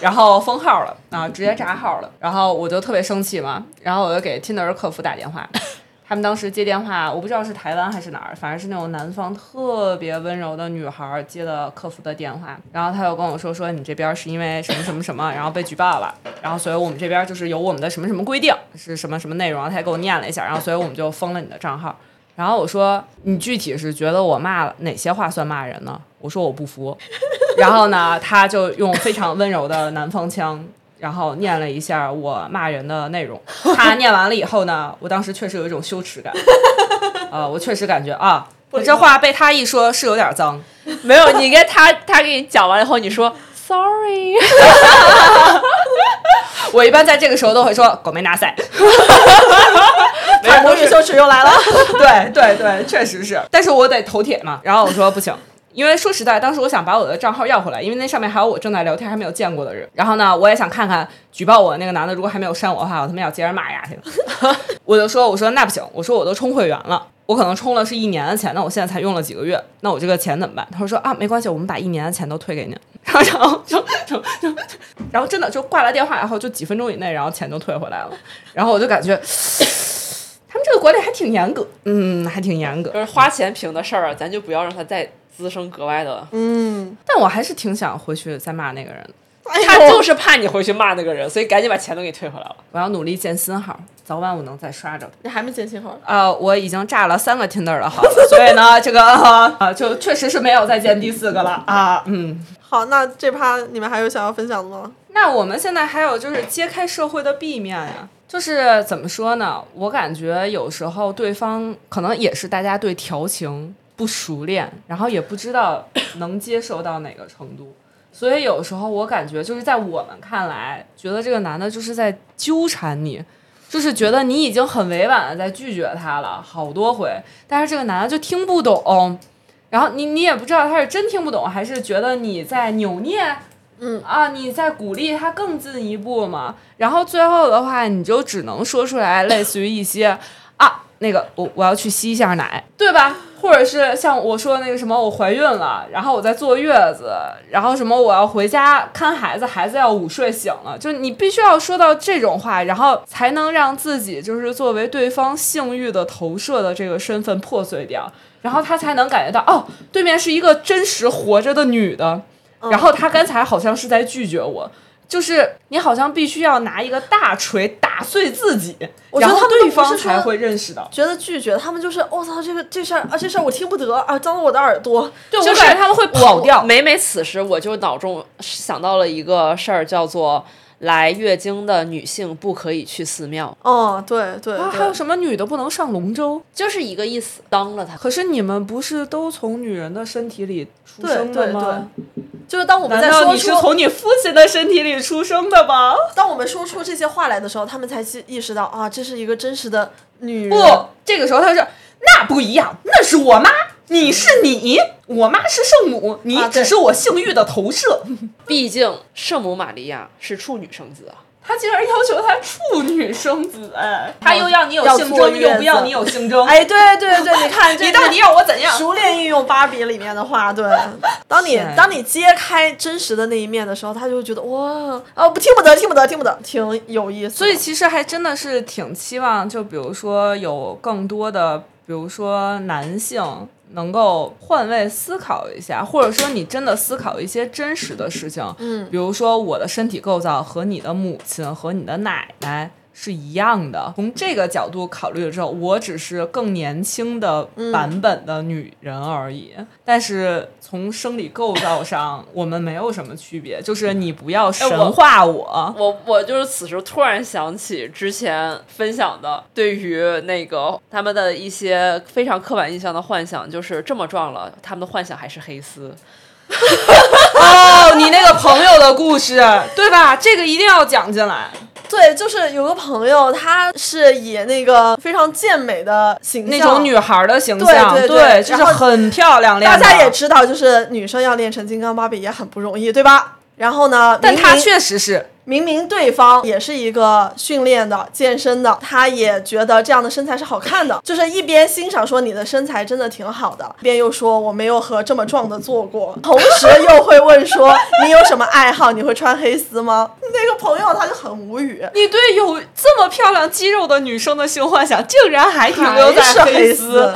Speaker 1: 然后封号了啊，直接炸号了。然后我就特别生气嘛，然后我就给 Tinder 客服打电话， 他们当时接电话，我不知道是台湾还是哪儿，反正是那种南方特别温柔的女孩儿接的客服的电话，然后她又跟我说说你这边是因为什么什么什么，然后被举报了，然后所以我们这边就是有我们的什么什么规定是什么什么内容，她还给我念了一下，然后所以我们就封了你的账号。然后我说你具体是觉得我骂了哪些话算骂人呢？我说我不服。然后呢，他就用非常温柔的南方腔，然后念了一下我骂人的内容。他念完了以后呢，我当时确实有一种羞耻感，呃，我确实感觉啊，我这话被他一说是有点脏。
Speaker 3: 没有， 你跟他他给你讲完以后，你说 sorry，
Speaker 1: 我一般在这个时候都会说狗没拿赛。
Speaker 2: 反母语羞耻又来了，
Speaker 1: 对对对，确实是，但是我得头铁嘛。然后我说不行。因为说实在，当时我想把我的账号要回来，因为那上面还有我正在聊天还没有见过的人。然后呢，我也想看看举报我那个男 的，如果还没有删我的话，我他妈要接着骂下去了。我就说，我说那不行，我说我都充会员了。我可能充了是一年的钱，那我现在才用了几个月，那我这个钱怎么办？他说啊，没关系，我们把一年的钱都退给您。 然后，然后就就就，然后真的就挂了电话，然后就几分钟以内，然后钱就退回来了。然后我就感觉他们这个管理还挺严格，嗯，还挺严格。
Speaker 3: 就是花钱凭的事儿啊，咱就不要让它再滋生格外的。
Speaker 1: 但我还是挺想回去再骂那个人的。
Speaker 2: 嗯哎
Speaker 3: 他
Speaker 2: 呦
Speaker 3: 就是怕你回去骂那个人，所以赶紧把钱都给退回来了。
Speaker 1: 我要努力建新号，早晚我能再刷着。
Speaker 2: 你还没见信号，
Speaker 1: 呃，我已经炸了三个 Tinder 了，好了，所以呢，这个啊、呃就确实是没有再见第四个了啊，嗯。
Speaker 2: 好，那这趴你们还有想要分享的吗？
Speaker 1: 那我们现在还有就是揭开社会的 B 面呀、就是怎么说呢？我感觉有时候对方可能也是大家对调情不熟练，然后也不知道能接受到哪个程度，所以有时候我感觉就是在我们看来，觉得这个男的就是在纠缠你。就是觉得你已经很委婉的在拒绝他了好多回，但是这个男的就听不懂，然后你你也不知道他是真听不懂，还是觉得你在扭捏，啊，你在鼓励他更进一步嘛？然后最后的话，你就只能说出来类似于一些啊，那个我我要去吸一下奶，对吧？或者是像我说的那个什么，我怀孕了，然后我在坐月子，然后什么我要回家看孩子，孩子要午睡醒了，就是你必须要说到这种话，然后才能让自己就是作为对方性欲的投射的这个身份破碎掉，然后他才能感觉到哦，对面是一个真实活着的女的，
Speaker 2: 嗯
Speaker 1: 然后他刚才好像是在拒绝我，就是你好像必须要拿一个大锤打碎自己，
Speaker 2: 觉
Speaker 1: 然
Speaker 2: 得
Speaker 1: 后
Speaker 2: 他们都
Speaker 1: 对
Speaker 2: 不是
Speaker 1: 方才
Speaker 2: 说
Speaker 1: 会认识到。
Speaker 2: 觉得拒绝，他们就是我操、这个这事儿啊，这事儿我听不得啊，脏了我的耳朵。
Speaker 1: 对，
Speaker 3: 就
Speaker 1: 我
Speaker 3: 是
Speaker 1: 感觉他们会跑掉。
Speaker 3: 每每此时，我就脑中想到了一个事儿，叫做来月经的女性不可以去寺庙，
Speaker 2: 哦，对对
Speaker 1: 啊，
Speaker 2: 对
Speaker 1: 还有什么女的不能上龙舟？
Speaker 3: 就是一个意思。当了他，
Speaker 1: 可是你们不是都从女人的身体里出
Speaker 2: 对
Speaker 1: 生的
Speaker 2: 对
Speaker 1: 吗？
Speaker 2: 对，就是当我们在
Speaker 1: 难道
Speaker 2: 说
Speaker 1: 你是
Speaker 2: 出
Speaker 1: 从你父亲的身体里出生的吗？
Speaker 2: 当我们说出这些话来的时候，他们才意意识到啊，这是一个真实的女人。
Speaker 1: 不，这个时候他说那不一样，那是我妈，你是你，我妈是圣母，你
Speaker 2: 啊对
Speaker 1: 只是我性欲的投射。
Speaker 3: 毕竟圣母玛利亚是处女生子啊。
Speaker 1: 他竟然要求他处女生子，哎，他又要你有
Speaker 2: 要
Speaker 1: 性
Speaker 2: 坐
Speaker 1: 征，又
Speaker 2: 月
Speaker 1: 不要
Speaker 2: 子
Speaker 1: 你有性征，哎
Speaker 2: 哎，对对 对，你看这
Speaker 1: 你到底要我怎样？
Speaker 2: 熟练运用芭比里面的 话，对，当你
Speaker 1: 是
Speaker 2: 当你揭开真实的那一面的时候，他就会觉得哇，啊，不听不得，听不得，听不得，挺有意思的。
Speaker 1: 所以其实还真的是挺期望，就比如说有更多的，比如说男性能够换位思考一下，或者说你真的思考一些真实的事情，
Speaker 2: 嗯
Speaker 1: 比如说我的身体构造和你的母亲和你的奶奶。是一样的。从这个角度考虑了之后，我只是更年轻的版本的女人而已。但是从生理构造上，我们没有什么区别。就是你不要神化我
Speaker 3: 我我就是此时突然想起之前分享的，对于那个他们的一些非常刻板印象的幻想，就是这么壮了，他们的幻想还是黑丝。
Speaker 1: 哦，你那个朋友的故事，对吧？ 这个一定要讲进来。
Speaker 2: 对，就是有个朋友，她是以那个非常健美的形象，
Speaker 1: 那种女孩的形
Speaker 2: 对
Speaker 1: 象，
Speaker 2: 对对
Speaker 1: 就
Speaker 2: 然
Speaker 1: 是
Speaker 2: 后
Speaker 1: 很漂亮。
Speaker 2: 大家
Speaker 1: 练得
Speaker 2: 也，知道，就是女生要练成金刚芭比也很不容易，对吧？然后呢，
Speaker 1: 但
Speaker 2: 明
Speaker 1: 她
Speaker 2: 明
Speaker 1: 确实是
Speaker 2: 明明对方也是一个训练的、健身的，他也觉得这样的身材是好看的，就是一边欣赏说你的身材真的挺好的，一边又说我没有和这么壮的做过，同时又会问说 你有什么爱好？你会穿黑 丝吗？那个朋友他就很无语，
Speaker 1: 你对有这么漂亮肌肉的女生的性幻想，竟然还停留
Speaker 2: 还是
Speaker 1: 在
Speaker 2: 黑
Speaker 1: 丝。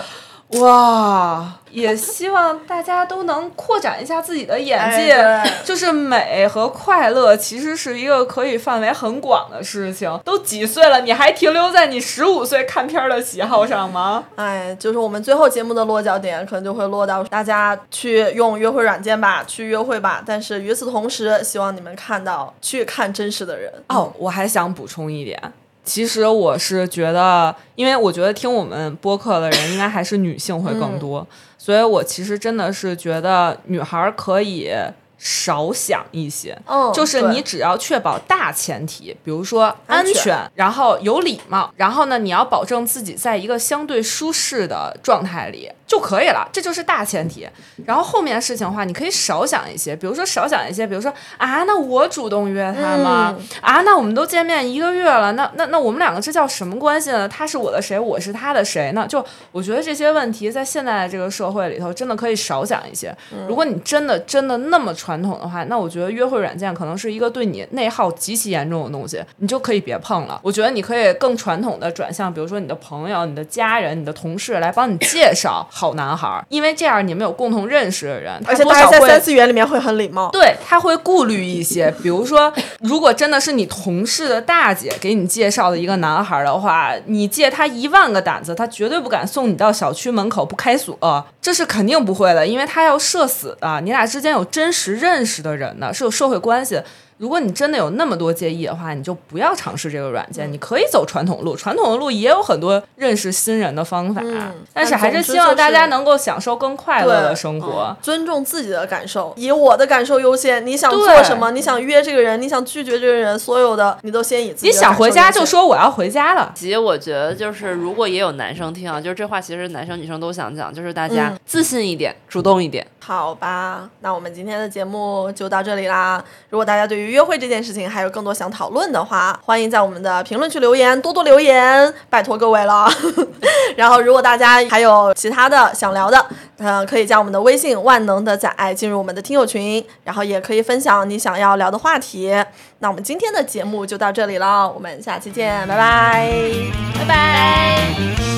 Speaker 1: 哇！也希望大家都能扩展一下自己的眼界，
Speaker 2: 哎对
Speaker 1: 就是美和快乐其实是一个可以范围很广的事情。都几岁了，你还停留在你十五岁看片儿的喜好上吗？
Speaker 2: 哎，就是我们最后节目的落脚点，可能就会落到大家去用约会软件吧，去约会吧。但是与此同时，希望你们看到去看真实的人。
Speaker 1: 哦，我还想补充一点，其实我是觉得，因为我觉得听我们播客的人应该还是女性会更多，
Speaker 2: 嗯
Speaker 1: 所以我其实真的是觉得女孩儿可以少想一些。
Speaker 2: 嗯
Speaker 1: 就是你只要确保大前提，比如说安
Speaker 2: 安全
Speaker 1: 然后有礼貌，然后呢，你要保证自己在一个相对舒适的状态里就可以了，这就是大前提。然后后面事情的话，你可以少想一些，比如说少想一些，比如说啊，那我主动约他吗？
Speaker 2: 嗯
Speaker 1: 啊，那我们都见面一个月了，那那那我们两个这叫什么关系呢？他是我的谁，我是他的谁呢？就我觉得这些问题在现在的这个社会里头，真的可以少想一些。
Speaker 2: 嗯
Speaker 1: 如果你真的真的那么传统的话，那我觉得约会软件可能是一个对你内耗极其严重的东西，你就可以别碰了。我觉得你可以更传统的转向，比如说你的朋友、你的家人、你的同事来帮你介绍好男孩儿，因为这样你们有共同认识的人，他
Speaker 2: 而且
Speaker 1: 多
Speaker 2: 大家
Speaker 1: 少
Speaker 2: 在
Speaker 1: 会
Speaker 2: 三四元里面会很礼貌。
Speaker 1: 对，他会顾虑一些，比如说，如果真的是你同事的大姐给你介绍的一个男孩的话，你借他一万个胆子，他绝对不敢送你到小区门口不开锁，这是肯定不会的，因为他要社死的。你俩之间有真实认识的人呢，是有社会关系的。如果你真的有那么多介意的话，你就不要尝试这个软件，你可以走传统路，传统的路也有很多认识新人的方法，但是
Speaker 2: 但
Speaker 1: 还是
Speaker 2: 总之
Speaker 1: 希望
Speaker 2: 就
Speaker 1: 大
Speaker 2: 是
Speaker 1: 家能够享受更快乐的
Speaker 2: 对
Speaker 1: 生活。
Speaker 2: 尊重自己的感受，以我的感受优先。你想
Speaker 1: 对
Speaker 2: 做什么？你想约这个人，你想拒绝这个人，所有的你都先以自己。
Speaker 1: 你想回家就。说我要回家了。
Speaker 3: 其实我觉得，就是如果也有男生听啊，就是这话其实男生女生都想讲，就是大家
Speaker 2: 嗯
Speaker 3: 自信一点，主动一点。
Speaker 2: 好吧，那我们今天的节目就到这里啦。如果大家对于约会这件事情还有更多想讨论的话，欢迎在我们的评论区留言，多多留言，拜托各位了。 然后，如果大家还有其他的想聊的，呃，可以加我们的微信“万能的仔”进入我们的听友群，然后也可以分享你想要聊的话题。那我们今天的节目就到这里了，我们下期见，拜拜。
Speaker 1: 拜拜。